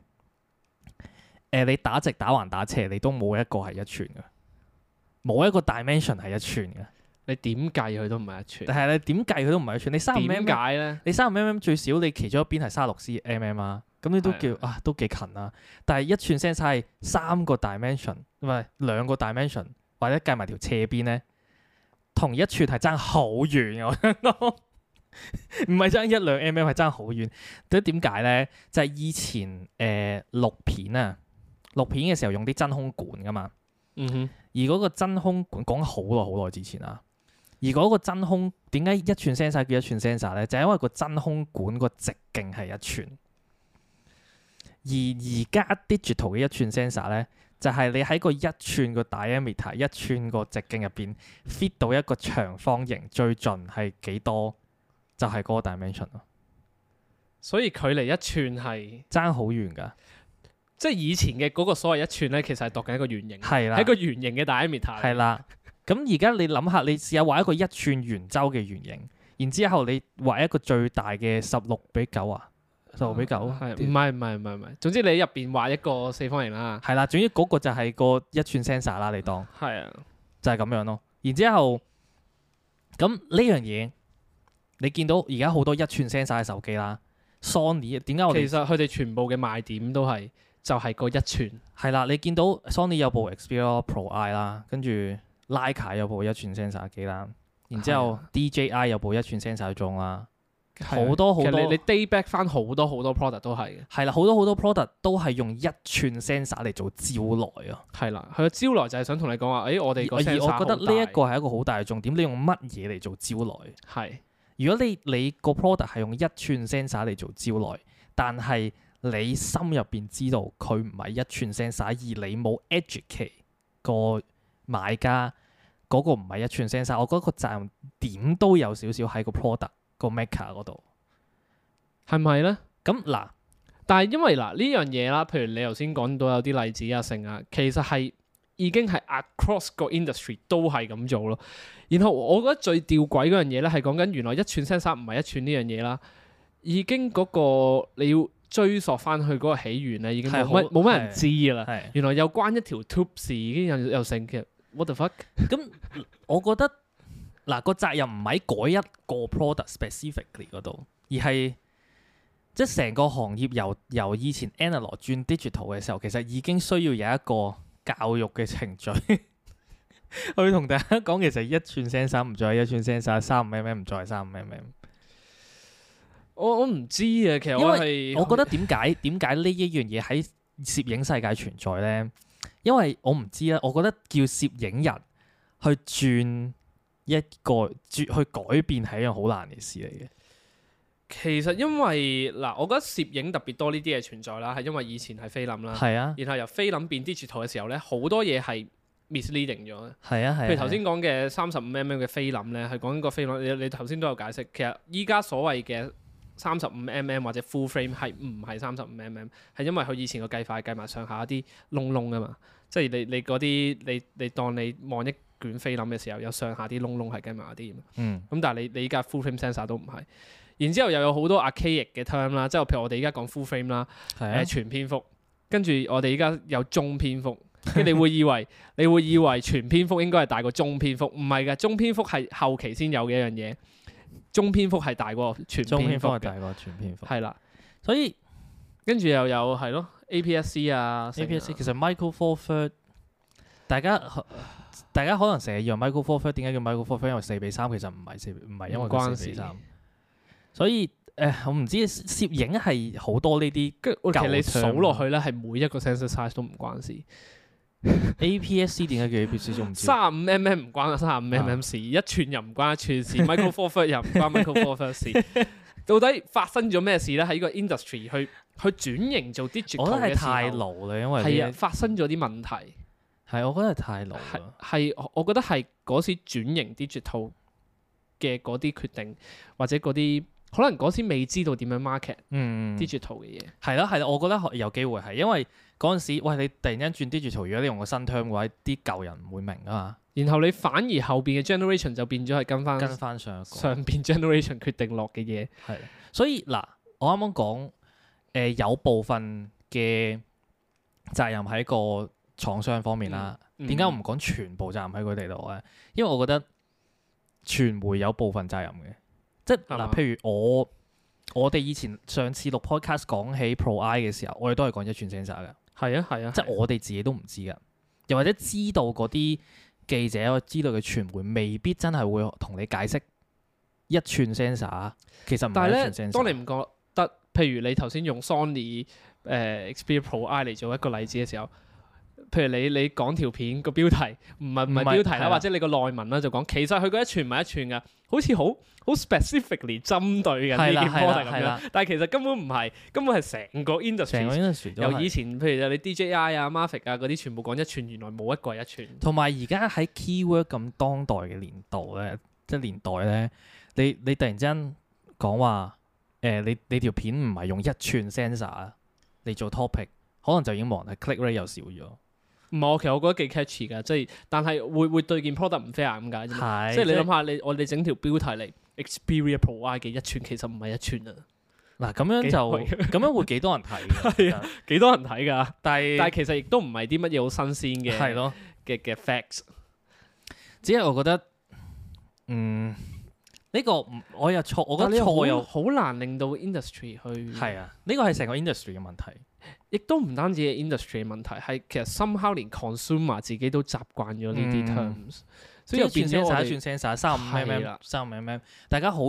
S1: 你打直打橫打斜，你都冇一個係一寸嘅，冇一個 dimension 係一寸嘅。
S2: 你點計佢都唔係一寸，
S1: 但係你點計佢都唔係一寸，你三五 mm
S2: 點解咧？
S1: 你三十 mm 最少你其中一邊係三十六 cm 啊，咁你都叫啊都幾近啦。但係一寸 sensor 係三個 dimension，唔係兩個 dimension，或者計埋條斜邊咧，同一寸係爭好遠嘅。我 想講，唔係爭一兩 mm，係爭好遠。咁點解咧？就係、以前誒、呃、錄片啊，錄片嘅時候用啲真空管噶嘛。
S2: 嗯哼，
S1: 而嗰個真空管講好耐好耐之前啊，而嗰個真空點解一寸 sensor 叫一寸 sensor 咧？就係因為個真空管個直徑係一寸，而而家 digital 嘅一寸 sensor 咧，就係、你喺個一寸個 diameter 一寸個直徑入邊 fit 到一個長方形最盡係幾多，就係、嗰個 dimension 咯，
S2: 所以距離一寸係，
S1: 爭好遠㗎，
S2: 即係以前嘅嗰個所謂一寸咧，其實係度緊一個圓形，
S1: 係啦
S2: 係一，個圓形嘅 diameter，
S1: 係啦。咁而家你諗下，你試下畫一個一寸圓周嘅圓形，然之後你畫一個最大嘅十六比九啊，十六比九啊
S2: 啊係唔係唔係唔係唔係，總之你喺入邊畫一個四方形啦，
S1: 係啦。總之嗰個就係個一寸 sensor 啦，你當
S2: 係啊，
S1: 就係、咁樣咯。然之後咁呢樣嘢，你見到而家好多一寸 sensor 嘅手機啦，Sony 點解我
S2: 啊其
S1: 哋
S2: 實佢哋全部嘅賣點都係就係個一寸，
S1: 係啦？你見到 Sony 有部 Xperia Pro I 啦，跟住 Leica 有部一寸 sensor 機啦，然之
S2: 係
S1: 後
S2: 啊
S1: DJI 有部一寸 sensor 鐘啦。
S2: 係啊
S1: 好多好
S2: 其實
S1: 多
S2: 你你 day back 翻好多好多 product 都係嘅，
S1: 係啦，好多好多 product 都係用一寸 sensor 嚟做招來啊。
S2: 係啦，佢嘅招來就係想同你講話，誒我
S1: 而
S2: 哋個
S1: 而
S2: sensor
S1: 我覺得呢一
S2: 好
S1: 個係一個好大嘅重點，你用乜嘢嚟做招來？
S2: 大係
S1: 如果你你個 product 係用一寸 sensor 嚟做招來，但係你心入邊知道佢唔係一寸 sensor，而你冇 educate 個買家嗰、個唔係一寸 sensor，我覺得個責任點都有少少喺個 product 個 maker 嗰度。
S2: 係咪咧？
S1: 咁嗱，
S2: 但係因為嗱呢樣嘢啦，譬如你頭先講到有啲例子啊，成啊，其實係已經係 across 個 industry 都係咁做咯。然後我覺得最吊詭嗰樣嘢咧，係講緊原來一寸 sensor 唔係一寸呢樣嘢啦，已經嗰、個你要追溯翻去嗰個起源咧，已經冇
S1: 係好
S2: 乜冇乜人知㗎啦。
S1: 係。
S2: 原來有關一條 tube 事已經有有成嘅，what the fuck？
S1: 咁我覺得嗱個責任唔喺嗰一個 product specifically 嗰度，而係即係成個行業由由以前 analog 轉 digital 嘅時候，其實已經需要有一個教育嘅程序。 去同大家講，其實一寸 sensor 唔再係一寸 sensor，三五 mm 唔再係三五 mm。
S2: 我我唔知啊，其實我係
S1: 我覺得點解點解呢一樣嘢喺攝影世界存在咧？因為我唔知啦，啊我覺得叫攝影人去轉一個轉去改變係一樣好難嘅事嚟嘅。
S2: 其實因為嗱，我覺得攝影特別多呢啲嘢存在啦，係因為以前係菲林啦。
S1: 係啊，
S2: 然後由菲林變 digital 嘅時候咧，好多嘢係 misleading 咗嘅。
S1: 係啊，係啊。
S2: 譬如頭先講嘅三十五 mm 嘅菲林咧，係講緊個菲林，你你頭先都有解釋。其實依家所謂嘅三十五 mm 或者 full frame 係唔係三十五 mm？係因為佢以前個計法係計埋上下一啲窿窿啊嘛，即係你你嗰啲你你當你望一卷菲林嘅時候，有上下啲窿窿係計埋啲。
S1: 嗯，
S2: 咁但係你你依家 full frame sensor 都唔係。然之後又有好多 archaic 嘅 term 啦，即係譬如我哋依家講 full frame 啦。
S1: 係啊
S2: 誒，全篇幅，跟住我哋而家有中篇幅，跟住你會以為 你會以為全篇幅應該係大過中篇幅，唔係嘅，中篇幅係後期先有嘅一樣嘢，中篇幅係大過全
S1: 中
S2: 篇
S1: 篇
S2: 幅
S1: 幅係
S2: 嘅，
S1: 大過全篇幅，
S2: 係啦，
S1: 所以
S2: 跟住又有係咯 APS-C 啊
S1: APS
S2: 成啊
S1: 其實 Michael Four Third 大家大家可能成日以為 Michael Four Third 點解叫 Michael Four Third？因為四比三其實唔係四唔係因為
S2: 唔關
S1: 佢四比
S2: 事
S1: 三，所以誒、我唔知攝影係好多呢啲
S2: 跟住我其實你
S1: 舊 term
S2: 數落去咧，係每一個 sensor size 都唔關事，
S1: APS-C 點解叫 APS-C 仲唔知？啊
S2: 三十五 mm 唔關三十五 mm 事，一寸又唔關一 寸事，micro four third 又唔關 micro four third 事。到底發生咗咩事咧？喺呢個 industry 去去轉型做 digital
S1: 我覺得
S2: 嘅
S1: 係
S2: 時
S1: 太
S2: 候，
S1: 老啦，因為
S2: 係
S1: 係
S2: 啊，
S1: 啊，
S2: 發生咗啲問題，
S1: 係我覺得係太老啊
S2: 係
S1: 啦。
S2: 係我我覺得係嗰時轉型 digital 嘅嗰啲決定，或者嗰啲可能嗰時未知道點樣 market
S1: 嗯，
S2: digital 嘅嘢。
S1: 係啦係啦，我覺得有機會係因為嗰陣時，喂你突然間轉 digital，如果你用個新 term 嘅話，啲舊人唔會明啊嘛，
S2: 然後你反而後邊嘅 generation 就變咗係跟翻
S1: 跟翻上一個。
S2: 嗯上邊 generation 決定落嘅嘢，
S1: 係，所以嗱，我啱啱講，誒、有部分嘅責任喺個廠商方面
S2: 嗯
S1: 啦。點解我唔講全部責任喺佢哋度咧？因為我覺得傳媒有部分責任嘅，即係
S2: 係嘛
S1: 嗱，譬如我我哋以前上次錄 podcast 講起 Pro I 嘅時候，我哋都係講一寸 sensor 嘅，
S2: 係啊係啊，
S1: 即係我哋自己都唔知嘅，又或者知道嗰啲記者知道嘅傳媒未必真係會同你解釋一寸 sensor 啊其實唔
S2: 但
S1: 係
S2: 係
S1: 一
S2: 咧，
S1: 寸 sensor。
S2: 當你唔覺得，譬如你頭先用 Sony 誒、Xperia Pro I 嚟做一個例子嘅時候，譬如你你講條片個標題唔係唔
S1: 唔係
S2: 係標題
S1: 係
S2: 啦，
S1: 啊
S2: 或者你個內文啦就講，其實佢嗰一寸唔係一寸㗎，好似好好 specifically 針對緊呢
S1: 係啦
S2: 件
S1: 係啦
S2: product
S1: 係
S2: 咁
S1: 啦
S2: 樣，但係其實根本唔係，根本係成個
S1: 成個
S2: industry。
S1: industry 都
S2: 由以
S1: 係，
S2: 前，譬如你 DJI 啊、Mavic 啊嗰啲，全部講一寸，原來冇一個係一寸。
S1: 同埋而家喺 keyword 咁當代嘅年度咧，即係年代咧，你你突然之間講話誒，你你條片唔係用一寸 sensor 嚟做 topic，可能就已經冇人係 click rate 又少咗，
S2: 唔係，我其實我覺得幾 catchy 㗎，即係但係會會對件 product 唔 fair 咁解啫嘛。
S1: 係
S2: 即係你諗下，你我哋整條標題嚟 Xperia Pro I 嘅一寸，其實唔係一寸啊，
S1: 嗱咁樣
S2: 幾
S1: 就咁樣會幾多人睇嘅
S2: 係啊
S1: 其實
S2: 幾多人睇㗎？
S1: 但
S2: 但係
S1: 係
S2: 其實亦都唔係啲乜嘢好新鮮嘅，
S1: 係咯，
S2: 嘅嘅 facts。
S1: 只係我覺得嗯呢個唔我又錯，我
S2: 我
S1: 覺得錯又
S2: 好難令到 industry 去
S1: 係啊，呢個係成個 industry 嘅問題。
S2: 亦都唔單止係 industry 嘅問題，係其實 somehow 連 consumer 自己都習慣咗呢
S1: 嗯
S2: 啲 terms，
S1: 所
S2: 所以
S1: 以
S2: 又變
S1: 變
S2: 咗
S1: 咗
S2: 我
S1: 晒
S2: 哋
S1: 轉 sensor 三五
S2: 係
S1: mm
S2: 啦
S1: 三五 mm，大家好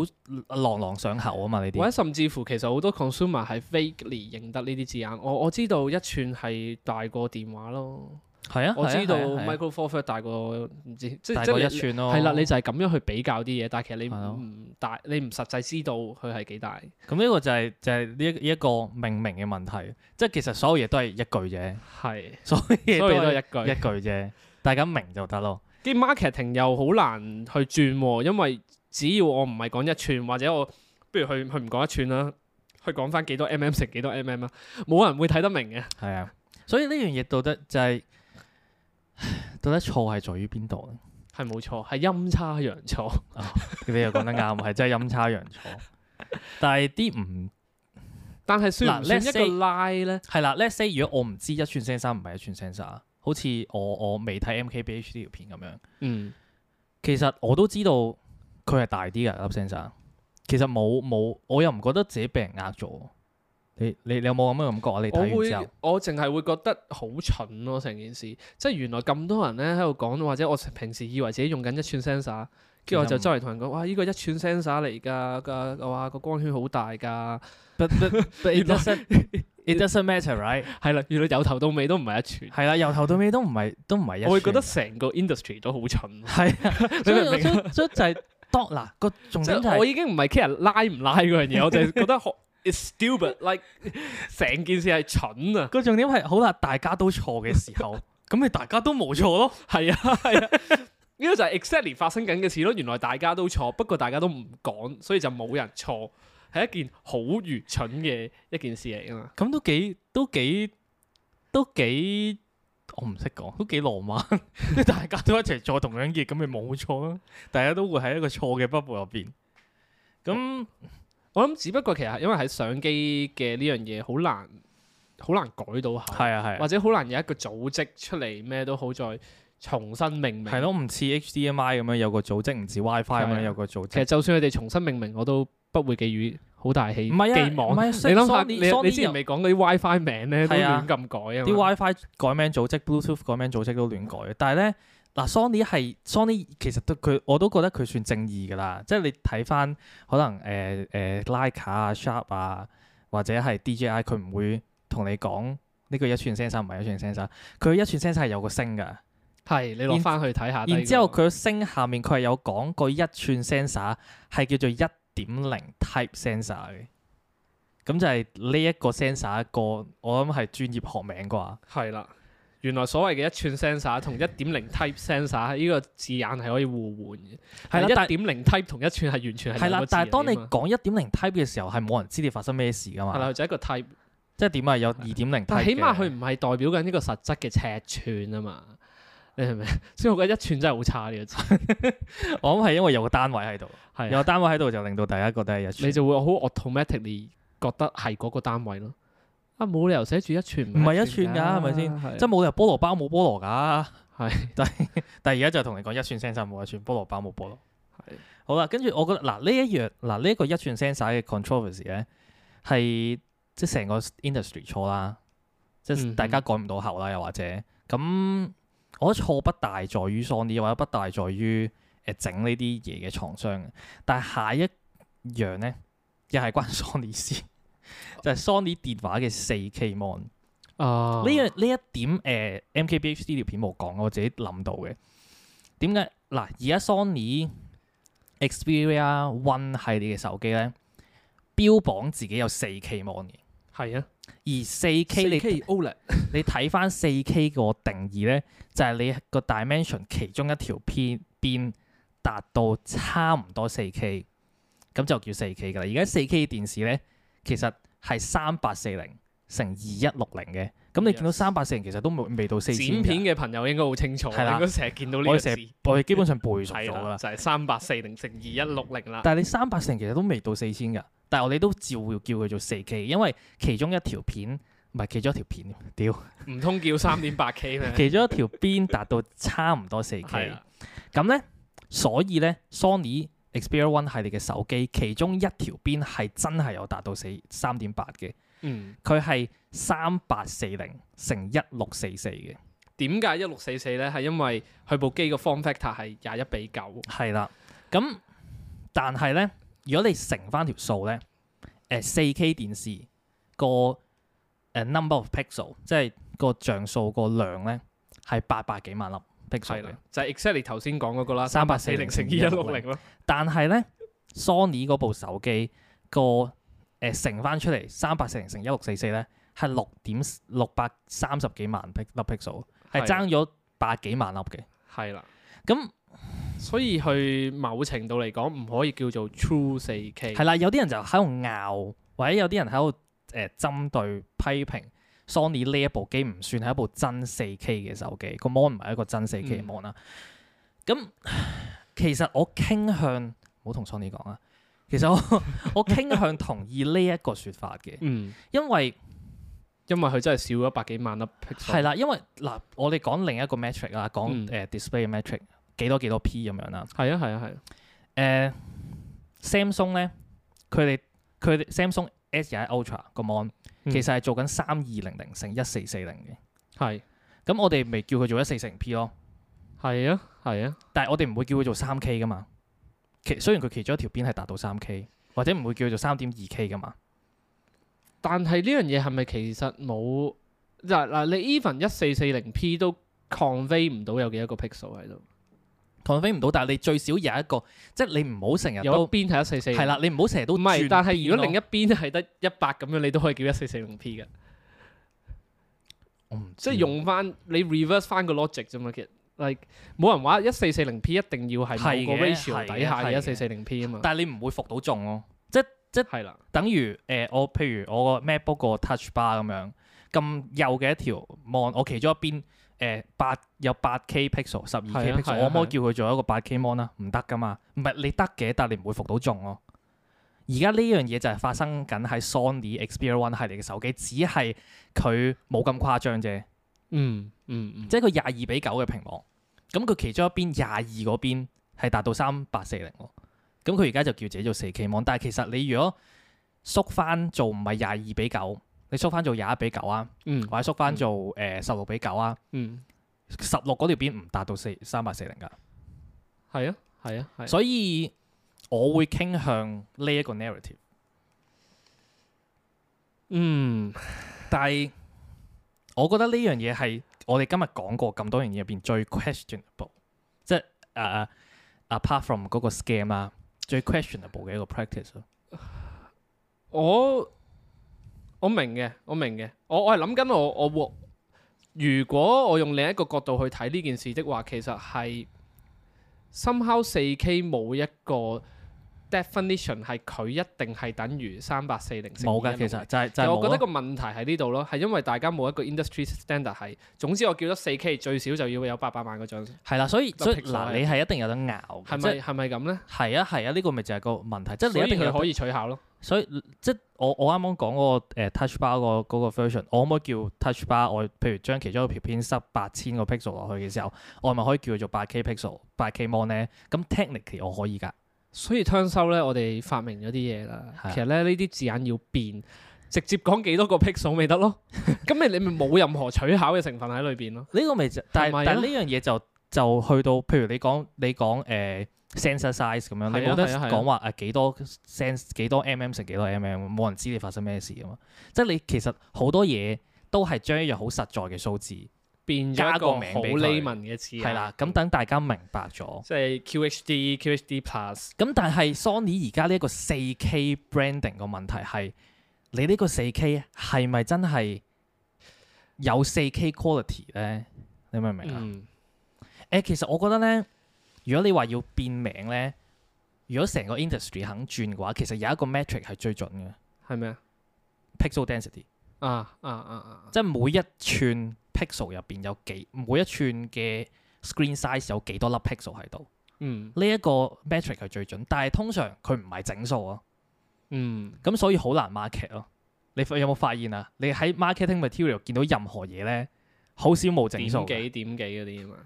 S1: 朗朗上口啊嘛呢
S2: 或者
S1: 啲，
S2: 甚至乎其實好多 consumer 係 vaguely 認得呢啲字眼。我我知道一寸係大過電話咯，
S1: 係啊，
S2: 我知道
S1: 係啊係啊
S2: micro four third 大過唔知，即
S1: 大
S2: 係即
S1: 過一
S2: 係你
S1: 寸咯，
S2: 係啦，你就係咁樣去比較啲嘢，哦但係其實你
S1: 係咯
S2: 唔大，你唔實際知道佢係幾大。
S1: 咁呢個就係就係呢一一個命名嘅問題，即係其實所有嘢都係一句 啫，
S2: 係，
S1: 所有嘢
S2: 所以都
S1: 都
S2: 係
S1: 係
S2: 一
S1: 一
S2: 句。
S1: 句啫，大家明就得咯。
S2: 啲 marketing 又好難去轉喎，因為只要我唔係講一寸，或者我不如佢佢唔講一寸啦，去講翻幾多 mm 乘幾多 mm 啦，冇人會睇得明嘅。
S1: 係啊，所以呢樣嘢到底就係 到底錯係在於邊度咧？
S2: 係冇錯，係陰差陽錯。
S1: 你又講得啱，係真係陰差陽錯，但係啲唔
S2: 但係算唔
S1: 嗱
S2: 算
S1: ，let's
S2: 一
S1: say-
S2: 個拉咧？
S1: 係啦，let's say 如果我唔知一寸 sensor 唔係一寸 sensor，好似我我未睇 MKBHD 條片咁樣，
S2: 嗯，
S1: 其實我都知道佢係大啲嘅粒 sensor。其實冇冇，我又唔覺得自己俾人呃咗。你你你有冇咁嘅感覺啊？你
S2: 我
S1: 睇完
S2: 會
S1: 之後，
S2: 我淨係會覺得好蠢咯，成件事，即係原來咁多人咧喺度講，或者我平時以為自己用緊一寸 sensor，跟住我就周圍同人講，哇！呢、個一寸 sensor 嚟㗎，個哇個光圈好大 㗎，
S1: but, but, but it
S2: 原來
S1: doesn't it doesn't matter right？
S2: 係啦，原來由頭到尾都唔係一寸，
S1: 係啦，由頭到尾都唔係都唔係一寸。
S2: 我會覺得成個 industry 都好蠢咯，
S1: 係啊，
S2: 你
S1: 所以
S2: 明唔
S1: 所以
S2: 明
S1: 所以所以就係當嗱個重
S2: 即
S1: 點就
S2: 係我
S1: 係
S2: 已經唔係 care 拉唔拉嗰樣嘢，我就係覺得好 it's stupid，like 成件事係蠢啊！
S1: 個重點係好啦，大家都錯嘅時 候，咁咪大家都冇錯咯。
S2: 係啊，係啊，呢個就係 exactly 發生緊嘅事咯。原來大家都錯，不過大家都唔講，所以就冇人錯，係一件好愚蠢嘅一件事嚟啊嘛。
S1: 咁都幾都幾都幾，我唔識講，都幾浪 漫。即係大家都一齊做同樣嘢，咁咪冇錯啦。大家都會喺一個錯嘅 bubble 入邊。咁
S2: 我諗只不過其實因為喺相機嘅呢樣嘢好難，好難改到下，
S1: 係啊係
S2: 或
S1: 啊，
S2: 者好難有一個組織出嚟咩都好再重新命名。
S1: 係咯，，唔似 HDMI 咁樣有個組織，唔似 WiFi 咁
S2: 係啊
S1: 樣有個組
S2: 其實
S1: 織。
S2: 就算佢哋重新命名，我都不會寄予好大氣
S1: 唔係啊
S2: 寄 望。
S1: 唔係啊
S2: 你
S1: ，Sony-
S2: 諗下，你
S1: Sony
S2: 你之前未講嗰啲 WiFi 名咧都
S1: 係啊
S2: 亂咁改啊
S1: 啲
S2: 嘛。
S1: WiFi 改名組織、Bluetooth 改名組織都亂改，但係咧嗱，Sony 係 Sony 其實都佢我都覺得佢算正義㗎啦，即係你睇翻可能誒誒 Leica 啊、Sharp 啊或者係 DJI，佢唔會同你講呢個一寸 sensor 唔係一寸 sensor，佢一寸 sensor 係有個星㗎，
S2: 係你落翻去睇下低嗰個。
S1: 然之後佢個星下面佢係有講個一寸 sensor 係叫做一點零 type sensor 嘅，咁就係呢一個 sensor 一個我諗係專業學名啩。
S2: 係啦，原來所謂嘅一寸 sensor 同一點零 type sensor 呢個字眼係可以互換嘅。
S1: 係啦但
S2: 一點零 type 同一寸係完全係
S1: 係
S2: 兩
S1: 啦
S2: 個，字
S1: 但係當
S2: 嚟
S1: 你
S2: 㗎嘛
S1: 講一點零 type 嘅時候，係冇人知你發生咩事噶
S2: 係
S1: 嘛？
S2: 啦，就係一個 type，
S1: 即係點啊？有二點零 type
S2: 但係起
S1: 嘅
S2: 碼佢唔係代表緊呢個實質嘅尺寸啊嘛。 你明唔明？所以我覺得一寸真係好差呢個字，
S1: 我諗係因為有個單位喺度，
S2: 係
S1: 有個
S2: 啊
S1: 單位喺度就令到大家覺得係一
S2: 你
S1: 寸。
S2: 就會好 automatically 覺得係嗰個單位咯。啊，冇理由寫住一寸
S1: 唔係一寸㗎係咪先？即係
S2: 真
S1: 冇理由菠蘿包冇菠蘿㗎。
S2: 係
S1: 但係而家就同你講一寸 sensor 冇一寸，菠蘿包冇菠蘿。
S2: 係
S1: 好啦，跟住我覺得嗱呢一樣嗱呢一個一寸 sensor 嘅 controversy 咧，係即係成個 industry 錯啦，即係
S2: 嗯哼
S1: 大家改唔到口啦，又或者咁，我覺得錯不大在於 Sony，或者不大在於誒整呢啲嘢嘅廠商嘅，但係下一樣咧又係關 Sony 事，就係 Sony 電話嘅四 K mon。
S2: 啊
S1: 呢樣呢一點誒、呃 MKBHD 條片冇講，我自己諗到嘅。點解嗱？而家 Sony Xperia One 系列嘅手機咧，標榜自己有四 K mon 嘅，
S2: 係啊
S1: 而四 K 你
S2: K OLED
S1: 你睇翻四 K 個定義咧，就係、你個 dimension 其中一條邊邊達到差唔多四 K，咁就叫四 K 噶啦。而家四 K 電視咧，其實係三八四零乘二一六零嘅，咁你見到
S2: Yes
S1: 三八四零其實都未未到四千
S2: 剪片嘅朋友應該好清楚，
S1: 係啦
S2: 應該成日見到呢
S1: 我
S2: 個
S1: 哋成
S2: 字
S1: 日，我哋基本上背熟咗
S2: 係
S1: 㗎
S2: 啦，
S1: 啦。
S2: 就係三八四零乘二一六零啦。
S1: 但係你三百成其實都未到四千㗎，但係我哋都照會叫佢做四 K，因為其中一條片唔係其中一條片，屌，
S2: 唔通叫三點八 K 咩？
S1: 其中一條邊達到差唔多四
S2: 係
S1: K。
S2: 啊，
S1: 咁咧，所以咧，Sony Xperia One 系列嘅手機，其中一條邊係真係有達到四三點八嘅，
S2: 嗯，
S1: 佢係三八四零乘一六四四嘅，
S2: 點解一六四四咧？係因為佢部機個 form factor 係廿一比九，
S1: 係啦。咁但係咧，如果你乘翻條數咧，誒四 K 電視個誒 number of pixel，即係個像素個量咧，係八百幾萬粒 pixel
S2: 係
S1: 嘅
S2: 啦。，就係 exactly 頭先講嗰個啦，三八四零
S1: 3840
S2: 乘二一六零咯，
S1: 但係咧，Sony 嗰部手機個誒、呃乘翻出嚟三百四零乘一六四四咧，係六點六百三十幾萬 pi- 粒 pixel，係爭咗百幾萬粒嘅。
S2: 係啦。
S1: 咁
S2: 所以去某程度嚟講，唔可以叫做 true 四 K。
S1: 係啦，有啲人就喺度拗，或者有啲人喺度誒針對批評 Sony 呢一部機唔算係一部真四 K 嘅手機，個 mon 唔係一個真四 K 嘅
S2: 嗯
S1: mon 啦。咁、其實我傾向唔好同 Sony 講啦，其實我 我傾向同意呢一個説法嘅。
S2: 嗯，
S1: 因為
S2: 因為佢真係少咗百幾萬粒 pixel。
S1: 係啦，因為嗱，我哋講另一個 metric 啦，講
S2: 嗯
S1: 誒、呃 display 嘅 metric 幾多幾多 P 咁樣啦。
S2: 係啊，係啊，係啊。
S1: 誒、Samsung 咧，佢哋佢哋 Samsung S 廿一 Ultra 個 mon
S2: 嗯
S1: 其實係做緊三二零零乘一四四零嘅，
S2: 係
S1: 咁我哋咪叫佢做一四四零 P 咯，
S2: 係啊，係啊，
S1: 但係我哋唔會叫佢做三 K 噶嘛。其雖然佢其中一條邊係達到三 K，或者唔會叫佢做三點二 K 噶嘛。
S2: 但係呢樣嘢係咪其實冇嗱嗱？你 even 一四四零 P 都 convey 唔到有幾多個 pixel 喺度，
S1: 同飛唔到，但係你最少有一個，即係你唔好成日
S2: 有一
S1: 都
S2: 邊係一四四
S1: 係啦，你唔好成日都
S2: 唔係，
S1: 轉
S2: 但係如
S1: 邊
S2: 果
S1: 咯
S2: 另一邊係得一百咁樣，你都可以叫一四四零 P 嘅，
S1: 我唔知
S2: 即係
S1: 啊
S2: 用翻你 reverse 翻個 logic 啫嘛。其實 like 冇人話一四四零 P 一定要係
S1: 係
S2: 某
S1: 嘅
S2: 個 ratio
S1: 係嘅
S2: 底下嘅
S1: 係
S2: 一
S1: 嘅
S2: 四四零 P 啊嘛。
S1: 但係你唔會服到眾咯，
S2: 係啦，
S1: 等於誒、呃我譬如我個 MacBook 個 Touch Bar 咁樣咁幼嘅一條望，我其中一邊誒八、有八 K pixel、十二
S2: 係
S1: K
S2: 啊
S1: pixel，
S2: 係啊
S1: 我可唔可
S2: 係
S1: 以
S2: 啊
S1: 叫佢做一個八 K mon 啦？唔得噶嘛，唔係你得嘅，但係你唔會服到眾咯。而家呢樣嘢就係發生緊喺 Sony Xperia One 系列嘅手機，只係佢冇咁誇張啫，
S2: 嗯嗯嗯，
S1: 即係佢廿二比九嘅屏幕，咁佢其中一邊廿二嗰邊係達到三八四零喎，咁佢而家就叫自己做四 K mon，但係其實你如果縮翻做唔係廿二比九，你縮翻做廿一比九啊，
S2: 嗯
S1: 或者縮翻做誒十六比九啊，
S2: 嗯，
S1: 十六嗰條邊唔達到四三百四零㗎，
S2: 係啊係啊係啊。
S1: 所以我會傾向呢一個 narrative，
S2: 嗯
S1: 但係我覺得呢樣嘢係我哋今日講過咁多樣嘢入邊最 questionable，即係誒、誒 apart from 嗰個 scam 啊，最 questionable 嘅一個 practice 咯。
S2: 我我明嘅，我明嘅，我我係諗緊我我會如果我用另一個角度去睇呢件事的話，其實係 somehow 四 K 冇一個 definition 係佢一定係等於三百四零
S1: 冇啊㗎，其實就係、就係
S2: 我覺
S1: 冇
S2: 得
S1: 咯
S2: 個問題喺呢度咯，係因為大家冇一個 industry standard 係，總之我叫咗四 K 最少就要有八百萬個獎，
S1: 係啦，所以所以
S2: pixel
S1: 嗱，
S2: 係
S1: 你係一定有得拗嘅，
S2: 係
S1: 即
S2: 咪係咪咁咧？
S1: 係啊係啊，呢個咪就係個問題，即
S2: 即
S1: 係你一定
S2: 佢
S1: 有
S2: 可
S1: 以，
S2: 以取巧咯。
S1: 所以即係我我啱啱講嗰個誒 touch bar 個嗰個 version，我可唔可以叫 touch bar？我譬如將其中一條片塞八千個 pixel 落去嘅時候，我係咪可以叫佢做八 K pixel、八 K mon 咧？咁 technically 我可以㗎，
S2: 所以聽收咧，我哋發明咗啲嘢啦
S1: 係。啊
S2: 其實咧，呢啲字眼要變，直接講幾多個 pixel 咪得 咯。咁咪你咪冇任何取巧嘅成分喺裏邊咯。
S1: 呢個咪就但
S2: 係咪
S1: 係
S2: 啊
S1: 但係呢樣嘢就就去到譬如你講你講誒。sensor 呃 size 咁樣，你
S2: 係啊
S1: 冇得
S2: 係啊係啊
S1: 講話誒幾多 sense 幾多 mm 乘幾多 mm，冇人知你發生咩事噶嘛。即係你其實好多嘢都係將一樣好實在嘅數字
S2: 變咗
S1: 加
S2: 一
S1: 個
S2: 個
S1: 名
S2: 好
S1: 俾佢
S2: layman 嘅字眼
S1: 係啦，咁等大家明白咗。
S2: 即係 QHD、QHD Plus。
S1: 咁但係 Sony 而家呢一個四 K branding 個問題係，你呢個四 K 係咪真係有四 K quality 咧？你明唔明啊？
S2: 嗯，
S1: 誒、其實我覺得咧，如果你話要變名咧，如果成個 industry 肯轉嘅話，其實有一個 metric 係最準嘅
S2: 係咩啊？
S1: pixel density，
S2: 啊啊啊啊！
S1: 即係每一寸 pixel 入邊有幾每一寸嘅 screen size 有幾多粒 pixel 喺度，
S2: 嗯
S1: 呢、一個 metric 係最準，但係通常佢唔係整數啊，
S2: 嗯，
S1: 咁所以好難 market 咯。你有冇發現啊？你喺 marketing material 見到任何嘢咧，好少冇整
S2: 點
S1: 數
S2: 幾
S1: 嘅，
S2: 點幾嗰啲啊嘛。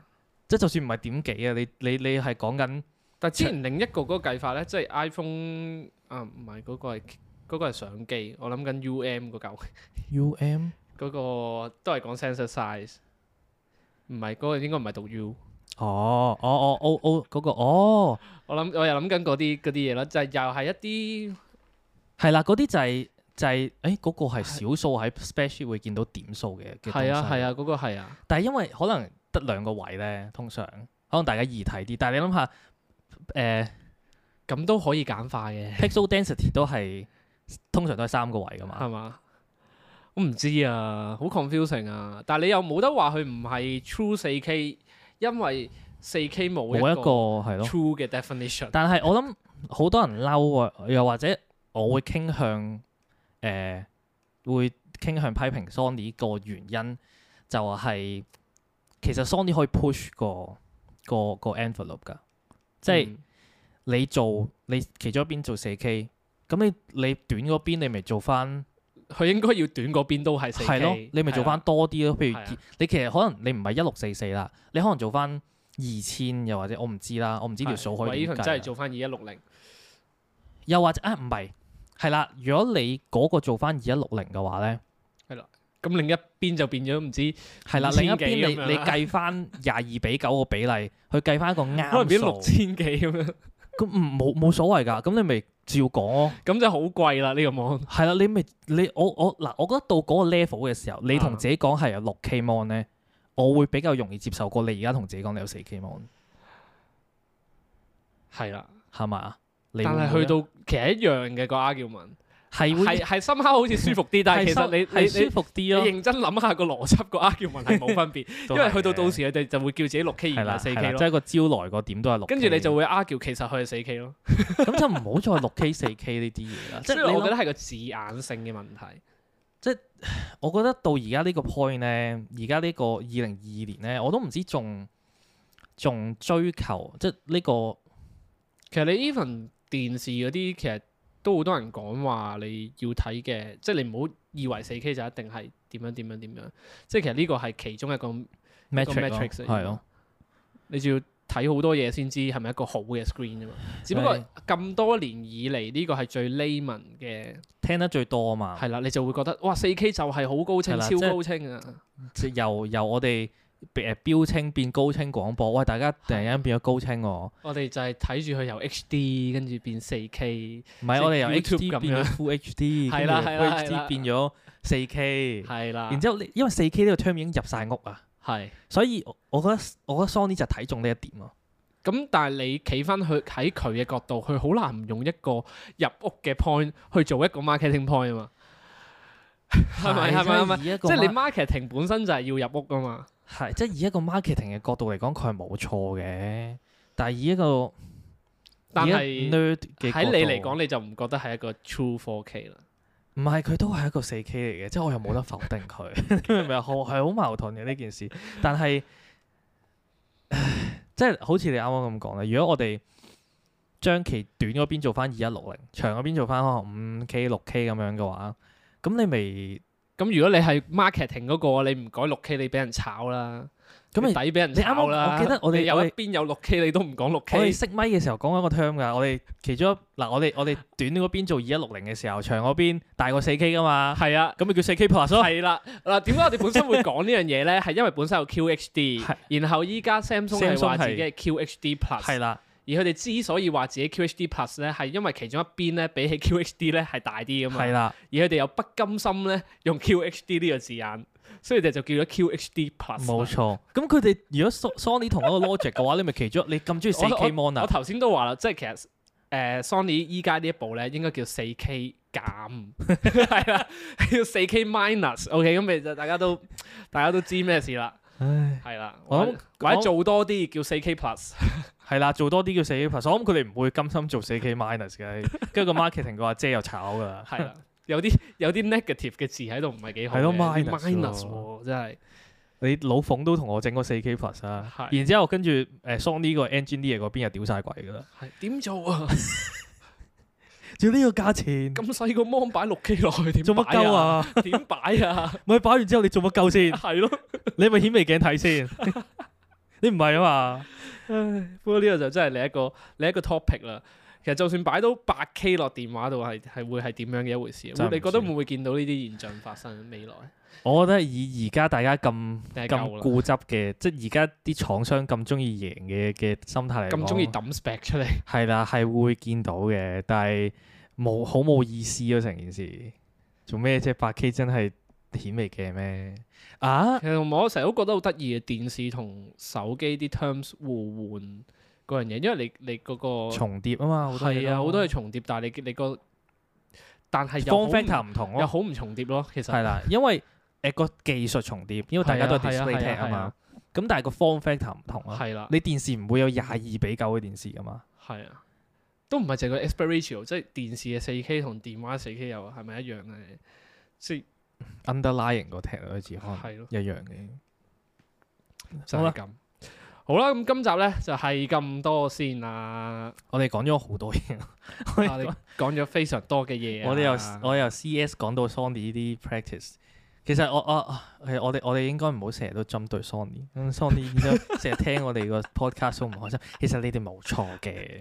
S1: 即係就算唔係點幾啊，你你你係講緊
S2: 但之前另一個嗰個計法咧，即係 iPhone 啊，唔係嗰個係嗰個係相機，我諗緊 UM 嗰嚿。
S1: UM。
S2: 嗰個都係講 sensor size，唔係嗰個應該唔係讀 U。
S1: 哦，哦哦哦哦，嗰、個哦，
S2: 我諗我又諗緊嗰啲嗰啲嘢啦，就係又係一啲
S1: 係啦，嗰啲就係、就係、誒嗰、個係少數喺 special 會見到點數嘅嘅
S2: 係啊係
S1: 啊，
S2: 啊嗰個係啊，
S1: 但係因為可能得兩個位咧，通常可能大家易睇啲，但係你諗下，誒、
S2: 咁都可以簡化嘅，
S1: pixel density 都係通常都係三個位噶嘛，
S2: 係嘛？我唔知啊，好 confusing 啊！但係你又冇得話佢唔係 true 四 K，因為四 K
S1: 冇
S2: 冇
S1: 一個
S2: 個
S1: 係咯。
S2: true 嘅 definition。
S1: 但係我諗好多人嬲啊，又或者我會傾向誒、呃，會傾向批評 Sony 個原因就係、其實 Sony 可以 push 個個個 envelope 㗎，即係
S2: 嗯
S1: 你做你其中一邊做四 K，咁你你短嗰邊你咪做翻
S2: 佢應該要短嗰邊都係四
S1: 係咯
S2: K，，
S1: 你咪做翻
S2: 係啊
S1: 多啲咯。譬
S2: 係
S1: 如
S2: 啊
S1: 你其實可能你唔係一六四四啦，你可能做翻二千，又或者我唔知啦，我唔知條數可以
S2: 喂
S1: 點
S2: 呢
S1: 計
S2: 份真
S1: 啊
S2: 係做翻二一六零，
S1: 又或者啊，唔係，係啦。如果你嗰個做翻二一六零嘅話咧，
S2: 咁另一邊就變咗唔知
S1: 係啦，
S2: 五千
S1: 另一邊
S2: 幾咁
S1: 你
S2: 樣啦啊
S1: 你計翻廿二比九個比例，去計翻一個
S2: 可能變
S1: 啱
S2: 咗六
S1: 數，
S2: 千幾咁樣。
S1: 咁唔冇冇所謂㗎。咁你咪照講咯。
S2: 咁就好貴啦呢個網。
S1: 係啦，你咪你我我嗱，我覺得到嗰個 level 嘅時候，你同
S2: 啊
S1: 自己講係有六 K mon 咧，我會比較容易接受過你而家同自己講你有四 K mon
S2: 係啦，
S1: 係嘛？你
S2: 但
S1: 會唔
S2: 係
S1: 會
S2: 去
S1: 咧
S2: 到其實一樣嘅個 argument，
S1: 係會
S2: 啊係係深刻好似舒服啲，但係其實
S1: 收係
S2: 你
S1: 舒
S2: 你
S1: 服啲
S2: 你
S1: 咯
S2: 你，認真諗下個邏輯個 argument 係冇分別，
S1: 都
S2: 因為
S1: 係
S2: 去到
S1: 嘅
S2: 到時佢哋就會叫自己六 K
S1: 係
S2: 而
S1: 啦
S2: 唔係四
S1: 係啦
S2: K
S1: 即
S2: 咯，
S1: 係個招來個點都係六 K。
S2: 跟住你就會 argue 其實佢係四 K 咯，
S1: 咁就唔好再六 K 四 K 呢啲嘢啦。即
S2: 即
S1: 係
S2: 係
S1: 你
S2: 我覺
S1: 諗
S2: 得係個字眼性嘅問題。
S1: 我覺得到而家呢個 point 咧，而家呢個二零二二年咧，我都唔知仲仲追求即係呢個
S2: 其實你 even 電視嗰啲其實都好多人講話你要睇嘅，即係你唔好以為四 K 就一定係點樣點樣點樣，即係其實呢個係其中一個
S1: metric 咯
S2: metrics 嚟㗎
S1: 係咯，
S2: 你仲要睇好多嘢先知係咪一個好嘅 screen 啫嘛。只不過
S1: 係
S2: 咁多年以嚟，呢個係最 layman 嘅，
S1: 聽得最多啊嘛，
S2: 係啦，你就會覺得哇，四 K 就係好高
S1: 係
S2: 清、
S1: 啦
S2: 超
S1: 即係
S2: 高清啊！
S1: 即係由由我哋誒標清變高清廣播，喂，大家突然間變咗高清喎，
S2: 我哋就係睇住佢由 HD 跟住變四 K，
S1: 唔係我哋由
S2: YouTube
S1: HD 變咗 Full HD，
S2: 係啦係啦
S1: 跟住
S2: 係啦
S1: HD 變咗四 K，
S2: 係啦，
S1: 嗯然之後你因為四 K 呢個 term 已經入晒屋啊，
S2: 係。
S1: 所以我我覺得我覺得 Sony 就睇中呢一點啊咯，
S2: 咁但係你企翻去喺佢嘅角度，佢好難唔用一個入屋嘅 point 去做一個 marketing point 啊嘛，係咪係咪係
S1: 咪？
S2: 咪？
S1: 即
S2: 即係你 marketing 本身就係要入屋噶嘛，
S1: 係即係以一個 marketing 嘅角度嚟講，佢係冇錯嘅，但係以一個
S2: 但
S1: 以一
S2: 係
S1: nerd 嘅
S2: 喺你嚟
S1: 角
S2: 講你就唔覺得係一個 true 4K 啦。
S1: 度唔係佢都係一個四 K 嚟嘅，即係我又冇得否定佢， 明唔明啊？好係好矛盾嘅呢件事，但係唉即係好似你啱啱咁講啦，如果我哋將其短嗰邊做翻二一六零，長嗰邊做翻可能五 K 六 K 咁樣嘅話，咁你咪
S2: 咁如果你係 marketing 嗰、個，你唔改 6K，你俾人炒啦。
S1: 咁
S2: 你
S1: 咪
S2: 抵俾人
S1: 你啱啱
S2: 炒啦。
S1: 我記得我哋
S2: 你有
S1: 我
S2: 一
S1: 哋
S2: 邊有 6K，你都唔講
S1: 我哋
S2: 6K。
S1: 熄咪嘅時候講一個 term 㗎，我哋其中一嗱我哋我哋短嗰邊做二一六零嘅時候，長嗰邊大過四 K 㗎嘛，
S2: 係啊，
S1: 咁咪叫四 K plus 咯。
S2: 係啦。嗱，點解我哋本身會講呢樣嘢咧？係因為本身有 QHD，
S1: 係
S2: 然後依家 Samsung 係
S1: Samsung
S2: 話
S1: 係
S2: 自己係 QHD Plus，
S1: 係啦，
S2: 而佢哋之所以話自己 QHD Plus 咧，係因為其中一邊咧比起 QHD 咧係大啲噶嘛。
S1: 係啦，
S2: 而佢哋又不甘心咧用 QHD 呢個字眼，所以佢哋就叫咗 QHD Plus 啦。
S1: 冇錯。咁佢哋如果 So- Sony 同一個 logic 嘅話，你咪其中你咁中意四 K mon
S2: 我
S1: 啊？
S2: 頭先都話啦，即係其實誒、呃 Sony 依家呢一部咧，應該叫四 K 減， 係啦，叫四 K minus。OK，咁咪就大家都大家都知咩事啦，
S1: 唉，
S2: 係啦。
S1: 我
S2: 或
S1: 諗
S2: 者或者
S1: 我
S2: 做多啲叫四 K plus，
S1: 係啦，做多啲叫四 K plus。我諗佢哋唔會甘心做四 K minus 嘅，跟住個 marketing 個阿姐又炒㗎啦。
S2: 係啦。有啲有啲 negative 嘅字喺度唔係幾好嘅，
S1: 係咯，minus 喎
S2: minus 喎，真係
S1: 你老馮都同我整過四 K plus 啊，
S2: 係
S1: 然之後跟住誒 Sony 個 engineer 嗰邊又屌晒鬼㗎啦，
S2: 係點做啊？
S1: 照呢個價錢
S2: 咁細個 mon 擺六 K 落去點
S1: 做乜
S2: 擺
S1: 鳩？啊？
S2: 點擺啊？
S1: 咪擺完之後你做乜鳩 先？
S2: 係咯，
S1: 你係咪顯微鏡睇先？你唔係啊嘛？
S2: 唉，不過呢個就真係另一個另一個 topic 啦。其實就算擺到八 K 落電話度，係係會係點樣嘅一回事？
S1: 真係唔
S2: 會你覺得
S1: 知啊
S2: 會唔會見到呢啲現象發生未來？
S1: 我覺得以而家大家咁
S2: 定係夠
S1: 咁
S2: 啦？
S1: 固執嘅，即係而家啲廠商咁中意贏嘅嘅心態嚟講，
S2: 咁中意抌 spec 出嚟，
S1: 係啦，係會見到嘅，但係冇好冇意思咯、成件事做咩啫？八 K 真係顯微鏡咩？啊，
S2: 其實我成日都覺得好得意嘅電視同手機啲 terms 互換嗰樣嘢，因為你你嗰個
S1: 重疊啊嘛，好多嘢
S2: 係
S1: 都
S2: 啊，好多嘢重疊，但係你你個但係又好
S1: form
S2: 唔
S1: factor 唔同
S2: 又
S1: 咯，
S2: 好唔重疊咯。其實
S1: 係啦，因為誒個技術重疊，因為大家都係
S2: 係啊係
S1: display
S2: 啊
S1: tech 啊
S2: 係
S1: 嘛
S2: 啊，
S1: 咁但係個 form factor 唔同啊。
S2: 係啦，
S1: 你電視唔會有廿二比九嘅電視噶嘛？
S2: 係啊，都唔係淨係個 aspect ratio，即係電視嘅四 K 同電話四 K 又係咪一樣咧？即
S1: underlying 個 technology 可
S2: 係
S1: 能
S2: 係咯，
S1: 一樣嘅。
S2: 就
S1: 好啦
S2: 係咁。好啦，咁今集咧就係咁多先啦。
S1: 我哋講咗好多嘢，
S2: 我哋講咗非常多嘅嘢啊。
S1: 我哋由我由 CS 講到 Sony 呢啲 practice。其實我我係我哋我哋應該唔好成日都針對 Sony，咁 Sony 都成日聽我哋個 podcast 都唔開心。其實你哋冇錯嘅，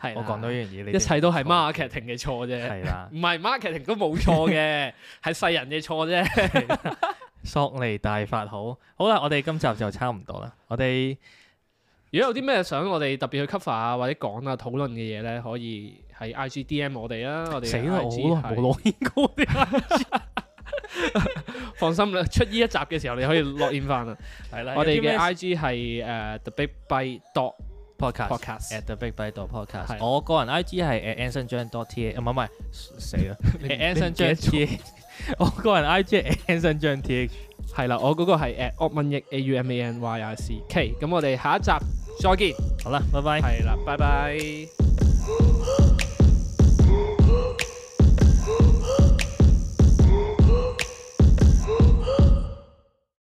S2: 係啦
S1: 我講到呢樣嘢，你哋
S2: 一切都係
S1: 冇錯
S2: marketing 嘅錯啫，
S1: 係啦，
S2: 唔係 marketing 都冇錯 嘅，係世人嘅錯啫。
S1: 索尼大法好。好啦，我哋今集就差唔多啦。我哋
S2: 如果有啲咩想我哋特別去 cover 啊，或者講啊討論嘅嘢咧，可以喺 IG DM 我哋啊。我哋
S1: 死啦！
S2: 嘅
S1: 我
S2: IG
S1: 好耐
S2: 係
S1: 冇攞煙過啲。
S2: 放心啦，出呢一集嘅時候你可以 log in 翻啦。
S1: 係啦
S2: 我哋嘅 I G 係誒 The Big Byte Dot
S1: podcast。
S2: Podcast，
S1: at the big bite dot
S2: 係
S1: podcast。我個人 IG 係 at anson john dot t a，唔係唔係死啦 at anson
S2: 你唔記
S1: john
S2: 得 咗
S1: t h。我個人 IG 係 anson john t h。
S2: 係啦，我嗰個係 at o p m a n y A U M A N Y I C K。咁我哋下一集再見，
S1: Ờ, 好啦，拜拜。
S2: 係啦，拜拜。